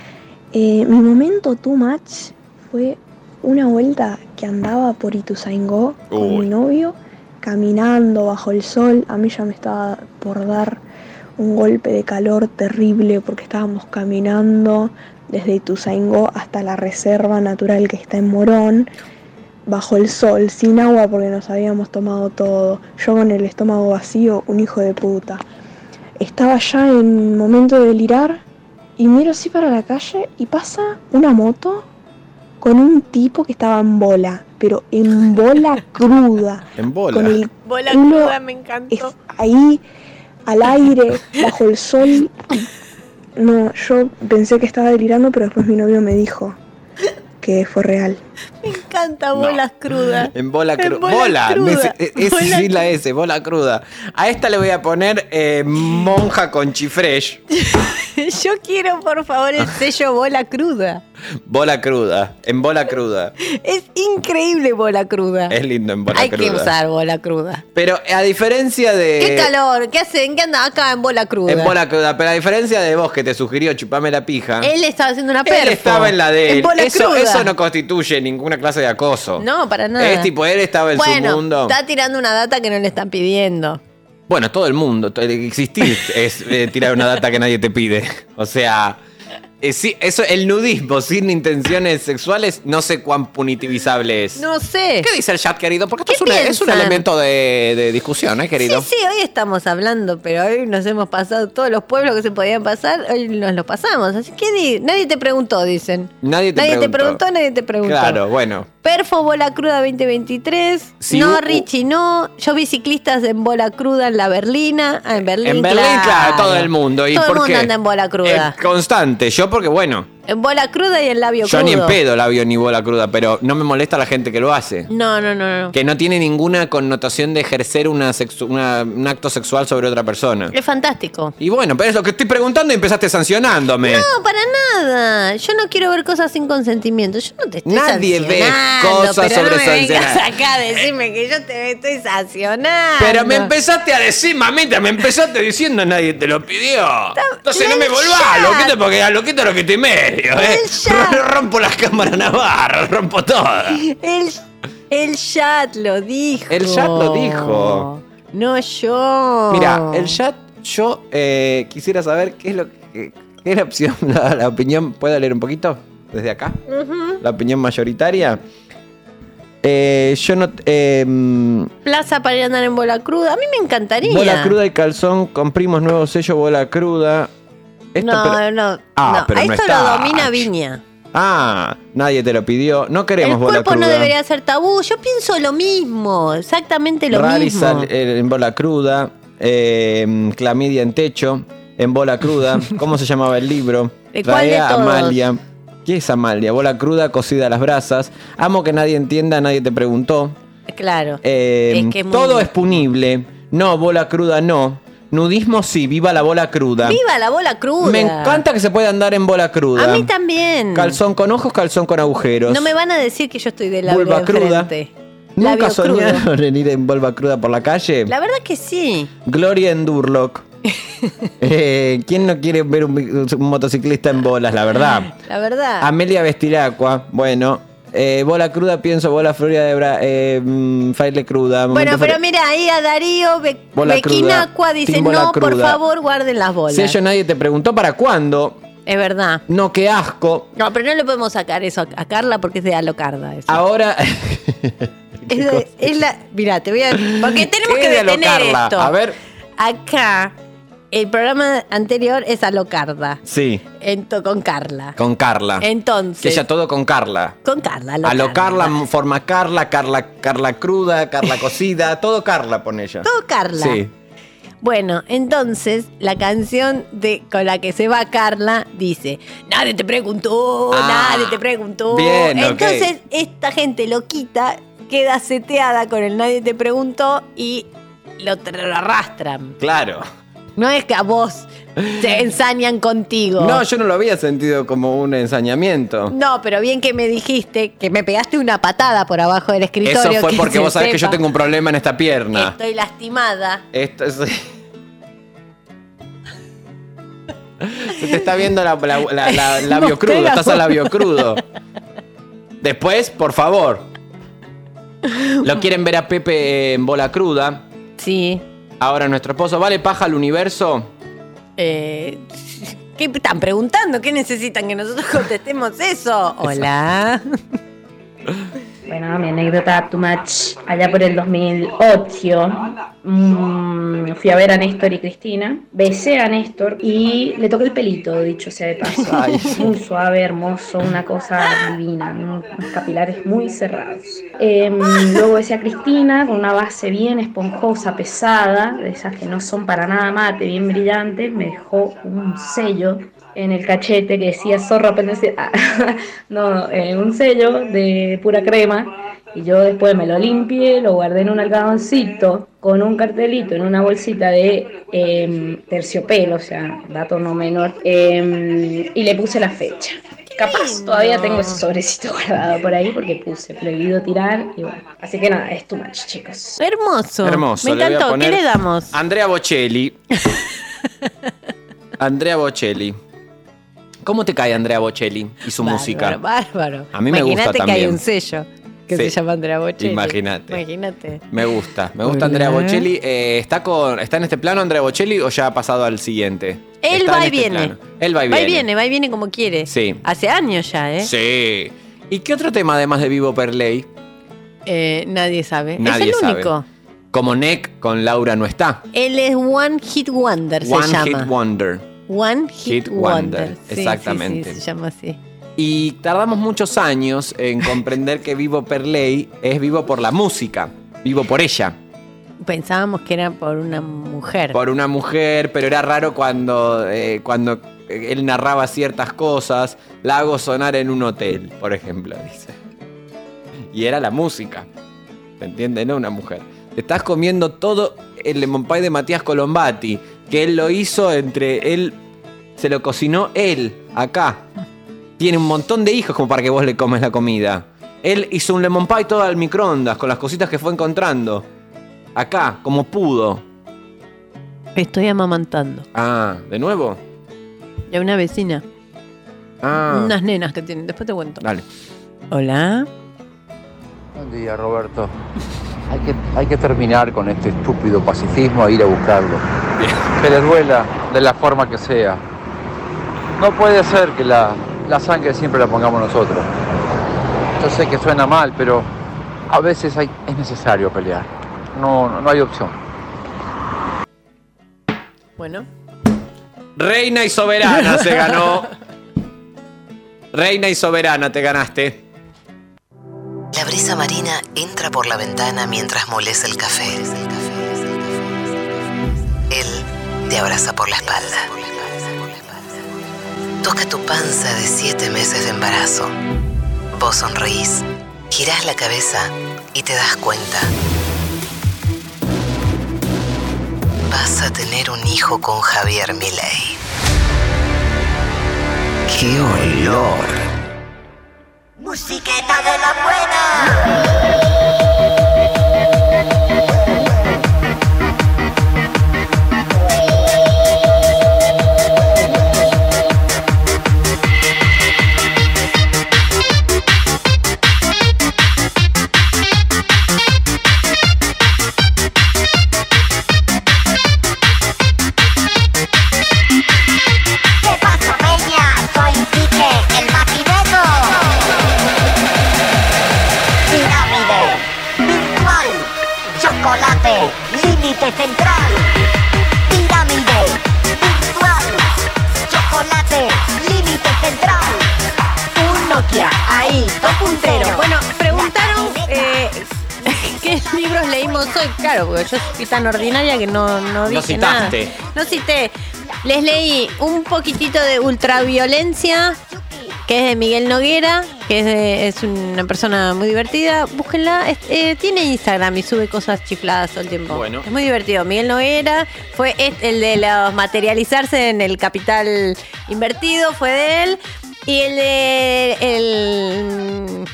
[SPEAKER 10] Eh, mi momento too much fue una vuelta que andaba por Ituzaingó con
[SPEAKER 3] Uy.
[SPEAKER 10] mi novio, caminando bajo el sol. A mí ya me estaba por dar un golpe de calor terrible porque estábamos caminando desde Ituzaingó hasta la reserva natural que está en Morón, bajo el sol, sin agua porque nos habíamos tomado todo. Yo con el estómago vacío, un hijo de puta. Estaba ya en momento de delirar y miro así para la calle y pasa una moto con un tipo que estaba en bola, pero en bola cruda,
[SPEAKER 3] En
[SPEAKER 10] con el
[SPEAKER 2] Bola
[SPEAKER 10] Uno
[SPEAKER 2] cruda, me
[SPEAKER 10] es
[SPEAKER 2] encantó.
[SPEAKER 10] ahí al aire, bajo el sol. No, yo pensé que estaba delirando, pero después mi novio me dijo que fue real.
[SPEAKER 2] Me encanta bolas crudas.
[SPEAKER 3] En bola,
[SPEAKER 2] En
[SPEAKER 3] cru-
[SPEAKER 2] bola
[SPEAKER 3] bola
[SPEAKER 2] cruda.
[SPEAKER 3] no es- es- es-
[SPEAKER 2] Bola
[SPEAKER 3] sí, la S, bola cruda. A esta le voy a poner eh, monja con chifresh.
[SPEAKER 2] Yo quiero, por favor, el sello bola cruda.
[SPEAKER 3] Bola cruda. En bola cruda.
[SPEAKER 2] Es increíble bola cruda.
[SPEAKER 3] Es lindo en bola
[SPEAKER 2] Hay
[SPEAKER 3] cruda.
[SPEAKER 2] que usar bola cruda.
[SPEAKER 3] Pero a diferencia de.
[SPEAKER 2] ¡Qué calor! ¿Qué hacen? ¿Qué andan acá en bola cruda?
[SPEAKER 3] Eh, En bola cruda. Pero a diferencia de vos que te sugirió chupame la pija.
[SPEAKER 2] Él estaba haciendo una
[SPEAKER 3] Él
[SPEAKER 2] perfo.
[SPEAKER 3] estaba en la de él.
[SPEAKER 2] bola
[SPEAKER 3] eso,
[SPEAKER 2] cruda.
[SPEAKER 3] eso no constituye ninguna clase de acoso.
[SPEAKER 2] No, para nada.
[SPEAKER 3] Es tipo, él estaba en
[SPEAKER 2] bueno,
[SPEAKER 3] su mundo.
[SPEAKER 2] está tirando una data que no le están pidiendo.
[SPEAKER 3] Bueno, todo el mundo. to- Existir es eh, tirar una data que nadie te pide. O sea, eh, sí, eso, el nudismo sin intenciones sexuales no sé cuán punitivizable es.
[SPEAKER 2] No sé.
[SPEAKER 3] ¿Qué dice el chat, querido? Porque esto
[SPEAKER 2] ¿Qué
[SPEAKER 3] es un, es un
[SPEAKER 2] piensan?
[SPEAKER 3] elemento de, de discusión, ¿eh,
[SPEAKER 2] Sí,
[SPEAKER 3] querido?
[SPEAKER 2] sí, hoy estamos hablando, pero hoy nos hemos pasado todos los pueblos que se podían pasar, hoy nos los pasamos. Así que di- nadie te preguntó, dicen.
[SPEAKER 3] Nadie te
[SPEAKER 2] nadie
[SPEAKER 3] preguntó.
[SPEAKER 2] nadie te preguntó.
[SPEAKER 3] Claro, bueno.
[SPEAKER 2] Perfo Bola Cruda 2023.
[SPEAKER 3] Sí,
[SPEAKER 2] no,
[SPEAKER 3] hubo-
[SPEAKER 2] Richie, no. Yo vi ciclistas en bola cruda en la Berlina. Ah, en Berlín,
[SPEAKER 3] En Berlín, claro, todo el mundo. ¿Y
[SPEAKER 2] todo
[SPEAKER 3] por
[SPEAKER 2] el mundo
[SPEAKER 3] qué?
[SPEAKER 2] anda en bola cruda.
[SPEAKER 3] Es constante. Yo, porque bueno,
[SPEAKER 2] en bola cruda y en labio
[SPEAKER 3] yo
[SPEAKER 2] crudo.
[SPEAKER 3] ni en pedo labio ni bola cruda, pero no me molesta la gente que lo hace.
[SPEAKER 2] No, no, no, no.
[SPEAKER 3] Que no tiene ninguna connotación de ejercer una sexu- una- un acto sexual sobre otra persona.
[SPEAKER 2] Es fantástico.
[SPEAKER 3] Y bueno, pero es lo que estoy preguntando y empezaste sancionándome.
[SPEAKER 2] No, para nada. Yo no quiero ver cosas sin consentimiento. Yo no te estoy
[SPEAKER 3] Nadie ve
[SPEAKER 2] sancionando,
[SPEAKER 3] cosas
[SPEAKER 2] pero
[SPEAKER 3] sobre
[SPEAKER 2] no me vengas
[SPEAKER 3] sancionar.
[SPEAKER 2] acá a decirme que yo te estoy sancionando.
[SPEAKER 3] Pero me empezaste a decir, mamita, me empezaste diciendo nadie te lo pidió. Entonces no me volvás,
[SPEAKER 2] ya.
[SPEAKER 3] loquito, porque a loquito lo que estoy medio, ¿eh? Rompo las cámaras navarras, rompo todas.
[SPEAKER 2] El, el chat lo dijo.
[SPEAKER 3] El chat lo dijo.
[SPEAKER 2] No yo.
[SPEAKER 3] Mira, el chat, yo eh, quisiera saber qué es lo que. ¿Qué es la opción? La, la opinión. ¿Puedo leer un poquito? Desde acá.
[SPEAKER 2] Ujú.
[SPEAKER 3] La opinión mayoritaria. Eh, yo no. eh, mm,
[SPEAKER 2] Plaza para ir a andar en bola cruda. A mí me encantaría.
[SPEAKER 3] bola cruda y calzón con primos nuevo sello, bola cruda. Esto,
[SPEAKER 2] no,
[SPEAKER 3] pero-
[SPEAKER 2] no,
[SPEAKER 3] Ah,
[SPEAKER 2] no.
[SPEAKER 3] pero
[SPEAKER 2] A
[SPEAKER 3] no
[SPEAKER 2] Esto lo
[SPEAKER 3] está.
[SPEAKER 2] domina Viña.
[SPEAKER 3] Ah, nadie te lo pidió. No queremos
[SPEAKER 2] El
[SPEAKER 3] bola
[SPEAKER 2] cuerpo
[SPEAKER 3] cruda.
[SPEAKER 2] no debería ser tabú. Yo pienso lo mismo. Exactamente lo
[SPEAKER 3] Rari
[SPEAKER 2] mismo.
[SPEAKER 3] sal- eh, en bola cruda. eh, clamidia en techo. En bola cruda. ¿Cómo se llamaba el libro?
[SPEAKER 2] ¿De cuál de
[SPEAKER 3] Traía
[SPEAKER 2] todos?
[SPEAKER 3] Amalia. ¿Qué es Amalia? Bola cruda, cocida a las brasas. Amo que nadie entienda, nadie te preguntó.
[SPEAKER 2] Claro.
[SPEAKER 3] Eh,
[SPEAKER 2] Es que es muy-
[SPEAKER 3] todo es punible. No, bola cruda no. Nudismo sí, viva la bola cruda.
[SPEAKER 2] ¡Viva la bola cruda!
[SPEAKER 3] Me encanta que se pueda andar en bola
[SPEAKER 2] A
[SPEAKER 3] cruda.
[SPEAKER 2] mí también.
[SPEAKER 3] Calzón con ojos, calzón con agujeros.
[SPEAKER 2] No me van a decir que yo estoy de la
[SPEAKER 3] Vulva cruda. Nunca
[SPEAKER 2] labio crudo.
[SPEAKER 3] soñaron en ir en bola cruda por la calle.
[SPEAKER 2] La verdad que sí.
[SPEAKER 3] Gloria en Durlock. Eh, ¿Quién no quiere ver un, mi- un motociclista en bolas, la verdad?
[SPEAKER 2] La verdad.
[SPEAKER 3] Amelia Vestilacqua, bueno. Eh, bola cruda, pienso, bola florida de bra... Eh, mm, fraile cruda.
[SPEAKER 2] Bueno,
[SPEAKER 3] momento
[SPEAKER 2] pero
[SPEAKER 3] fre-
[SPEAKER 2] mira, ahí a Darío Be
[SPEAKER 3] Bola cruda.
[SPEAKER 2] Bequinacua dice,
[SPEAKER 3] Team bola
[SPEAKER 2] no, por
[SPEAKER 3] cruda".
[SPEAKER 2] favor, guarden las bolas.
[SPEAKER 3] Sello, nadie te preguntó para cuándo.
[SPEAKER 2] Es verdad.
[SPEAKER 3] No, qué asco.
[SPEAKER 2] No, pero no le podemos sacar eso a, a Carla porque es de Alocarda. Eso.
[SPEAKER 3] Ahora...
[SPEAKER 2] es, de- es la... Mirá, te voy a... Porque tenemos
[SPEAKER 3] ¿Qué
[SPEAKER 2] que
[SPEAKER 3] de lo,
[SPEAKER 2] detener
[SPEAKER 3] Carla?
[SPEAKER 2] esto.
[SPEAKER 3] A ver,
[SPEAKER 2] Acá, el programa anterior es Alocarda.
[SPEAKER 3] sí,
[SPEAKER 2] Ento- con Carla.
[SPEAKER 3] con Carla. Que
[SPEAKER 2] Entonces...
[SPEAKER 3] ella todo con Carla.
[SPEAKER 2] Con Carla.
[SPEAKER 3] A lo Carla, forma Carla, Carla, Carla cruda, Carla cocida, todo Carla pone ella.
[SPEAKER 2] Todo Carla.
[SPEAKER 3] Sí.
[SPEAKER 2] Bueno, entonces la canción de, con la que se va Carla dice, nadie te preguntó,
[SPEAKER 3] Ah,
[SPEAKER 2] nadie te preguntó.
[SPEAKER 3] bien, ok.
[SPEAKER 2] entonces esta gente lo quita, queda seteada con el nadie te preguntó y lo, tra- lo arrastran.
[SPEAKER 3] Claro.
[SPEAKER 2] No es que a vos te ensañan contigo.
[SPEAKER 3] No, yo no lo había sentido como un ensañamiento.
[SPEAKER 2] No, pero bien que me dijiste que me pegaste una patada por abajo del escritorio.
[SPEAKER 3] Eso fue
[SPEAKER 2] que
[SPEAKER 3] porque
[SPEAKER 2] se
[SPEAKER 3] vos sabés que yo
[SPEAKER 2] sepa.
[SPEAKER 3] tengo un problema en esta pierna.
[SPEAKER 2] Estoy lastimada.
[SPEAKER 3] Esto es... Se te está viendo la, la- la- la- labio
[SPEAKER 2] Mostré
[SPEAKER 3] crudo,
[SPEAKER 2] la
[SPEAKER 3] estás a
[SPEAKER 2] boca.
[SPEAKER 3] labio crudo. Después, por favor. Lo quieren ver a Pepe en bola cruda.
[SPEAKER 2] Sí.
[SPEAKER 3] Ahora nuestro esposo, ¿vale paja al universo?
[SPEAKER 2] Eh, ¿Qué están preguntando? ¿Qué necesitan que nosotros contestemos eso? Hola.
[SPEAKER 11] Bueno, mi anécdota Too Much, allá por el 2008, mm, fui a ver a Néstor y Cristina, besé a Néstor y le toqué el pelito, dicho sea de paso.
[SPEAKER 3] Ay.
[SPEAKER 11] Muy suave, hermoso, una cosa divina, un- unos capilares muy cerrados. Em, luego besé a Cristina con una base bien esponjosa, pesada, de esas que no son para nada mate, bien brillante, me dejó un sello en el cachete que decía zorro apéndice A". no, eh, un sello de pura crema y yo después me lo limpié, lo guardé en un algodoncito con un cartelito en una bolsita de em, terciopelo, o sea, dato no menor, em, y le puse la fecha. Capaz todavía tengo ese sobrecito guardado por ahí porque puse prohibido tirar y bueno. Así que nada, es too much, chicos.
[SPEAKER 2] Hermoso.
[SPEAKER 3] Hermoso.
[SPEAKER 2] Me
[SPEAKER 3] le voy a
[SPEAKER 2] encantó.
[SPEAKER 3] poner
[SPEAKER 2] ¿Qué le damos?
[SPEAKER 3] Andrea Bocelli. Andrea Bocelli. ¿Cómo te cae Andrea Bocelli y su
[SPEAKER 2] Bárbaro,
[SPEAKER 3] música?
[SPEAKER 2] Bárbaro.
[SPEAKER 3] A mí me gusta
[SPEAKER 2] Imagínate que hay
[SPEAKER 3] también.
[SPEAKER 2] un sello que
[SPEAKER 3] Sí.
[SPEAKER 2] se llama Andrea Bocelli.
[SPEAKER 3] Imagínate.
[SPEAKER 2] Imagínate.
[SPEAKER 3] Me gusta, me gusta
[SPEAKER 4] Hola.
[SPEAKER 3] Andrea Bocelli. Eh, ¿está, con, ¿Está en este plano Andrea Bocelli o ya ha pasado al siguiente?
[SPEAKER 2] Él
[SPEAKER 3] Está
[SPEAKER 2] va
[SPEAKER 3] en
[SPEAKER 2] y
[SPEAKER 3] este
[SPEAKER 2] viene.
[SPEAKER 3] plano. Él va y
[SPEAKER 2] Va
[SPEAKER 3] viene.
[SPEAKER 2] y viene, va y viene como quiere.
[SPEAKER 3] Sí.
[SPEAKER 2] Hace años ya, ¿eh?
[SPEAKER 3] Sí. ¿Y qué otro tema además de Vivo Perley?
[SPEAKER 2] Eh, nadie sabe.
[SPEAKER 3] Nadie
[SPEAKER 2] es el
[SPEAKER 3] sabe.
[SPEAKER 2] único.
[SPEAKER 3] Como Neck con Laura no está.
[SPEAKER 2] Él es One Hit Wonder,
[SPEAKER 3] One
[SPEAKER 2] se llama.
[SPEAKER 3] Hit Wonder.
[SPEAKER 2] One Hit,
[SPEAKER 3] Hit
[SPEAKER 2] Wonder.
[SPEAKER 3] Wonder,
[SPEAKER 2] Sí, sí, sí,
[SPEAKER 3] exactamente.
[SPEAKER 2] se llama así.
[SPEAKER 3] Y tardamos muchos años en comprender que Vivo per ley es vivo por la música, vivo por ella.
[SPEAKER 4] Pensábamos que era por una mujer.
[SPEAKER 3] Por una mujer, pero era raro cuando, eh, cuando él narraba ciertas cosas. La hago sonar en un hotel, por ejemplo, dice. Y era la música. ¿Se entiende? No una mujer. Te estás comiendo todo el lemon pie de Matías Colombati, que él lo hizo entre él, se lo cocinó él, acá. Tiene un montón de hijos como para que vos le comes la comida. Él hizo un lemon pie todo al microondas, con las cositas que fue encontrando. Acá, como pudo.
[SPEAKER 4] Estoy amamantando.
[SPEAKER 3] Ah, ¿de nuevo?
[SPEAKER 4] De una vecina.
[SPEAKER 3] Ah.
[SPEAKER 4] Unas nenas que tienen. Después te cuento.
[SPEAKER 3] Dale.
[SPEAKER 4] Hola.
[SPEAKER 12] Buen día, Roberto. Hay que, hay que terminar con este estúpido pacifismo e ir a buscarlo. Que le duela de la forma que sea. No puede ser que la, la sangre siempre la pongamos nosotros. Yo sé que suena mal, pero a veces hay, es necesario pelear. No, no, no hay opción.
[SPEAKER 4] Bueno.
[SPEAKER 3] Reina y soberana se ganó. Reina y soberana te ganaste.
[SPEAKER 1] La brisa marina entra por la ventana mientras moles el café. Él te abraza por la espalda. Toca tu panza de siete meses de embarazo. Vos sonreís, girás la cabeza y te das cuenta. Vas a tener un hijo con Javier Milei. ¡Qué olor!
[SPEAKER 13] Musiqueta de la buena. ¿Qué pasa, Peña? Soy Quique, el matinero. Pirámide, virtual, chocolate, límite central. Pirámide, virtual, chocolate, límite central. Un Nokia, ahí, dos puntero.
[SPEAKER 2] Bueno, preguntaron eh, qué libros leímos hoy. Claro, porque yo soy tan ordinaria que no, no dije
[SPEAKER 3] citaste.
[SPEAKER 2] nada. No cité. Les leí un poquitito de Ultraviolencia, que es de Miguel Noguera, que es, de- es una persona muy divertida. Búsquenla. es- eh, tiene Instagram y sube cosas chifladas todo el tiempo.
[SPEAKER 4] Bueno.
[SPEAKER 2] Es muy divertido. Miguel Noguera fue es- el de los materializarse en el capital invertido, fue de él. Y el de el,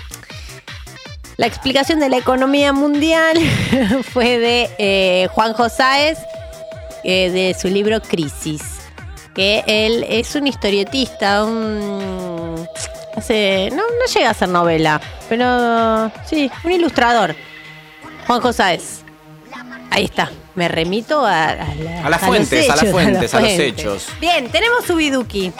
[SPEAKER 2] la explicación de la economía mundial fue de eh, Juan Josáez, eh, de su libro Crisis. Que él es un historietista, un. hace- no, no llega a ser novela, pero sí, un ilustrador. Juan Josáez. Ahí está. Me remito a, a la-
[SPEAKER 3] A las
[SPEAKER 2] los
[SPEAKER 3] fuentes, a las
[SPEAKER 2] hechos,
[SPEAKER 3] fuentes, a los
[SPEAKER 2] fuentes.
[SPEAKER 3] hechos.
[SPEAKER 2] Bien, tenemos Subiduki.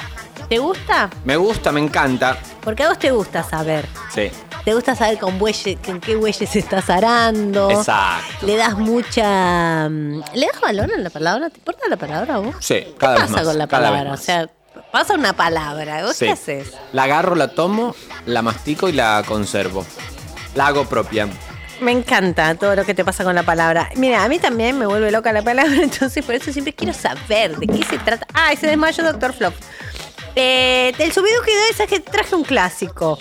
[SPEAKER 2] ¿Te gusta?
[SPEAKER 3] Me gusta, me encanta.
[SPEAKER 2] Porque a vos te gusta saber.
[SPEAKER 3] Sí.
[SPEAKER 2] Te gusta saber con, bueyes, con qué bueyes estás arando.
[SPEAKER 3] Exacto.
[SPEAKER 2] Le das mucha. mm, ¿Le das valor a la palabra? ¿Te importa la palabra a vos?
[SPEAKER 3] Sí, cada
[SPEAKER 2] ¿Qué
[SPEAKER 3] vez
[SPEAKER 2] pasa
[SPEAKER 3] más.
[SPEAKER 2] con la
[SPEAKER 3] cada vez
[SPEAKER 2] palabra? O
[SPEAKER 3] más.
[SPEAKER 2] sea, pasa una palabra. ¿Vos
[SPEAKER 3] Sí.
[SPEAKER 2] qué haces?
[SPEAKER 3] La agarro, la tomo, la mastico y la conservo. La hago propia.
[SPEAKER 2] Me encanta todo lo que te pasa con la palabra. Mira, a mí también me vuelve loca la palabra, entonces por eso siempre quiero saber de qué se trata. Ah, ese desmayo, doctor Flop. Eh, el subido que doy es que traje un clásico.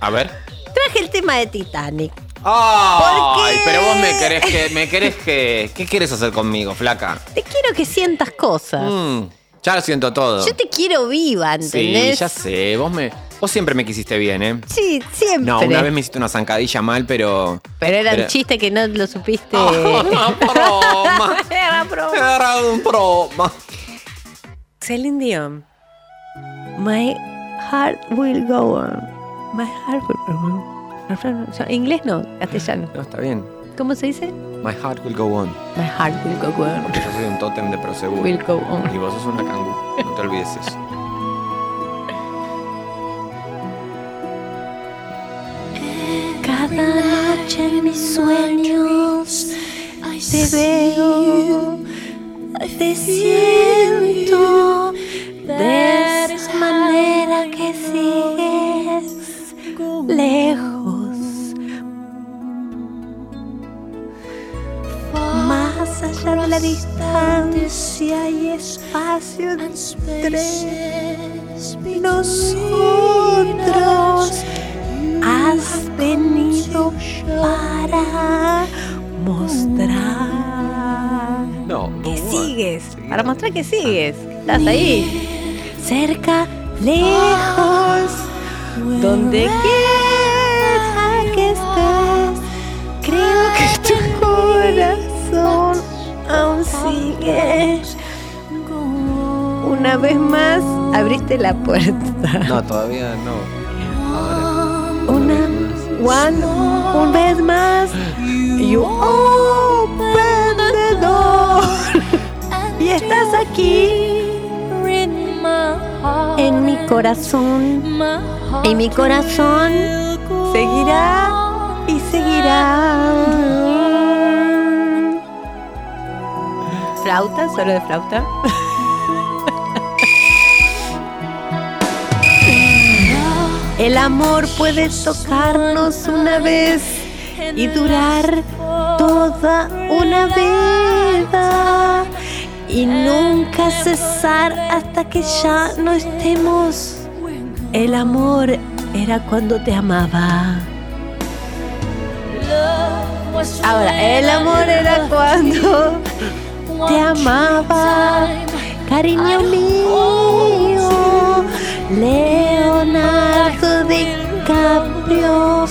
[SPEAKER 3] A ver.
[SPEAKER 2] Traje el tema de Titanic.
[SPEAKER 3] Ay, pero vos me querés que. Me querés que. ¿Qué querés hacer conmigo, flaca?
[SPEAKER 2] Te quiero que sientas cosas.
[SPEAKER 3] Mm, ya lo siento todo.
[SPEAKER 2] Yo te quiero viva,
[SPEAKER 3] Mm. sí,
[SPEAKER 2] ¿entendés?
[SPEAKER 3] ya sé. Vos me. Vos siempre me quisiste bien, ¿eh?
[SPEAKER 2] Sí, siempre.
[SPEAKER 3] No, una vez me hiciste una zancadilla mal, pero. Oh,
[SPEAKER 2] Pero era un chiste que no lo supiste.
[SPEAKER 3] broma.
[SPEAKER 2] Era broma.
[SPEAKER 3] Era un broma.
[SPEAKER 2] Celine Dion. My heart will go on. My heart will go on. O sea, Inglés no, castellano.
[SPEAKER 3] No, está bien.
[SPEAKER 2] ¿Cómo se dice?
[SPEAKER 3] My heart will go on.
[SPEAKER 2] My heart will go on.
[SPEAKER 3] Porque yo soy un tótem de Prosegur.
[SPEAKER 2] Will go on.
[SPEAKER 3] Y vos sos una cangú. No te olvides eso.
[SPEAKER 13] Cada noche en mis sueños te veo, te siento. De esa manera que
[SPEAKER 9] la distancia y espacio entre nosotros. Has venido para mostrar
[SPEAKER 3] No, Ah.
[SPEAKER 9] que
[SPEAKER 4] sigues, para mostrar que sigues, que estás ahí. Cerca, lejos, donde quiera que estés, creo que tu corazón aún sigue. Una vez más, abriste la puerta.
[SPEAKER 3] No, todavía no.
[SPEAKER 4] Una, one, un vez más. "Oh, You open the door. Y estás aquí en mi corazón. Y mi corazón seguirá y seguirá. Flauta, solo de flauta. El amor puede tocarnos una vez y durar toda una vida y nunca cesar hasta que ya no estemos. El amor era cuando te amaba. Ahora, el amor era cuando te amaba, cariño mío, Leonardo DiCaprio,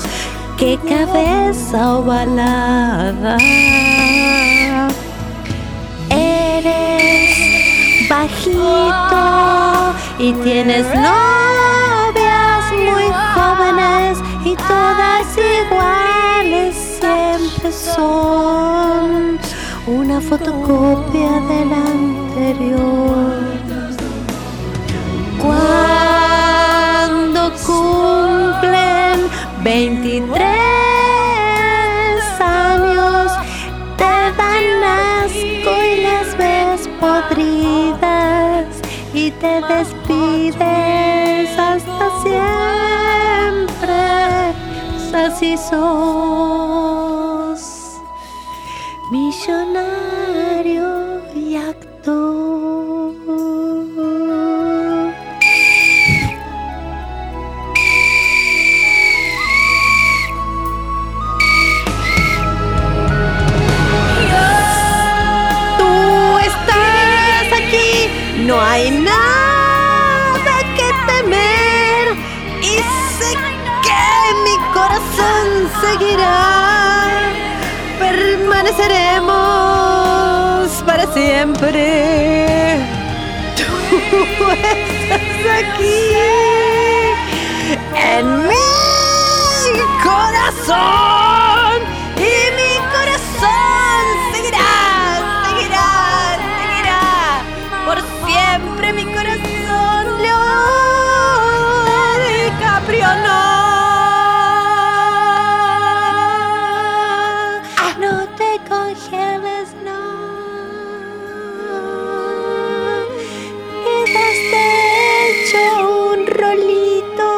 [SPEAKER 4] qué cabeza ovalada. Eres bajito y tienes novias muy jóvenes y todas iguales siempre son una fotocopia de la anterior. Cuando cumplen 23 años, te dan asco y las ves podridas y te despides hasta siempre. Así sos millonario y actor. Tú estás aquí, no hay nada que temer y sé que mi corazón seguirá. Permaneceremos para siempre. Tú estás aquí en mi corazón y mi corazón seguirá, seguirá, seguirá. Por siempre mi corazón, León DiCaprio, no. No te congeles, no. Quedas hecho un rolito.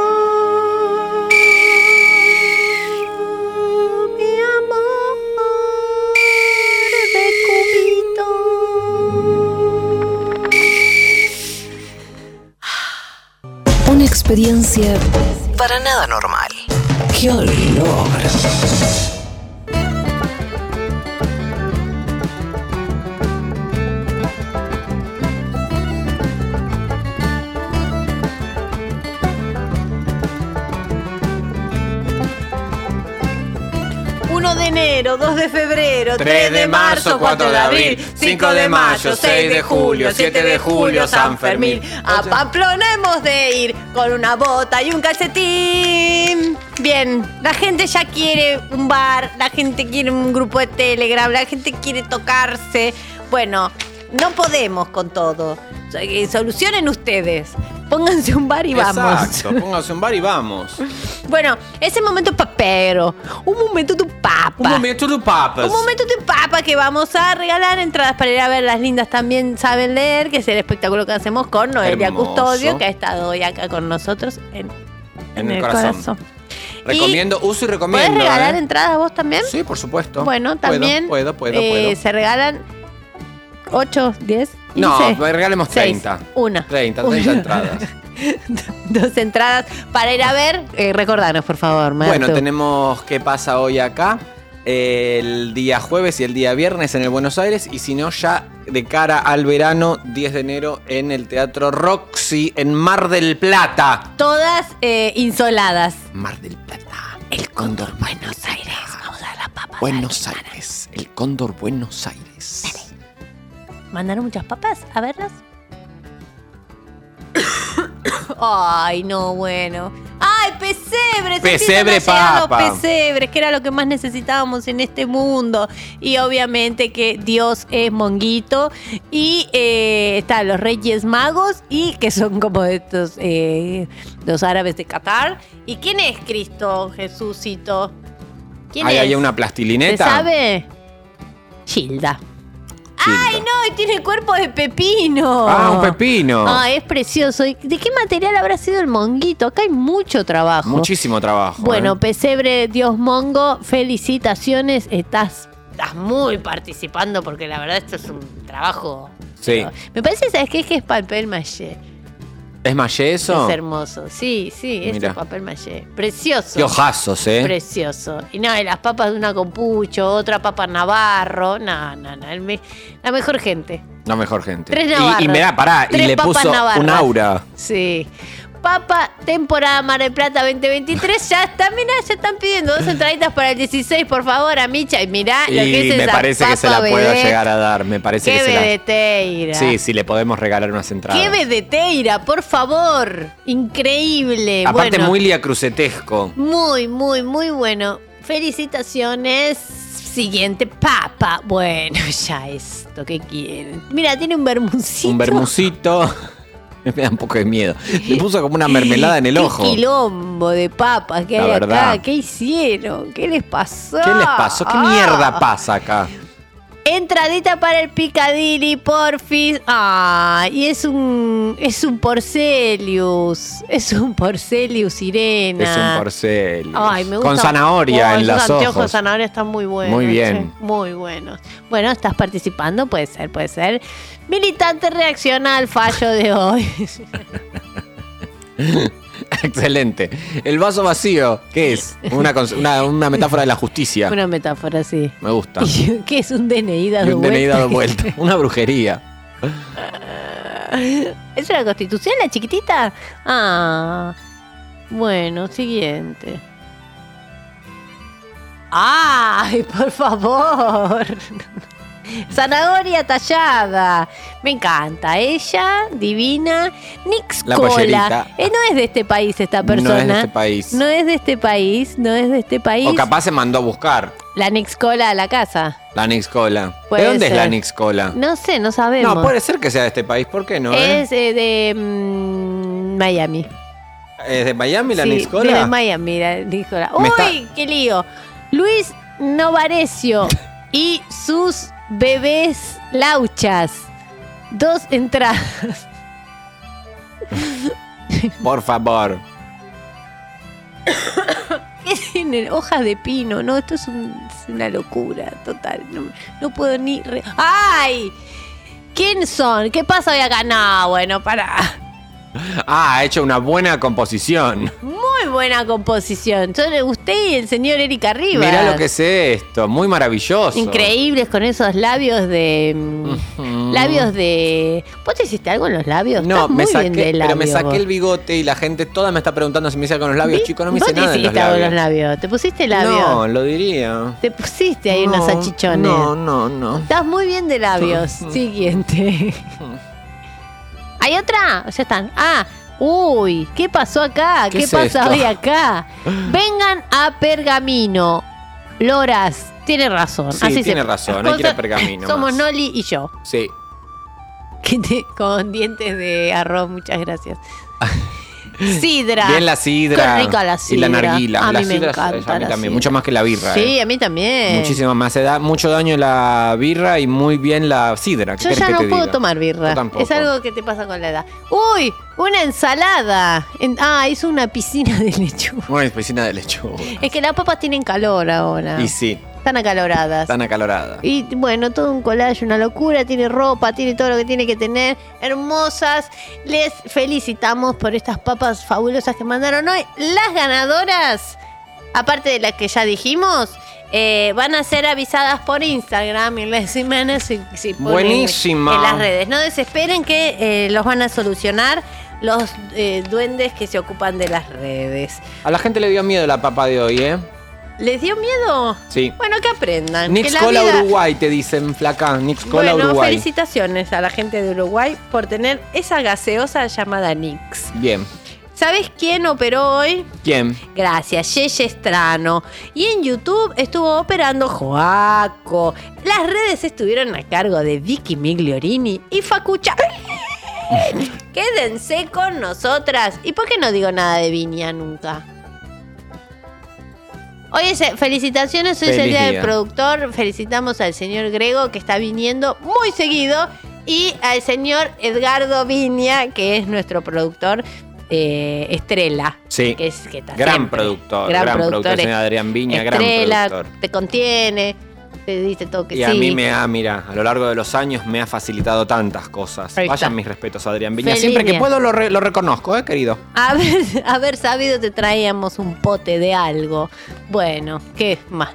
[SPEAKER 4] Mi amor de cubito.
[SPEAKER 1] Una experiencia para nada normal. ¡Qué olor!
[SPEAKER 4] Uno de enero, 2 de febrero,
[SPEAKER 2] 3 de marzo, 4 de abril, 5 de mayo, 6 de julio, 7 de julio, San Fermín.
[SPEAKER 4] A Pamplona hemos de ir con una bota y un calcetín. Bien, la gente ya quiere un bar, la gente quiere un grupo de Telegram, la gente quiere tocarse. Bueno, no podemos con todo. So- eh, Solucionen ustedes. Pónganse un bar y vamos.
[SPEAKER 3] Exacto, póngase un bar y vamos.
[SPEAKER 4] Bueno, ese momento papero, un momento tu papa.
[SPEAKER 3] Un momento de papas.
[SPEAKER 4] Un momento de papa que vamos a regalar entradas para ir a ver las lindas también saben leer, que es el espectáculo que hacemos con Noelia
[SPEAKER 3] Hermoso.
[SPEAKER 4] Custodio, que ha estado hoy acá con nosotros. En,
[SPEAKER 3] En el corazón. Recomiendo, uso y
[SPEAKER 4] ¿Puedes
[SPEAKER 3] recomiendo.
[SPEAKER 4] regalar
[SPEAKER 3] ¿eh?
[SPEAKER 4] entradas vos también?
[SPEAKER 3] Sí, por supuesto.
[SPEAKER 4] Bueno,
[SPEAKER 3] Puedo,
[SPEAKER 4] también
[SPEAKER 3] Puedo, puedo,
[SPEAKER 4] eh,
[SPEAKER 3] puedo.
[SPEAKER 4] se regalan
[SPEAKER 2] 8, 10, 15.
[SPEAKER 3] No, regalemos 30.
[SPEAKER 2] Una.
[SPEAKER 3] 30,
[SPEAKER 2] Una.
[SPEAKER 3] 30 entradas.
[SPEAKER 2] Dos entradas para ir a ver. Eh, recordanos, por favor, Martu.
[SPEAKER 3] Bueno, tenemos qué pasa hoy acá. El día jueves y el día viernes en el Buenos Aires. Y si no, ya de cara al verano, 10 de enero en el Teatro Roxy en Mar del Plata.
[SPEAKER 2] Todas eh, insoladas.
[SPEAKER 3] Mar del Plata. El Cóndor Buenos Aires. Buenos Aires. El Cóndor Buenos Aires.
[SPEAKER 2] ¿Mandaron muchas papas a verlas? Ay, no, bueno. ¡Ay, pesebres!
[SPEAKER 3] Pesebre,
[SPEAKER 2] Así nos han llegado
[SPEAKER 3] papa.
[SPEAKER 2] Pesebres, que era lo que más necesitábamos en este mundo. Y obviamente que Dios es monguito. Y eh, están los reyes magos, y que son como estos, eh, los árabes de Qatar. ¿Y quién es Cristo, Jesucito? ¿Quién
[SPEAKER 3] Ahí
[SPEAKER 2] es?
[SPEAKER 3] hay una plastilineta.
[SPEAKER 2] ¿Se sabe? Gilda. ¡Ay, no! y Tiene cuerpo de pepino.
[SPEAKER 3] Ah, un pepino.
[SPEAKER 2] Ah, es precioso. ¿Y ¿De qué material habrá sido el monguito? Acá hay mucho trabajo.
[SPEAKER 3] Muchísimo trabajo.
[SPEAKER 2] Bueno,
[SPEAKER 3] ¿eh?
[SPEAKER 2] Pesebre Dios Mongo, felicitaciones. Estás, estás muy participando porque la verdad esto es un trabajo.
[SPEAKER 3] Sí.
[SPEAKER 2] Me parece, ¿sabes qué? Que es papel maché.
[SPEAKER 3] ¿Es más eso?
[SPEAKER 2] Es hermoso. Sí, sí, es
[SPEAKER 3] Mira.
[SPEAKER 2] un papel maché. Precioso.
[SPEAKER 3] Qué hojazos, ¿eh?
[SPEAKER 2] Precioso. Y no, y las papas de una con pucho, otra papa navarro. No, no, no. el me- la mejor gente.
[SPEAKER 3] La mejor gente.
[SPEAKER 2] Tres
[SPEAKER 3] y, y
[SPEAKER 2] navarras.
[SPEAKER 3] mirá, pará, y
[SPEAKER 2] Tres
[SPEAKER 3] le
[SPEAKER 2] papas Ah,
[SPEAKER 3] puso un
[SPEAKER 2] navarras.
[SPEAKER 3] aura.
[SPEAKER 2] Sí. Papa, temporada Mar del Plata 2023. Ya está, mirá, ya están pidiendo dos entraditas para el 16, por favor, a Micha. Y mirá lo que
[SPEAKER 3] Y
[SPEAKER 2] es
[SPEAKER 3] me
[SPEAKER 2] esa
[SPEAKER 3] parece que se la
[SPEAKER 2] papa
[SPEAKER 3] puedo
[SPEAKER 2] vedette.
[SPEAKER 3] llegar a dar. Me parece que
[SPEAKER 2] Qué
[SPEAKER 3] se la.
[SPEAKER 2] vedeteira.
[SPEAKER 3] Sí, sí, le podemos regalar unas
[SPEAKER 2] Qué
[SPEAKER 3] entradas.
[SPEAKER 2] vedeteira, por favor. Increíble.
[SPEAKER 3] Aparte,
[SPEAKER 2] bueno,
[SPEAKER 3] muy liacrucetesco.
[SPEAKER 2] muy, muy, muy bueno. Felicitaciones. Siguiente papa. Bueno, ya es lo que quieren. Mira, tiene un bermucito.
[SPEAKER 3] Un bermucito. Me da un poco de miedo. Le puso como una mermelada en el
[SPEAKER 2] Qué
[SPEAKER 3] ojo.
[SPEAKER 2] quilombo de papas que
[SPEAKER 3] La
[SPEAKER 2] hay
[SPEAKER 3] verdad.
[SPEAKER 2] acá. ¿Qué hicieron? ¿Qué les pasó?
[SPEAKER 3] ¿Qué les pasó? ¿Qué
[SPEAKER 2] Ah.
[SPEAKER 3] mierda pasa acá?
[SPEAKER 2] Entradita para el Picadilly, porfis. Ah, y es un. Es un Porcelius. Es un Porcelius Irena.
[SPEAKER 3] Es un porcel.
[SPEAKER 2] Ay, me gusta.
[SPEAKER 3] Con zanahoria
[SPEAKER 2] Oh,
[SPEAKER 3] en
[SPEAKER 2] esos
[SPEAKER 3] las
[SPEAKER 2] anteojos de
[SPEAKER 3] ojos.
[SPEAKER 2] zanahoria están muy buenos.
[SPEAKER 3] Muy bien.
[SPEAKER 2] che, Muy buenos. Bueno, estás participando, puede ser, puede ser. Militante reacciona al fallo de hoy.
[SPEAKER 3] Excelente. El vaso vacío, ¿qué es? Una, cons- una- una metáfora de la justicia.
[SPEAKER 2] Una metáfora así.
[SPEAKER 3] Me gusta.
[SPEAKER 2] ¿Qué es un DNI
[SPEAKER 3] Y
[SPEAKER 2] dado
[SPEAKER 3] Ah. un
[SPEAKER 2] vuelta?
[SPEAKER 3] DNI dado vuelta. Una brujería.
[SPEAKER 2] ¿Es una constitución la chiquitita? Ah. Bueno, siguiente. ¡Ay, por favor! Zanahoria tallada. Me encanta. Ella, divina. Nix
[SPEAKER 3] La
[SPEAKER 2] Cola.
[SPEAKER 3] pollerita.
[SPEAKER 2] Eh, no es de este país esta persona.
[SPEAKER 3] No es de este país.
[SPEAKER 2] No es de este país. no es de este país.
[SPEAKER 3] O capaz se mandó a buscar
[SPEAKER 2] La Nix Cola a la casa.
[SPEAKER 3] la Nixcola.
[SPEAKER 2] Puede
[SPEAKER 3] ¿De dónde es
[SPEAKER 2] ser.
[SPEAKER 3] la Nixcola?
[SPEAKER 2] No sé, no sabemos.
[SPEAKER 3] No, puede ser que sea de este país. ¿Por qué no? eh?
[SPEAKER 2] Es eh, de mm, Miami.
[SPEAKER 3] ¿Es de Miami la
[SPEAKER 2] Sí,
[SPEAKER 3] Nixcola?
[SPEAKER 2] De Miami, la Nicola.
[SPEAKER 3] Me
[SPEAKER 2] ¡Uy,
[SPEAKER 3] está-
[SPEAKER 2] qué lío! Luis Novarecio y sus bebés lauchas. Dos entradas.
[SPEAKER 3] Por favor.
[SPEAKER 2] ¿Qué tienen? Hojas de pino, ¿no? Esto es, un- es una locura total. No, no puedo ni... re- ¡Ay! ¿Quién son? ¿Qué pasa hoy acá? No, bueno, pará.
[SPEAKER 3] Ah, ha hecho una buena composición.
[SPEAKER 2] Muy buena composición. Son usted y el señor Erika Rivas.
[SPEAKER 3] Mirá lo que es esto. Muy maravilloso.
[SPEAKER 2] Increíbles con esos labios de. mm, Labios de. ¿Vos te hiciste algo en los labios?
[SPEAKER 3] No,
[SPEAKER 2] Estás
[SPEAKER 3] me
[SPEAKER 2] muy
[SPEAKER 3] saqué,
[SPEAKER 2] bien de
[SPEAKER 3] pero me
[SPEAKER 2] labio,
[SPEAKER 3] saqué
[SPEAKER 2] vos.
[SPEAKER 3] el bigote y la gente toda me está preguntando si me hice algo con los labios.
[SPEAKER 2] ¿Vi?
[SPEAKER 3] Chico, no me
[SPEAKER 2] ¿Vos
[SPEAKER 3] hice
[SPEAKER 2] te
[SPEAKER 3] nada en los
[SPEAKER 2] hiciste algo en
[SPEAKER 3] labios.
[SPEAKER 2] los labios? ¿Te pusiste labio?
[SPEAKER 3] No, lo diría.
[SPEAKER 2] Te pusiste ahí unos
[SPEAKER 3] No,
[SPEAKER 2] achichones.
[SPEAKER 3] No, no, no.
[SPEAKER 2] Estás muy bien de labios. Siguiente. ¿Hay otra? Ya están. Ah, uy, ¿qué pasó acá?
[SPEAKER 13] ¿Qué
[SPEAKER 2] ¿Qué,
[SPEAKER 13] es
[SPEAKER 2] pasa
[SPEAKER 13] esto?
[SPEAKER 2] hoy acá? Vengan a Pergamino. Loras, tiene razón.
[SPEAKER 3] Sí,
[SPEAKER 2] Así se-
[SPEAKER 3] tiene razón, hay que ir a Pergamino
[SPEAKER 2] Somos
[SPEAKER 3] más.
[SPEAKER 2] Noli y yo.
[SPEAKER 3] Sí.
[SPEAKER 2] Que te- con dientes de arroz, muchas gracias. Sidra.
[SPEAKER 3] Bien la sidra.
[SPEAKER 2] Qué rica la sidra.
[SPEAKER 3] Y la narguila.
[SPEAKER 2] A
[SPEAKER 3] la
[SPEAKER 2] mí me
[SPEAKER 3] sidra es-
[SPEAKER 2] encanta.
[SPEAKER 3] a mí
[SPEAKER 2] la
[SPEAKER 3] también,
[SPEAKER 2] sidra.
[SPEAKER 3] mucho más que la birra.
[SPEAKER 2] Sí,
[SPEAKER 3] eh.
[SPEAKER 2] a mí también.
[SPEAKER 3] Muchísimo más. Se da mucho daño la birra y muy bien la sidra. ¿Qué
[SPEAKER 2] Yo
[SPEAKER 3] querés
[SPEAKER 2] ya
[SPEAKER 3] que
[SPEAKER 2] no
[SPEAKER 3] te
[SPEAKER 2] puedo
[SPEAKER 3] diga?
[SPEAKER 2] tomar
[SPEAKER 3] Yo
[SPEAKER 2] birra.
[SPEAKER 3] tampoco.
[SPEAKER 2] Es algo que te pasa con la edad. ¡Uy! Una ensalada. En- ah, hizo una piscina de lechuga.
[SPEAKER 3] Bueno, es piscina de lechuga.
[SPEAKER 2] Es que las papas tienen calor ahora.
[SPEAKER 3] Y sí.
[SPEAKER 2] Están acaloradas.
[SPEAKER 3] Tan acalorada.
[SPEAKER 2] Ah. Y bueno, todo un collage, una locura, tiene ropa, tiene todo lo que tiene que tener, hermosas. Les felicitamos por estas papas fabulosas que mandaron hoy. Las ganadoras, aparte de las que ya dijimos, eh, van a ser avisadas por Instagram y las semanas si, si ponen
[SPEAKER 3] Buenísima.
[SPEAKER 2] en las redes. No desesperen que eh, los van a solucionar los eh, duendes que se ocupan de las redes.
[SPEAKER 3] A la gente le dio miedo la papa de hoy, ¿eh?
[SPEAKER 2] ¿Les dio miedo?
[SPEAKER 3] Sí.
[SPEAKER 2] Bueno, que aprendan. que
[SPEAKER 3] Nix
[SPEAKER 2] la
[SPEAKER 3] Cola
[SPEAKER 2] vida-
[SPEAKER 3] Uruguay, te dicen, flaca. Nix Cola
[SPEAKER 2] Bueno,
[SPEAKER 3] Uruguay.
[SPEAKER 2] felicitaciones a la gente de Uruguay por tener esa gaseosa llamada Nix.
[SPEAKER 3] Bien.
[SPEAKER 2] ¿Sabes quién operó hoy?
[SPEAKER 3] ¿Quién?
[SPEAKER 2] Gracias, Yeye Estrano. Y en YouTube estuvo operando Joaco. Las redes estuvieron a cargo de Vicky Migliorini y Facucha. Quédense con nosotras. ¿Y por qué no digo nada de Viña nunca? Hoy es, felicitaciones, hoy es el
[SPEAKER 13] Feliz
[SPEAKER 2] día del
[SPEAKER 13] día.
[SPEAKER 2] productor. Felicitamos al señor Grego que está viniendo muy seguido y al señor Edgardo Viña que es nuestro productor eh, estrella.
[SPEAKER 3] Sí.
[SPEAKER 2] Que es, que está
[SPEAKER 3] gran
[SPEAKER 2] siempre.
[SPEAKER 3] productor.
[SPEAKER 2] Gran
[SPEAKER 3] Gran, productor.
[SPEAKER 2] productor,
[SPEAKER 3] señor Adrián Viña,
[SPEAKER 2] Estrella,
[SPEAKER 3] gran productor.
[SPEAKER 2] te contiene, te dice todo que
[SPEAKER 3] Y
[SPEAKER 2] sí.
[SPEAKER 3] a mí me ha, mira, a lo largo de los años me ha facilitado tantas cosas.
[SPEAKER 2] Ahí está.
[SPEAKER 3] Vayan mis respetos a Adrián Viña.
[SPEAKER 2] Feliz
[SPEAKER 3] Siempre que
[SPEAKER 2] día.
[SPEAKER 3] puedo lo, re- lo reconozco, ¿eh, querido?
[SPEAKER 2] Haber, haber sabido te traíamos un pote de algo. Bueno, ¿qué más?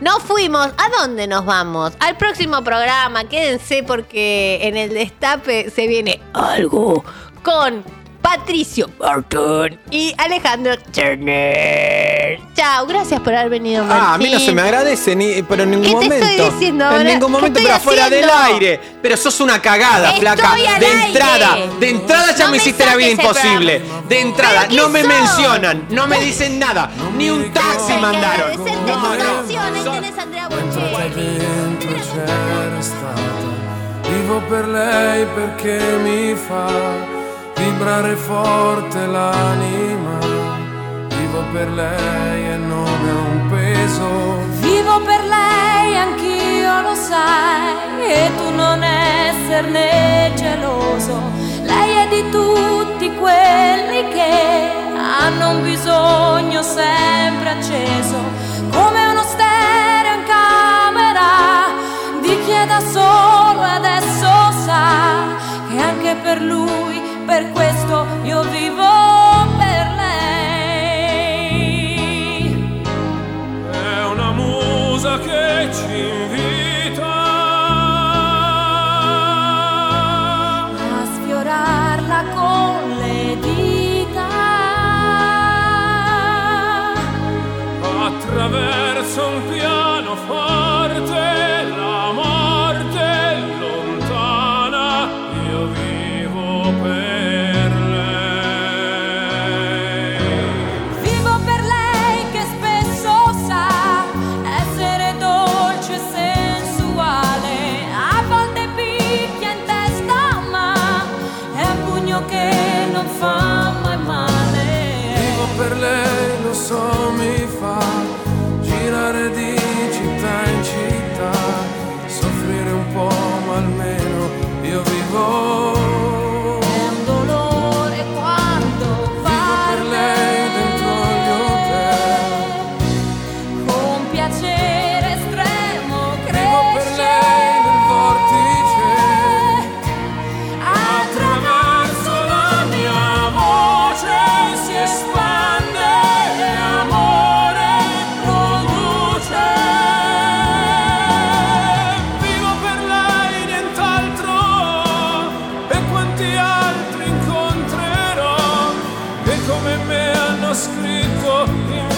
[SPEAKER 2] No fuimos. ¿A dónde nos vamos? Al próximo programa. Quédense porque en el destape se viene algo con Patricio Barton y Alejandro Turner. Chao, gracias por haber venido.
[SPEAKER 3] Ah, a mí no
[SPEAKER 2] Martín.
[SPEAKER 3] se me agradece, ni, pero en ningún
[SPEAKER 2] ¿Qué te
[SPEAKER 3] momento.
[SPEAKER 2] estoy diciendo
[SPEAKER 3] en
[SPEAKER 2] ahora?
[SPEAKER 3] ningún
[SPEAKER 2] ¿Qué
[SPEAKER 3] momento,
[SPEAKER 2] estoy
[SPEAKER 3] pero afuera del
[SPEAKER 2] haciendo?
[SPEAKER 3] aire. Pero sos una cagada,
[SPEAKER 2] Estoy
[SPEAKER 3] flaca.
[SPEAKER 2] al
[SPEAKER 3] de
[SPEAKER 2] aire.
[SPEAKER 3] entrada, de entrada ya
[SPEAKER 2] No
[SPEAKER 3] me
[SPEAKER 2] me
[SPEAKER 3] hiciste la vida
[SPEAKER 2] saques el
[SPEAKER 3] imposible. De entrada,
[SPEAKER 2] ¿Pero
[SPEAKER 3] no
[SPEAKER 2] quién
[SPEAKER 3] me
[SPEAKER 2] sos?
[SPEAKER 3] mencionan, no me dicen nada. Ni un taxi mandaron. No, no.
[SPEAKER 5] dentro c'era stata. Vivo per lei perché mi fa vibrare forte l'anima. Vivo per lei e non è un peso.
[SPEAKER 13] Vivo per lei, anch'io lo sai, e tu non esserne geloso. Lei è di tutti quelli che hanno un bisogno sempre acceso, come uno stereo in camera di chi è da solo e adesso sa che anche per lui, per questo io vivo per lei.
[SPEAKER 5] È una musa che ci invita.
[SPEAKER 13] a sfiorarla con le dita
[SPEAKER 5] attraverso un pianoforte la morte lontana io vivo per lei
[SPEAKER 13] vivo per lei che spesso sa essere dolce e sensuale a volte picchia in testa ma è un pugno che non fa mai male
[SPEAKER 5] vivo per lei lo so mi fa girare di città in città soffrire un po' ma almeno io vivo
[SPEAKER 13] è un dolore quando va
[SPEAKER 5] per lei dentro gli hotel
[SPEAKER 13] con piacere estremo
[SPEAKER 5] Vivo per lei
[SPEAKER 13] cresce
[SPEAKER 5] nel vortice Attraverso la mia voce si espande e amore produce Vivo per lei nient'altro e quanti altri incontrerò Che come me hanno scritto in